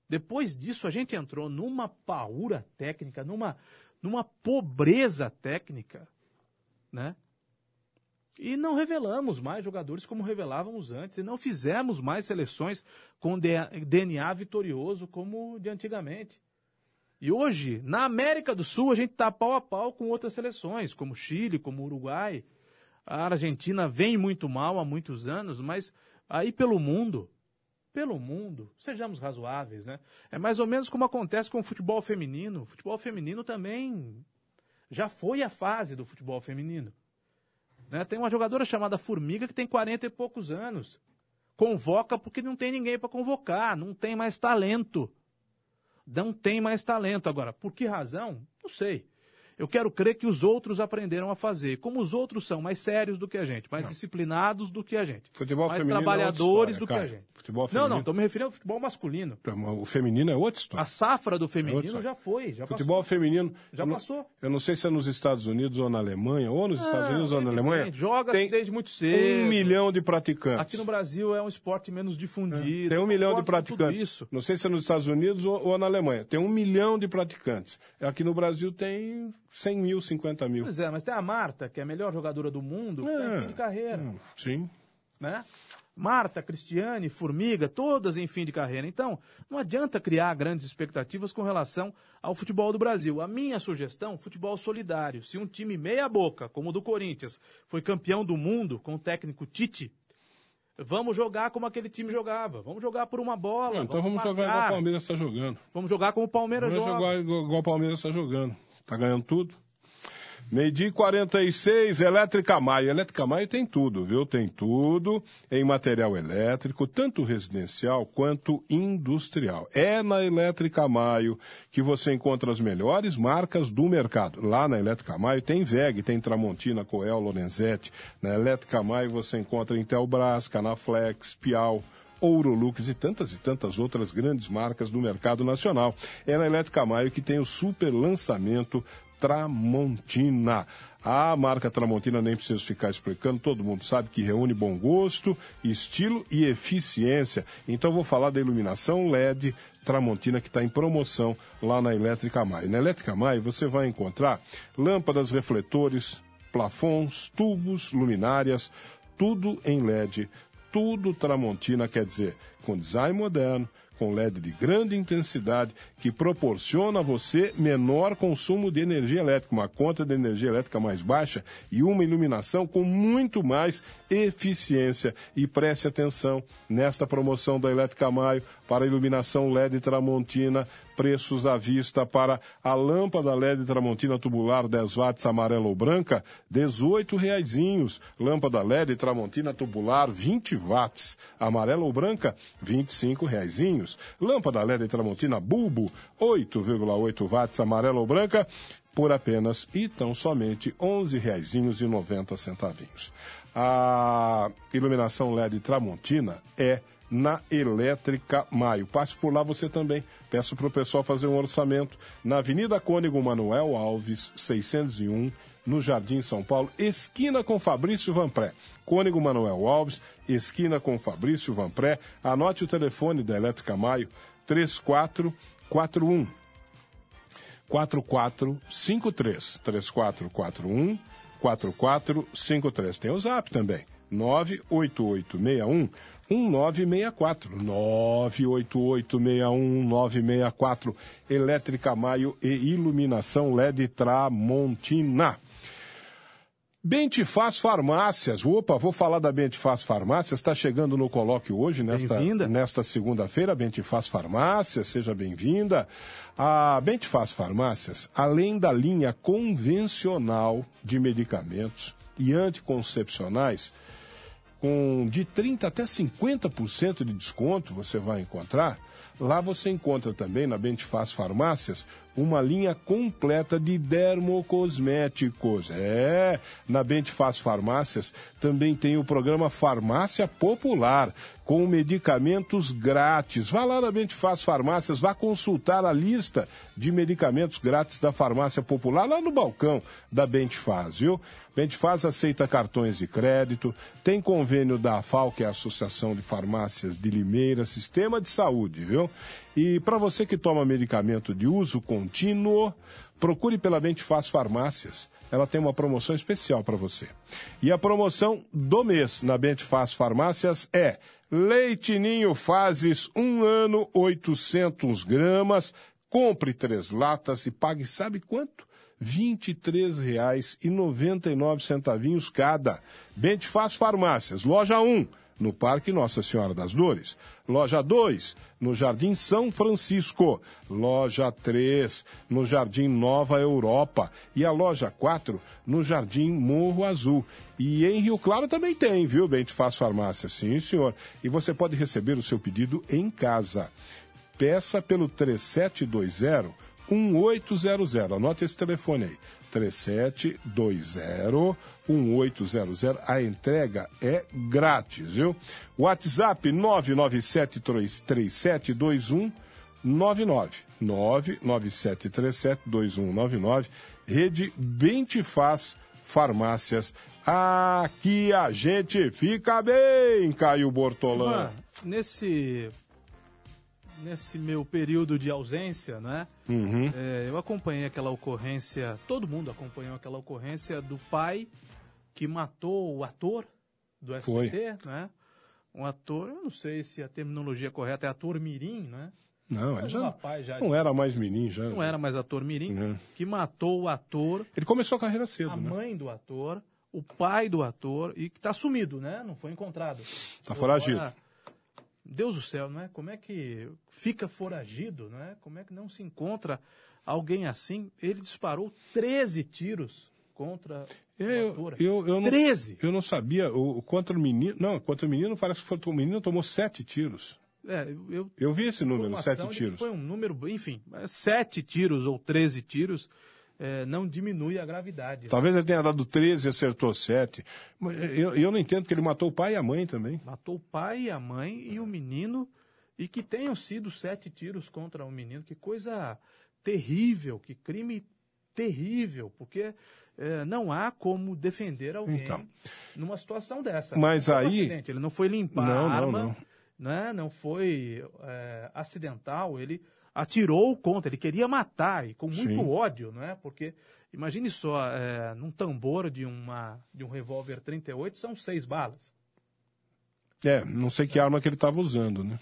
Speaker 4: Depois disso, a gente entrou numa paura técnica, numa, numa pobreza técnica, né? E não revelamos mais jogadores como revelávamos antes, e não fizemos mais seleções com DNA vitorioso como de antigamente. E hoje, na América do Sul, a gente está pau a pau com outras seleções, como Chile, como Uruguai. A Argentina vem muito mal há muitos anos, mas aí pelo mundo, pelo mundo, sejamos razoáveis, né? É mais ou menos como acontece com o futebol feminino. O futebol feminino também já foi a fase do futebol feminino. Né? Tem uma jogadora chamada Formiga que tem 40 e poucos anos. Convoca porque não tem ninguém para convocar, não tem mais talento. Não tem mais talento. Agora, por que razão? Não sei. Eu quero crer que os outros aprenderam a fazer. Como os outros são mais sérios do que a gente, mais não. disciplinados do que a gente,
Speaker 3: futebol
Speaker 4: mais
Speaker 3: feminino
Speaker 4: trabalhadores
Speaker 3: é história,
Speaker 4: do
Speaker 3: cara.
Speaker 4: que a gente.
Speaker 3: Futebol
Speaker 4: não,
Speaker 3: feminino,
Speaker 4: não, estou me referindo ao futebol masculino.
Speaker 3: O feminino é outra história.
Speaker 4: A safra do
Speaker 3: outra
Speaker 4: feminino
Speaker 3: história.
Speaker 4: já foi, já
Speaker 3: Futebol
Speaker 4: Ah, passou.
Speaker 3: feminino.
Speaker 4: Já
Speaker 3: eu não-
Speaker 4: passou. Ah,
Speaker 3: Eu não sei se é nos Estados Unidos ou na Alemanha, ou nos Estados Unidos ou na Alemanha.
Speaker 4: Joga
Speaker 3: tem
Speaker 4: desde muito cedo.
Speaker 3: um milhão de praticantes.
Speaker 4: Aqui no Brasil é um esporte menos difundido.
Speaker 3: Tem um milhão de
Speaker 4: Concordo com tudo
Speaker 3: praticantes.
Speaker 4: Isso.
Speaker 3: Não sei se é nos Estados Unidos ou, ou na Alemanha. Tem um milhão de praticantes. Aqui no Brasil tem 100 mil, 50 mil.
Speaker 4: Pois é, mas tem a Marta, que é a melhor jogadora do mundo, que tá em fim de carreira.
Speaker 3: Hum, Sim.
Speaker 4: né? Marta, Cristiane, Formiga, todas em fim de carreira. Então, não adianta criar grandes expectativas com relação ao futebol do Brasil. A minha sugestão, futebol solidário. Se um time meia boca, como o do Corinthians, foi campeão do mundo com o técnico Tite, vamos jogar como aquele time jogava. Vamos jogar por uma bola.
Speaker 3: então vamos jogar
Speaker 4: marcar.
Speaker 3: igual o Palmeiras está jogando.
Speaker 4: Vamos jogar como o Palmeiras
Speaker 3: Vamos
Speaker 4: Ah. joga.
Speaker 3: jogar igual, igual o Palmeiras está jogando. Está ganhando tudo. Meio-dia e 46, Elétrica Maio. Elétrica Maio tem tudo, viu? Tem tudo em material elétrico, tanto residencial quanto industrial. É na Elétrica Maio que você encontra as melhores marcas do mercado. Lá na Elétrica Maio tem VEG, tem Tramontina, Coel, Lorenzetti. Na Elétrica Maio você encontra Intelbras, Canaflex, Piau. Ouro Lux e tantas e tantas outras grandes marcas do mercado nacional. É na Elétrica Maio que tem o super lançamento Tramontina. A marca Tramontina, nem preciso ficar explicando, todo mundo sabe que reúne bom gosto, estilo e eficiência. Então vou falar da iluminação LED Tramontina que está em promoção lá na Elétrica Maio. Na Elétrica Maio você vai encontrar lâmpadas, refletores, plafons, tubos, luminárias, tudo em LED, tudo Tramontina, quer dizer, com design moderno, com LED de grande intensidade, que proporciona a você menor consumo de energia elétrica, uma conta de energia elétrica mais baixa e uma iluminação com muito mais eficiência. E preste atenção nesta promoção da Elétrica Maio para iluminação LED Tramontina, preços à vista para a lâmpada LED Tramontina tubular 10 watts amarelo ou branca, R$ 18 reaisinhos. Lâmpada LED Tramontina tubular 20 watts, amarela ou branca, R$ 25 reaisinhos. Lâmpada LED Tramontina bulbo 8,8 watts, amarela ou branca, por apenas e tão somente R$ 11,90. A iluminação LED Tramontina é na Elétrica Maio. Passe por lá você também. Peço para o pessoal fazer um orçamento na Avenida Cônigo Manuel Alves, 601, no Jardim São Paulo, esquina com Fabrício Vanpré. Cônigo Manuel Alves, esquina com Fabrício Vanpré. Anote o telefone da Elétrica Maio, 3441 4453 3441 4453. Tem o zap também. 98861 1964. 988-61964. Elétrica Maio e iluminação LED Tramontina. Bentifaz Farmácias. Opa, vou falar da Bentifaz Farmácias. Está chegando no colóquio hoje, nesta, nesta segunda-feira. Bentifaz Farmácias, seja bem-vinda. A Bentifaz Farmácias, além da linha convencional de medicamentos e anticoncepcionais, com de 30% até 50% de desconto você vai encontrar. Lá você encontra também, na Bentifaz Farmácias, uma linha completa de dermocosméticos. É, na Bentifaz Farmácias também tem o programa Farmácia Popular, com medicamentos grátis. Vá lá na Bentifaz Farmácias, vá consultar a lista de medicamentos grátis da Farmácia Popular, lá no balcão da Bentifaz, viu? Bentifaz aceita cartões de crédito, tem convênio da AFAL, que é a Associação de Farmácias de Limeira, Sistema de Saúde, viu? E para você que toma medicamento de uso contínuo, procure pela Bentifaz Farmácias. Ela tem uma promoção especial para você. E a promoção do mês na Bentifaz Farmácias é Leitinho Fases, um ano, 800 gramas. Compre três latas e pague sabe quanto? R$ 23,99 cada. Bentifaz Farmácias, loja 1, no Parque Nossa Senhora das Dores. Loja 2, no Jardim São Francisco. Loja 3, no Jardim Nova Europa. E a loja 4, no Jardim Morro Azul. E em Rio Claro também tem, viu, Bem Faz Farmácia? Sim, senhor. E você pode receber o seu pedido em casa. Peça pelo 3720 1800. Anote esse telefone aí. 3720-1800. A entrega é grátis, viu? WhatsApp 997372199. 997372199. Rede Bentifaz Farmácias. Aqui a gente fica bem, Caio Bortolã.
Speaker 4: Nesse nesse meu período de ausência, né?
Speaker 3: Uhum.
Speaker 4: É, eu acompanhei aquela ocorrência, todo mundo acompanhou aquela ocorrência do pai que matou o ator do SBT, né? Um ator, eu não sei se a terminologia correta é ator mirim, né?
Speaker 3: Não, ele
Speaker 4: Mas
Speaker 3: já,
Speaker 4: um rapaz já-
Speaker 3: não era mais menino, já.
Speaker 4: Não era mais ator mirim,
Speaker 3: Uhum.
Speaker 4: que matou o ator,
Speaker 3: Ele começou a carreira cedo,
Speaker 4: a
Speaker 3: né?
Speaker 4: mãe do ator, o pai do ator e que tá sumido, né? Não foi encontrado.
Speaker 3: Tá foragido.
Speaker 4: Agora, Deus do céu, não é? Como é que fica foragido, não é? Como é que não se encontra alguém assim? Ele disparou 13 tiros contra o
Speaker 3: Eu,
Speaker 4: ator.
Speaker 3: eu, eu não,
Speaker 4: 13!
Speaker 3: eu não sabia. O, o contra o menino. Não, contra o menino parece que foi, o menino tomou sete tiros.
Speaker 4: É, eu- eu
Speaker 3: Eu vi esse número,
Speaker 4: informação
Speaker 3: sete
Speaker 4: de que
Speaker 3: tiros.
Speaker 4: Foi um número, enfim, mas sete tiros ou 13 tiros eh, não diminui a gravidade. né?
Speaker 3: Talvez ele tenha dado 13 e acertou sete. Mas eh, eu, eu não entendo que ele matou o pai e a mãe É. também.
Speaker 4: Matou o pai e a mãe e o menino, e que tenham sido sete tiros contra o menino. Que coisa terrível, que crime terrível, porque eh, não há como defender alguém
Speaker 3: Então.
Speaker 4: numa situação dessa.
Speaker 3: Mas
Speaker 4: Não foi um
Speaker 3: aí-
Speaker 4: acidente, ele não foi limpar
Speaker 3: Não, não,
Speaker 4: a arma,
Speaker 3: não.
Speaker 4: Né? não foi eh, acidental, ele atirou contra, ele queria matar, e com muito
Speaker 3: Sim.
Speaker 4: ódio, né? porque imagine só, eh, num tambor de, uma, de um revólver 38 são seis balas.
Speaker 3: É, não sei que arma que ele estava usando, né?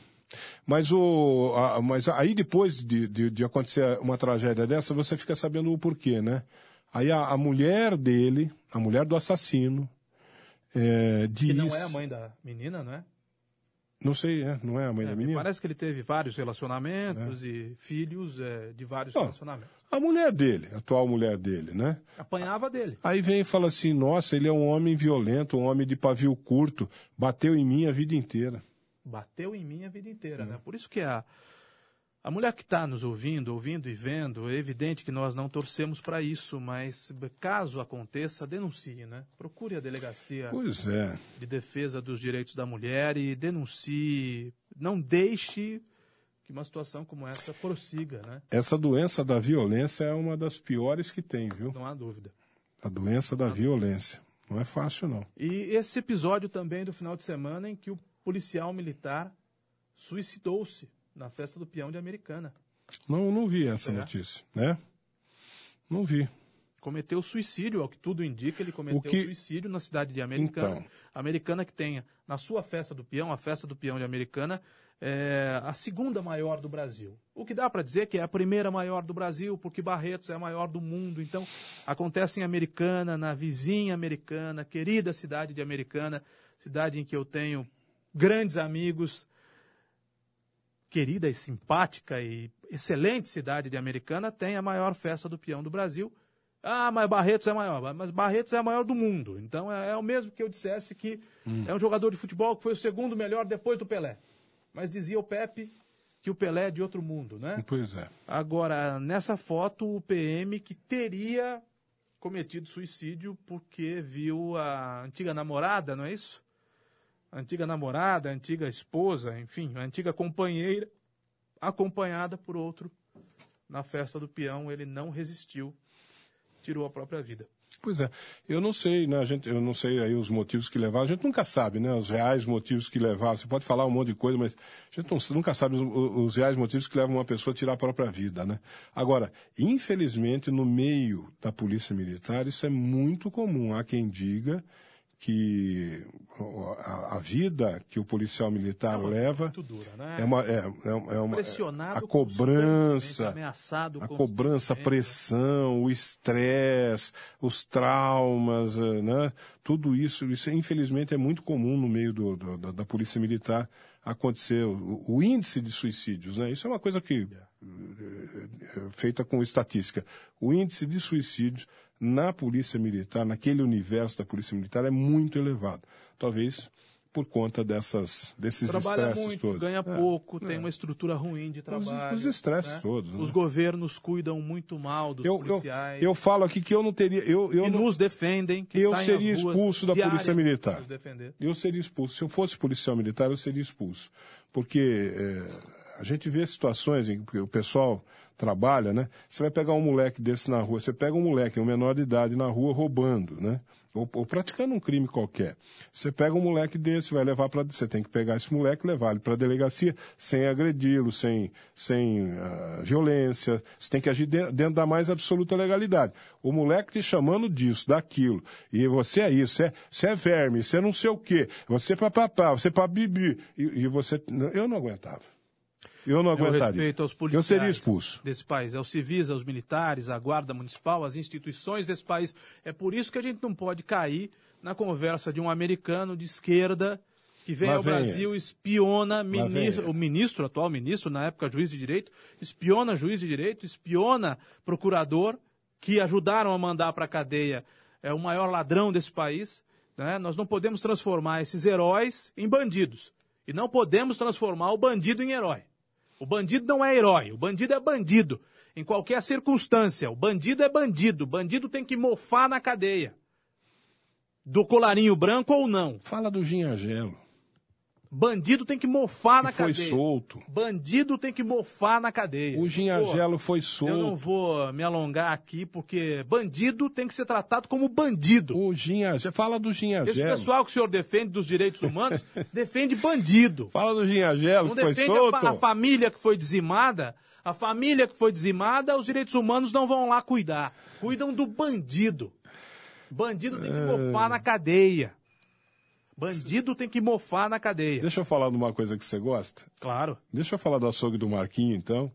Speaker 3: Mas, o, a- mas aí depois de, de- de acontecer uma tragédia dessa, você fica sabendo o porquê, né? Aí a, a mulher dele, a mulher do assassino, é, diz...
Speaker 4: Que não é a mãe da menina, né?
Speaker 3: Não sei, é, não é a mãe da
Speaker 4: É,
Speaker 3: menina?
Speaker 4: Parece que ele teve vários relacionamentos e filhos é, de vários
Speaker 3: Ó.
Speaker 4: relacionamentos.
Speaker 3: A mulher dele, a atual mulher dele, né?
Speaker 4: Apanhava dele.
Speaker 3: Aí vem e fala assim: nossa, ele é um homem violento, um homem de pavio curto, bateu em mim a vida inteira.
Speaker 4: Bateu em mim a vida
Speaker 3: Hum.
Speaker 4: inteira, né? Por isso que a, a mulher que está nos ouvindo, ouvindo e vendo, é evidente que nós não torcemos para isso, mas b- caso aconteça, denuncie, né? Procure a delegacia
Speaker 3: Pois é.
Speaker 4: de defesa dos direitos da mulher e denuncie. Não deixe que uma situação como essa prossiga, né?
Speaker 3: Essa doença da violência é uma das piores que tem, viu?
Speaker 4: Não há dúvida.
Speaker 3: A doença da violência. Não é fácil, não.
Speaker 4: E esse episódio também do final de semana em que o policial militar suicidou-se na festa do peão de Americana.
Speaker 3: Não, não vi essa
Speaker 4: É.
Speaker 3: notícia, né? Não vi.
Speaker 4: cometeu suicídio, ao que tudo indica, ele cometeu
Speaker 3: que-
Speaker 4: suicídio na cidade de Americana.
Speaker 3: Então.
Speaker 4: Americana que tenha na sua festa do peão, a festa do peão de Americana, é a segunda maior do Brasil. O que dá para dizer que é a primeira maior do Brasil, porque Barretos é a maior do mundo. Então, acontece em Americana, na vizinha Americana, querida cidade de Americana, cidade em que eu tenho grandes amigos, querida e simpática e excelente cidade de Americana, tem a maior festa do peão do Brasil. Ah, mas Barretos é maior. Mas Barretos é a maior do mundo. Então é, é o mesmo que eu dissesse que é um jogador de futebol que foi o segundo melhor depois do Pelé. Mas dizia o Pepe que o Pelé é de outro mundo, né?
Speaker 3: Pois é.
Speaker 4: Agora, nessa foto, o PM que teria cometido suicídio porque viu a antiga namorada, não é isso? A antiga namorada, a antiga esposa, enfim, a antiga companheira, acompanhada por outro. Na festa do peão, ele não resistiu, tirou a própria vida.
Speaker 3: Pois é, eu não sei, né? A gente, eu não sei aí os motivos que levaram. A gente nunca sabe, né? Os reais motivos que levaram. Você pode falar um monte de coisa, mas a gente não- nunca sabe os, os reais motivos que levam uma pessoa a tirar a própria vida, né? Agora, infelizmente, no meio da polícia militar, isso é muito comum. Há quem diga que a, a vida que o policial militar leva
Speaker 4: Muito dura, né?
Speaker 3: é uma, é, é uma- é uma-
Speaker 4: Pressionado
Speaker 3: a
Speaker 4: constantemente,
Speaker 3: cobrança
Speaker 4: né? é ameaçado
Speaker 3: a cobrança, a
Speaker 4: constantemente.
Speaker 3: pressão, o estresse, os traumas, eh, né? Tudo isso, isso infelizmente é muito comum no meio do- do- da, da polícia militar acontecer o, o índice de suicídios, né? Isso é uma coisa que eh, eh, feita com estatística. O índice de suicídios na polícia militar, naquele universo da polícia militar, é muito elevado. Talvez por conta dessas desses
Speaker 4: Trabalha
Speaker 3: estresses
Speaker 4: muito,
Speaker 3: todos.
Speaker 4: ganha
Speaker 3: É.
Speaker 4: pouco, tem uma estrutura ruim de trabalho.
Speaker 3: os estresses
Speaker 4: né?
Speaker 3: todos, né?
Speaker 4: Os governos cuidam muito mal dos
Speaker 3: Eu, eu,
Speaker 4: policiais.
Speaker 3: eu falo aqui que eu não teria, eu, eu
Speaker 4: que
Speaker 3: não,
Speaker 4: nos defendem, que
Speaker 3: eu
Speaker 4: saem
Speaker 3: seria
Speaker 4: às ruas
Speaker 3: expulso da
Speaker 4: diariamente
Speaker 3: Polícia Militar.
Speaker 4: pra nos defender.
Speaker 3: Eu seria expulso. Se eu fosse policial militar, eu seria expulso. Porque eh, a gente vê situações em que o pessoal trabalha, né? Você vai pegar um moleque desse na rua, você pega um moleque, um menor de idade, na rua roubando, né? Ou, ou praticando um crime qualquer. Você pega um moleque desse, vai levar para. Você tem que pegar esse moleque e levar ele para a delegacia sem agredi-lo, sem, sem ah, violência. Você tem que agir de- dentro da mais absoluta legalidade. O moleque te chamando disso, daquilo. E você é isso, você é, você é verme, você é não sei o quê, você é papapá, você é pabibi. E, e você. Eu não aguentava. Eu não
Speaker 4: É o
Speaker 3: aguentaria.
Speaker 4: respeito aos policiais
Speaker 3: Eu seria expulso.
Speaker 4: desse país, aos civis, aos militares, à guarda municipal, às instituições desse país. É por isso que a gente não pode cair na conversa de um americano de esquerda que vem
Speaker 3: Lá
Speaker 4: ao
Speaker 3: vem
Speaker 4: Brasil, espiona
Speaker 3: vem
Speaker 4: ministro,
Speaker 3: ele.
Speaker 4: o ministro, atual ministro, na época juiz de direito, espiona juiz de direito, espiona procurador, que ajudaram a mandar para a cadeia é, o maior ladrão desse país. né? Nós não podemos transformar esses heróis em bandidos. E não podemos transformar o bandido em herói. O bandido não é herói, o bandido é bandido. Em qualquer circunstância, o bandido é bandido. O bandido tem que mofar na cadeia. Do colarinho branco ou não.
Speaker 3: Fala do Ginhagelo.
Speaker 4: Bandido tem que mofar Tá na
Speaker 3: que Foi
Speaker 4: cadeia.
Speaker 3: solto.
Speaker 4: Bandido tem que mofar na cadeia.
Speaker 3: O Ginhagelo foi
Speaker 4: Pô, Eu não
Speaker 3: solto.
Speaker 4: vou me alongar aqui, porque bandido tem que ser tratado como bandido.
Speaker 3: O Ginhagelo. Fala do
Speaker 4: Esse
Speaker 3: Ginhagelo.
Speaker 4: pessoal que o senhor defende dos direitos humanos, defende bandido.
Speaker 3: Fala do Ginhagelo
Speaker 4: Não
Speaker 3: que foi
Speaker 4: defende a, fa- a
Speaker 3: solto.
Speaker 4: família que foi dizimada. A família que foi dizimada, os direitos humanos não vão lá cuidar. Cuidam do bandido. Bandido tem que
Speaker 3: É.
Speaker 4: mofar na cadeia. Bandido tem que mofar na cadeia.
Speaker 3: Deixa eu falar de uma coisa que você gosta.
Speaker 4: Claro.
Speaker 3: Deixa eu falar do açougue do Marquinho, então.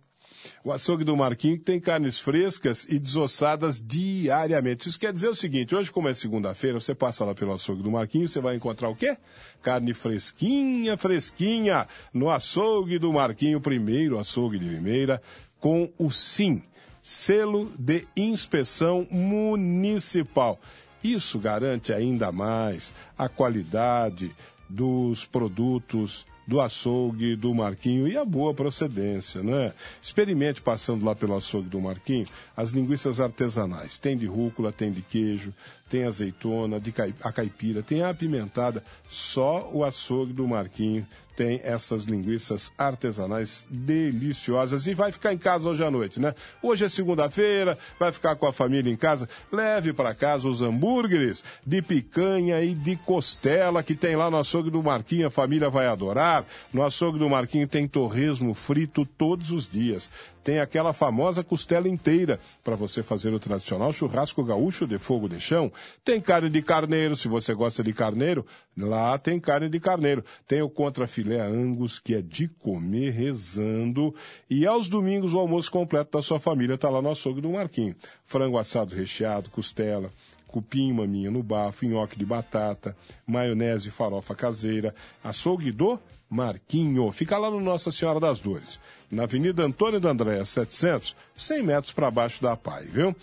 Speaker 3: O açougue do Marquinho que tem carnes frescas e desossadas diariamente. Isso quer dizer o seguinte: hoje, como é segunda-feira, você passa lá pelo açougue do Marquinho, você vai encontrar o quê? Carne fresquinha, fresquinha, no açougue do Marquinho, primeiro açougue de Limeira, com o SIM selo de inspeção municipal. Isso garante ainda mais a qualidade dos produtos do açougue do Marquinho e a boa procedência, né? Experimente passando lá pelo açougue do Marquinho as linguiças artesanais. Tem de rúcula, tem de queijo, tem azeitona, de cai- a caipira, tem a apimentada. Só o açougue do Marquinho tem essas linguiças artesanais deliciosas e vai ficar em casa hoje à noite, né? Hoje é segunda-feira, vai ficar com a família em casa, leve para casa os hambúrgueres de picanha e de costela que tem lá no açougue do Marquinho, a família vai adorar. No açougue do Marquinho tem torresmo frito todos os dias tem aquela famosa costela inteira para você fazer o tradicional churrasco gaúcho de fogo de chão. Tem carne de carneiro, se você gosta de carneiro, lá tem carne de carneiro. Tem o contrafilé Angus, que é de comer rezando. E aos domingos o almoço completo da sua família está lá no açougue do Marquinho. Frango assado recheado, costela, cupim, maminha no bafo, nhoque de batata, maionese, farofa caseira, açougue do Marquinho. Fica lá no Nossa Senhora das Dores, na Avenida Antônio da Andréa, 700, 100 metros para baixo da PAI, viu?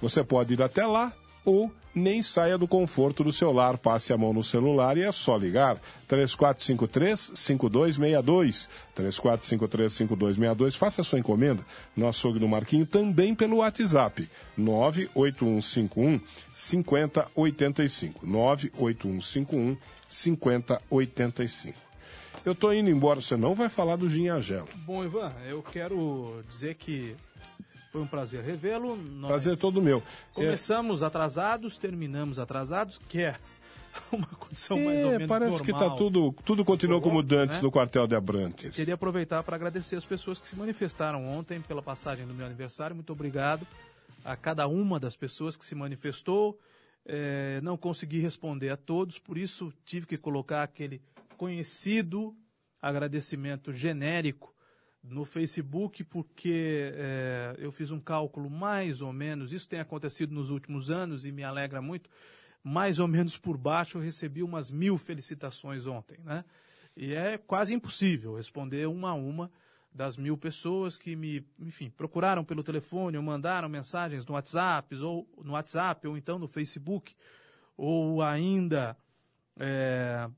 Speaker 3: Você pode ir até lá ou nem saia do conforto do seu lar, passe a mão no celular e é só ligar 3453-5262, 3453-5262, faça a sua encomenda no açougue do Marquinho, também pelo WhatsApp, 98151 5085, 98151 5085. Eu tô indo embora, você não vai falar do Ginhagelo.
Speaker 4: Bom, Ivan, eu quero dizer que foi um prazer revê-lo. Nós é
Speaker 3: Prazer é todo meu.
Speaker 4: Começamos atrasados, terminamos atrasados, que é uma condição
Speaker 3: É,
Speaker 4: mais ou menos
Speaker 3: parece que
Speaker 4: normal.
Speaker 3: tá tudo, tudo continuou
Speaker 4: Foi
Speaker 3: como
Speaker 4: ontem,
Speaker 3: Dantes
Speaker 4: né?
Speaker 3: do quartel de Abrantes.
Speaker 4: Queria aproveitar para agradecer as pessoas que se manifestaram ontem pela passagem do meu aniversário. Muito obrigado a cada uma das pessoas que se manifestou. Eh, não consegui responder a todos, por isso tive que colocar aquele conhecido agradecimento genérico no Facebook, porque eh, eu fiz um cálculo mais ou menos. Isso tem acontecido nos últimos anos e me alegra muito. Mais ou menos por baixo, eu recebi umas mil felicitações ontem, né? E é quase impossível responder uma a uma das mil pessoas que me, enfim, procuraram pelo telefone ou mandaram mensagens no WhatsApp, ou no WhatsApp, ou então no Facebook, ou ainda é,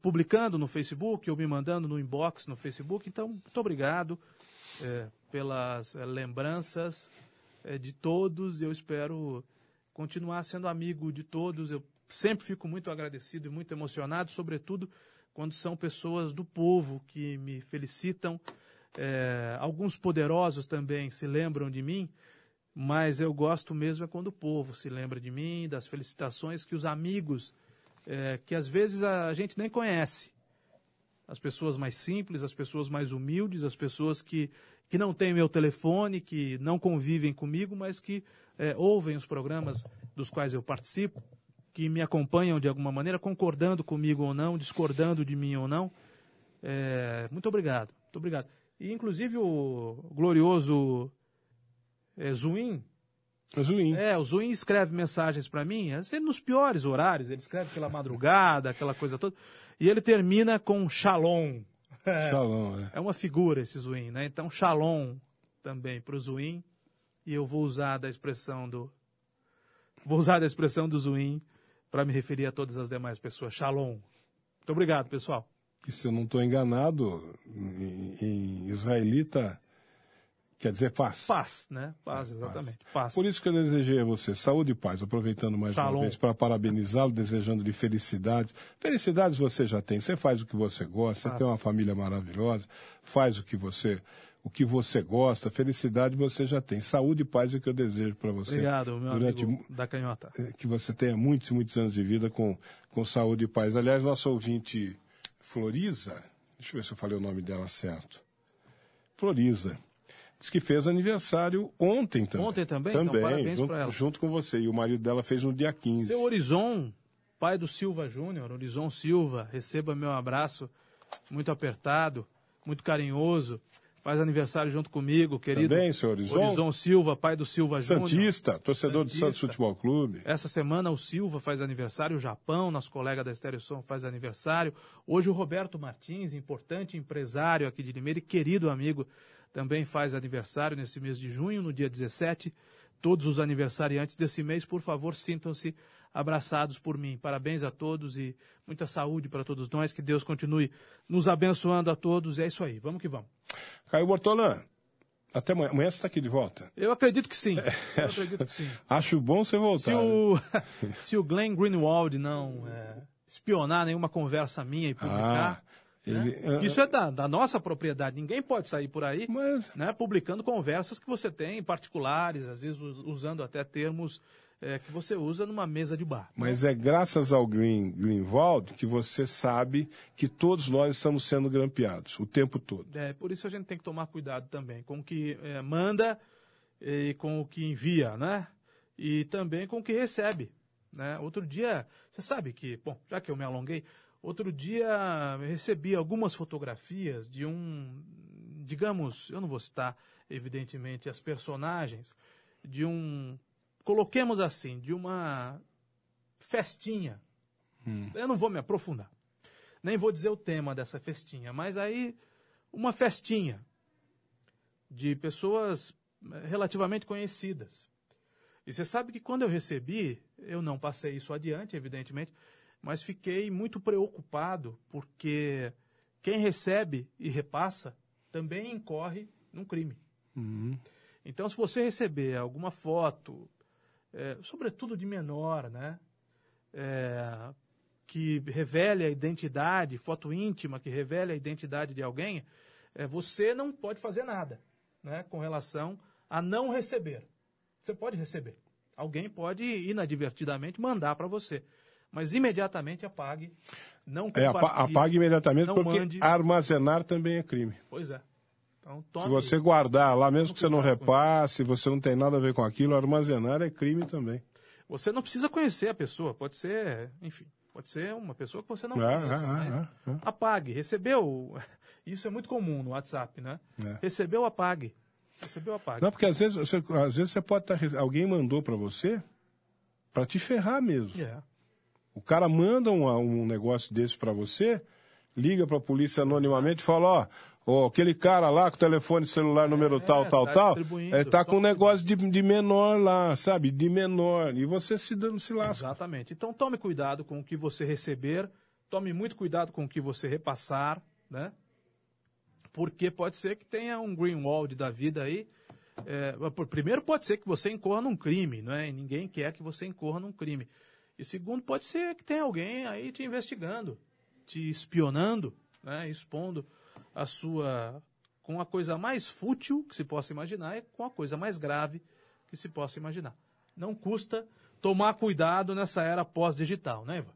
Speaker 4: publicando no Facebook ou me mandando no inbox no Facebook. Então, muito obrigado é, pelas é, lembranças é, de todos. Eu espero continuar sendo amigo de todos. Eu sempre fico muito agradecido e muito emocionado, sobretudo quando são pessoas do povo que me felicitam. É, alguns poderosos também se lembram de mim, mas eu gosto mesmo é quando o povo se lembra de mim, das felicitações que os amigos, é, que às vezes a gente nem conhece, as pessoas mais simples, as pessoas mais humildes, as pessoas que, que não têm meu telefone, que não convivem comigo, mas que eh, ouvem os programas dos quais eu participo, que me acompanham de alguma maneira, concordando comigo ou não, discordando de mim ou não. Eh, muito obrigado, muito obrigado. E inclusive o glorioso eh, Zuin,
Speaker 3: Zuim.
Speaker 4: é, o Zuin escreve mensagens pra mim, assim, nos piores horários, ele escreve pela madrugada, aquela coisa toda, e ele termina com shalom.
Speaker 3: Shalom, é.
Speaker 4: É uma figura esse Zuin, né? Então, shalom também pro Zuin, e eu vou usar da expressão do vou usar da expressão do Zuin pra me referir a todas as demais pessoas. Shalom. Muito obrigado, pessoal.
Speaker 3: Que se eu não estou enganado, em, em israelita quer dizer É, paz.
Speaker 4: Paz, né? Paz, exatamente. Paz.
Speaker 3: Por isso que eu desejei a você saúde e paz, aproveitando mais uma
Speaker 4: Shalom.
Speaker 3: vez para parabenizá-lo, desejando-lhe felicidades. Felicidades você já tem, você faz o que você gosta, você tem uma família maravilhosa, faz o que você o que você gosta, felicidade você já tem. Saúde e paz é o que eu desejo para você.
Speaker 4: obrigado, meu
Speaker 3: durante
Speaker 4: amigo da canhota.
Speaker 3: eh, que você tenha muitos e muitos anos de vida com, com saúde e paz. Aliás, nosso ouvinte Floriza, deixa eu ver se eu falei o nome dela certo. Floriza. Diz que fez aniversário ontem também.
Speaker 4: Ontem também? Então, parabéns
Speaker 3: junto,
Speaker 4: pra ela.
Speaker 3: junto com você. E o marido dela fez no dia 15.
Speaker 4: Seu Horizon, pai do Silva Júnior, Horizon Silva, receba meu abraço muito apertado, muito carinhoso. Faz aniversário junto comigo, querido.
Speaker 3: Também, seu Horizon?
Speaker 4: Horizon Silva, pai do Silva Júnior.
Speaker 3: Santista, torcedor do Santos
Speaker 4: Santista. É.
Speaker 3: Futebol Clube.
Speaker 4: Essa semana o Silva faz aniversário, o Japão, nosso colega da Estéreo Som, faz aniversário. Hoje o Roberto Martins, importante empresário aqui de Limeira e querido amigo, também faz aniversário nesse mês de junho, no dia 17. Todos os aniversariantes desse mês, por favor, sintam-se abraçados por mim. Parabéns a todos e muita saúde para todos nós. Que Deus continue nos abençoando a todos. É isso aí, vamos que vamos.
Speaker 3: Caio Bortolã, até amanhã. Amanhã você está aqui de volta?
Speaker 4: Eu acredito que sim.
Speaker 3: É.
Speaker 4: Eu acredito que sim.
Speaker 3: Acho bom você voltar.
Speaker 4: Se o, se o Glenn Greenwald não é, espionar nenhuma conversa minha e
Speaker 3: Ah,
Speaker 4: publicar,
Speaker 3: Ele,
Speaker 4: né?
Speaker 3: ah,
Speaker 4: Isso é da, da nossa propriedade. Ninguém pode sair por aí
Speaker 3: Mas-
Speaker 4: né, publicando conversas que você tem particulares, às vezes us- usando até termos eh, que você usa numa mesa de bar.
Speaker 3: Mas é graças ao Green, Greenwald que você sabe que todos nós estamos sendo grampeados o tempo todo.
Speaker 4: É, por isso a gente tem que tomar cuidado também com o que eh, manda e com o que envia, né? E também com o que recebe, né? Outro dia, você sabe que, bom, já que eu me alonguei, outro dia eu recebi algumas fotografias de um, digamos, eu não vou citar evidentemente as personagens, de um, coloquemos assim, de uma festinha. Eu não vou me aprofundar. Nem vou dizer o tema dessa festinha, mas aí uma festinha de pessoas eh, relativamente conhecidas. E você sabe que quando eu recebi, eu não passei isso adiante, evidentemente, mas fiquei muito preocupado porque quem recebe e repassa também incorre num crime. Então, se você receber alguma foto, eh, sobretudo de menor, né? eh, que revele a identidade, foto íntima que revele a identidade de alguém, eh, você não pode fazer nada né, com relação a não receber. Você pode receber. Alguém pode inadvertidamente mandar para você. Mas imediatamente apague. Não
Speaker 3: É, apa-
Speaker 4: compartilhe.
Speaker 3: apague imediatamente
Speaker 4: não
Speaker 3: porque
Speaker 4: mande.
Speaker 3: armazenar também é crime.
Speaker 4: Pois é. Então,
Speaker 3: Se
Speaker 4: tome.
Speaker 3: você guardar lá, mesmo que você não repasse, você não tem nada a ver com aquilo, armazenar é crime também.
Speaker 4: Você não precisa conhecer a pessoa, pode ser, enfim, pode ser uma pessoa que você não
Speaker 3: É,
Speaker 4: conhece,
Speaker 3: é, é,
Speaker 4: mas
Speaker 3: é, é.
Speaker 4: apague, recebeu, isso é muito comum no WhatsApp, né?
Speaker 3: É.
Speaker 4: Recebeu, apague, recebeu, apague.
Speaker 3: Não, porque às vezes você, às vezes você pode estar. rece- Alguém mandou para você para te ferrar mesmo.
Speaker 4: É.
Speaker 3: O cara manda um, um negócio desse para você, liga para a polícia anonimamente e fala: ó, ó, aquele cara lá com o telefone celular número tal, tal,
Speaker 4: tá
Speaker 3: tal,
Speaker 4: distribuindo,
Speaker 3: ele tá com um
Speaker 4: toma
Speaker 3: negócio de, de menor lá, sabe? De menor. E você se dando se lasca.
Speaker 4: Exatamente. Então tome cuidado com o que você receber, tome muito cuidado com o que você repassar, né? Porque pode ser que tenha um Greenwald da vida aí. É, por- primeiro, pode ser que você incorra num crime, né? E ninguém quer que você incorra num crime. E segundo, pode ser que tenha alguém aí te investigando, te espionando, né? Expondo a sua. com a coisa mais fútil que se possa imaginar e com a coisa mais grave que se possa imaginar. Não custa tomar cuidado nessa era pós-digital, né, Ivan?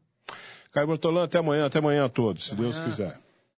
Speaker 3: Caio Bortolã, até amanhã, até amanhã a todos, se Deus quiser.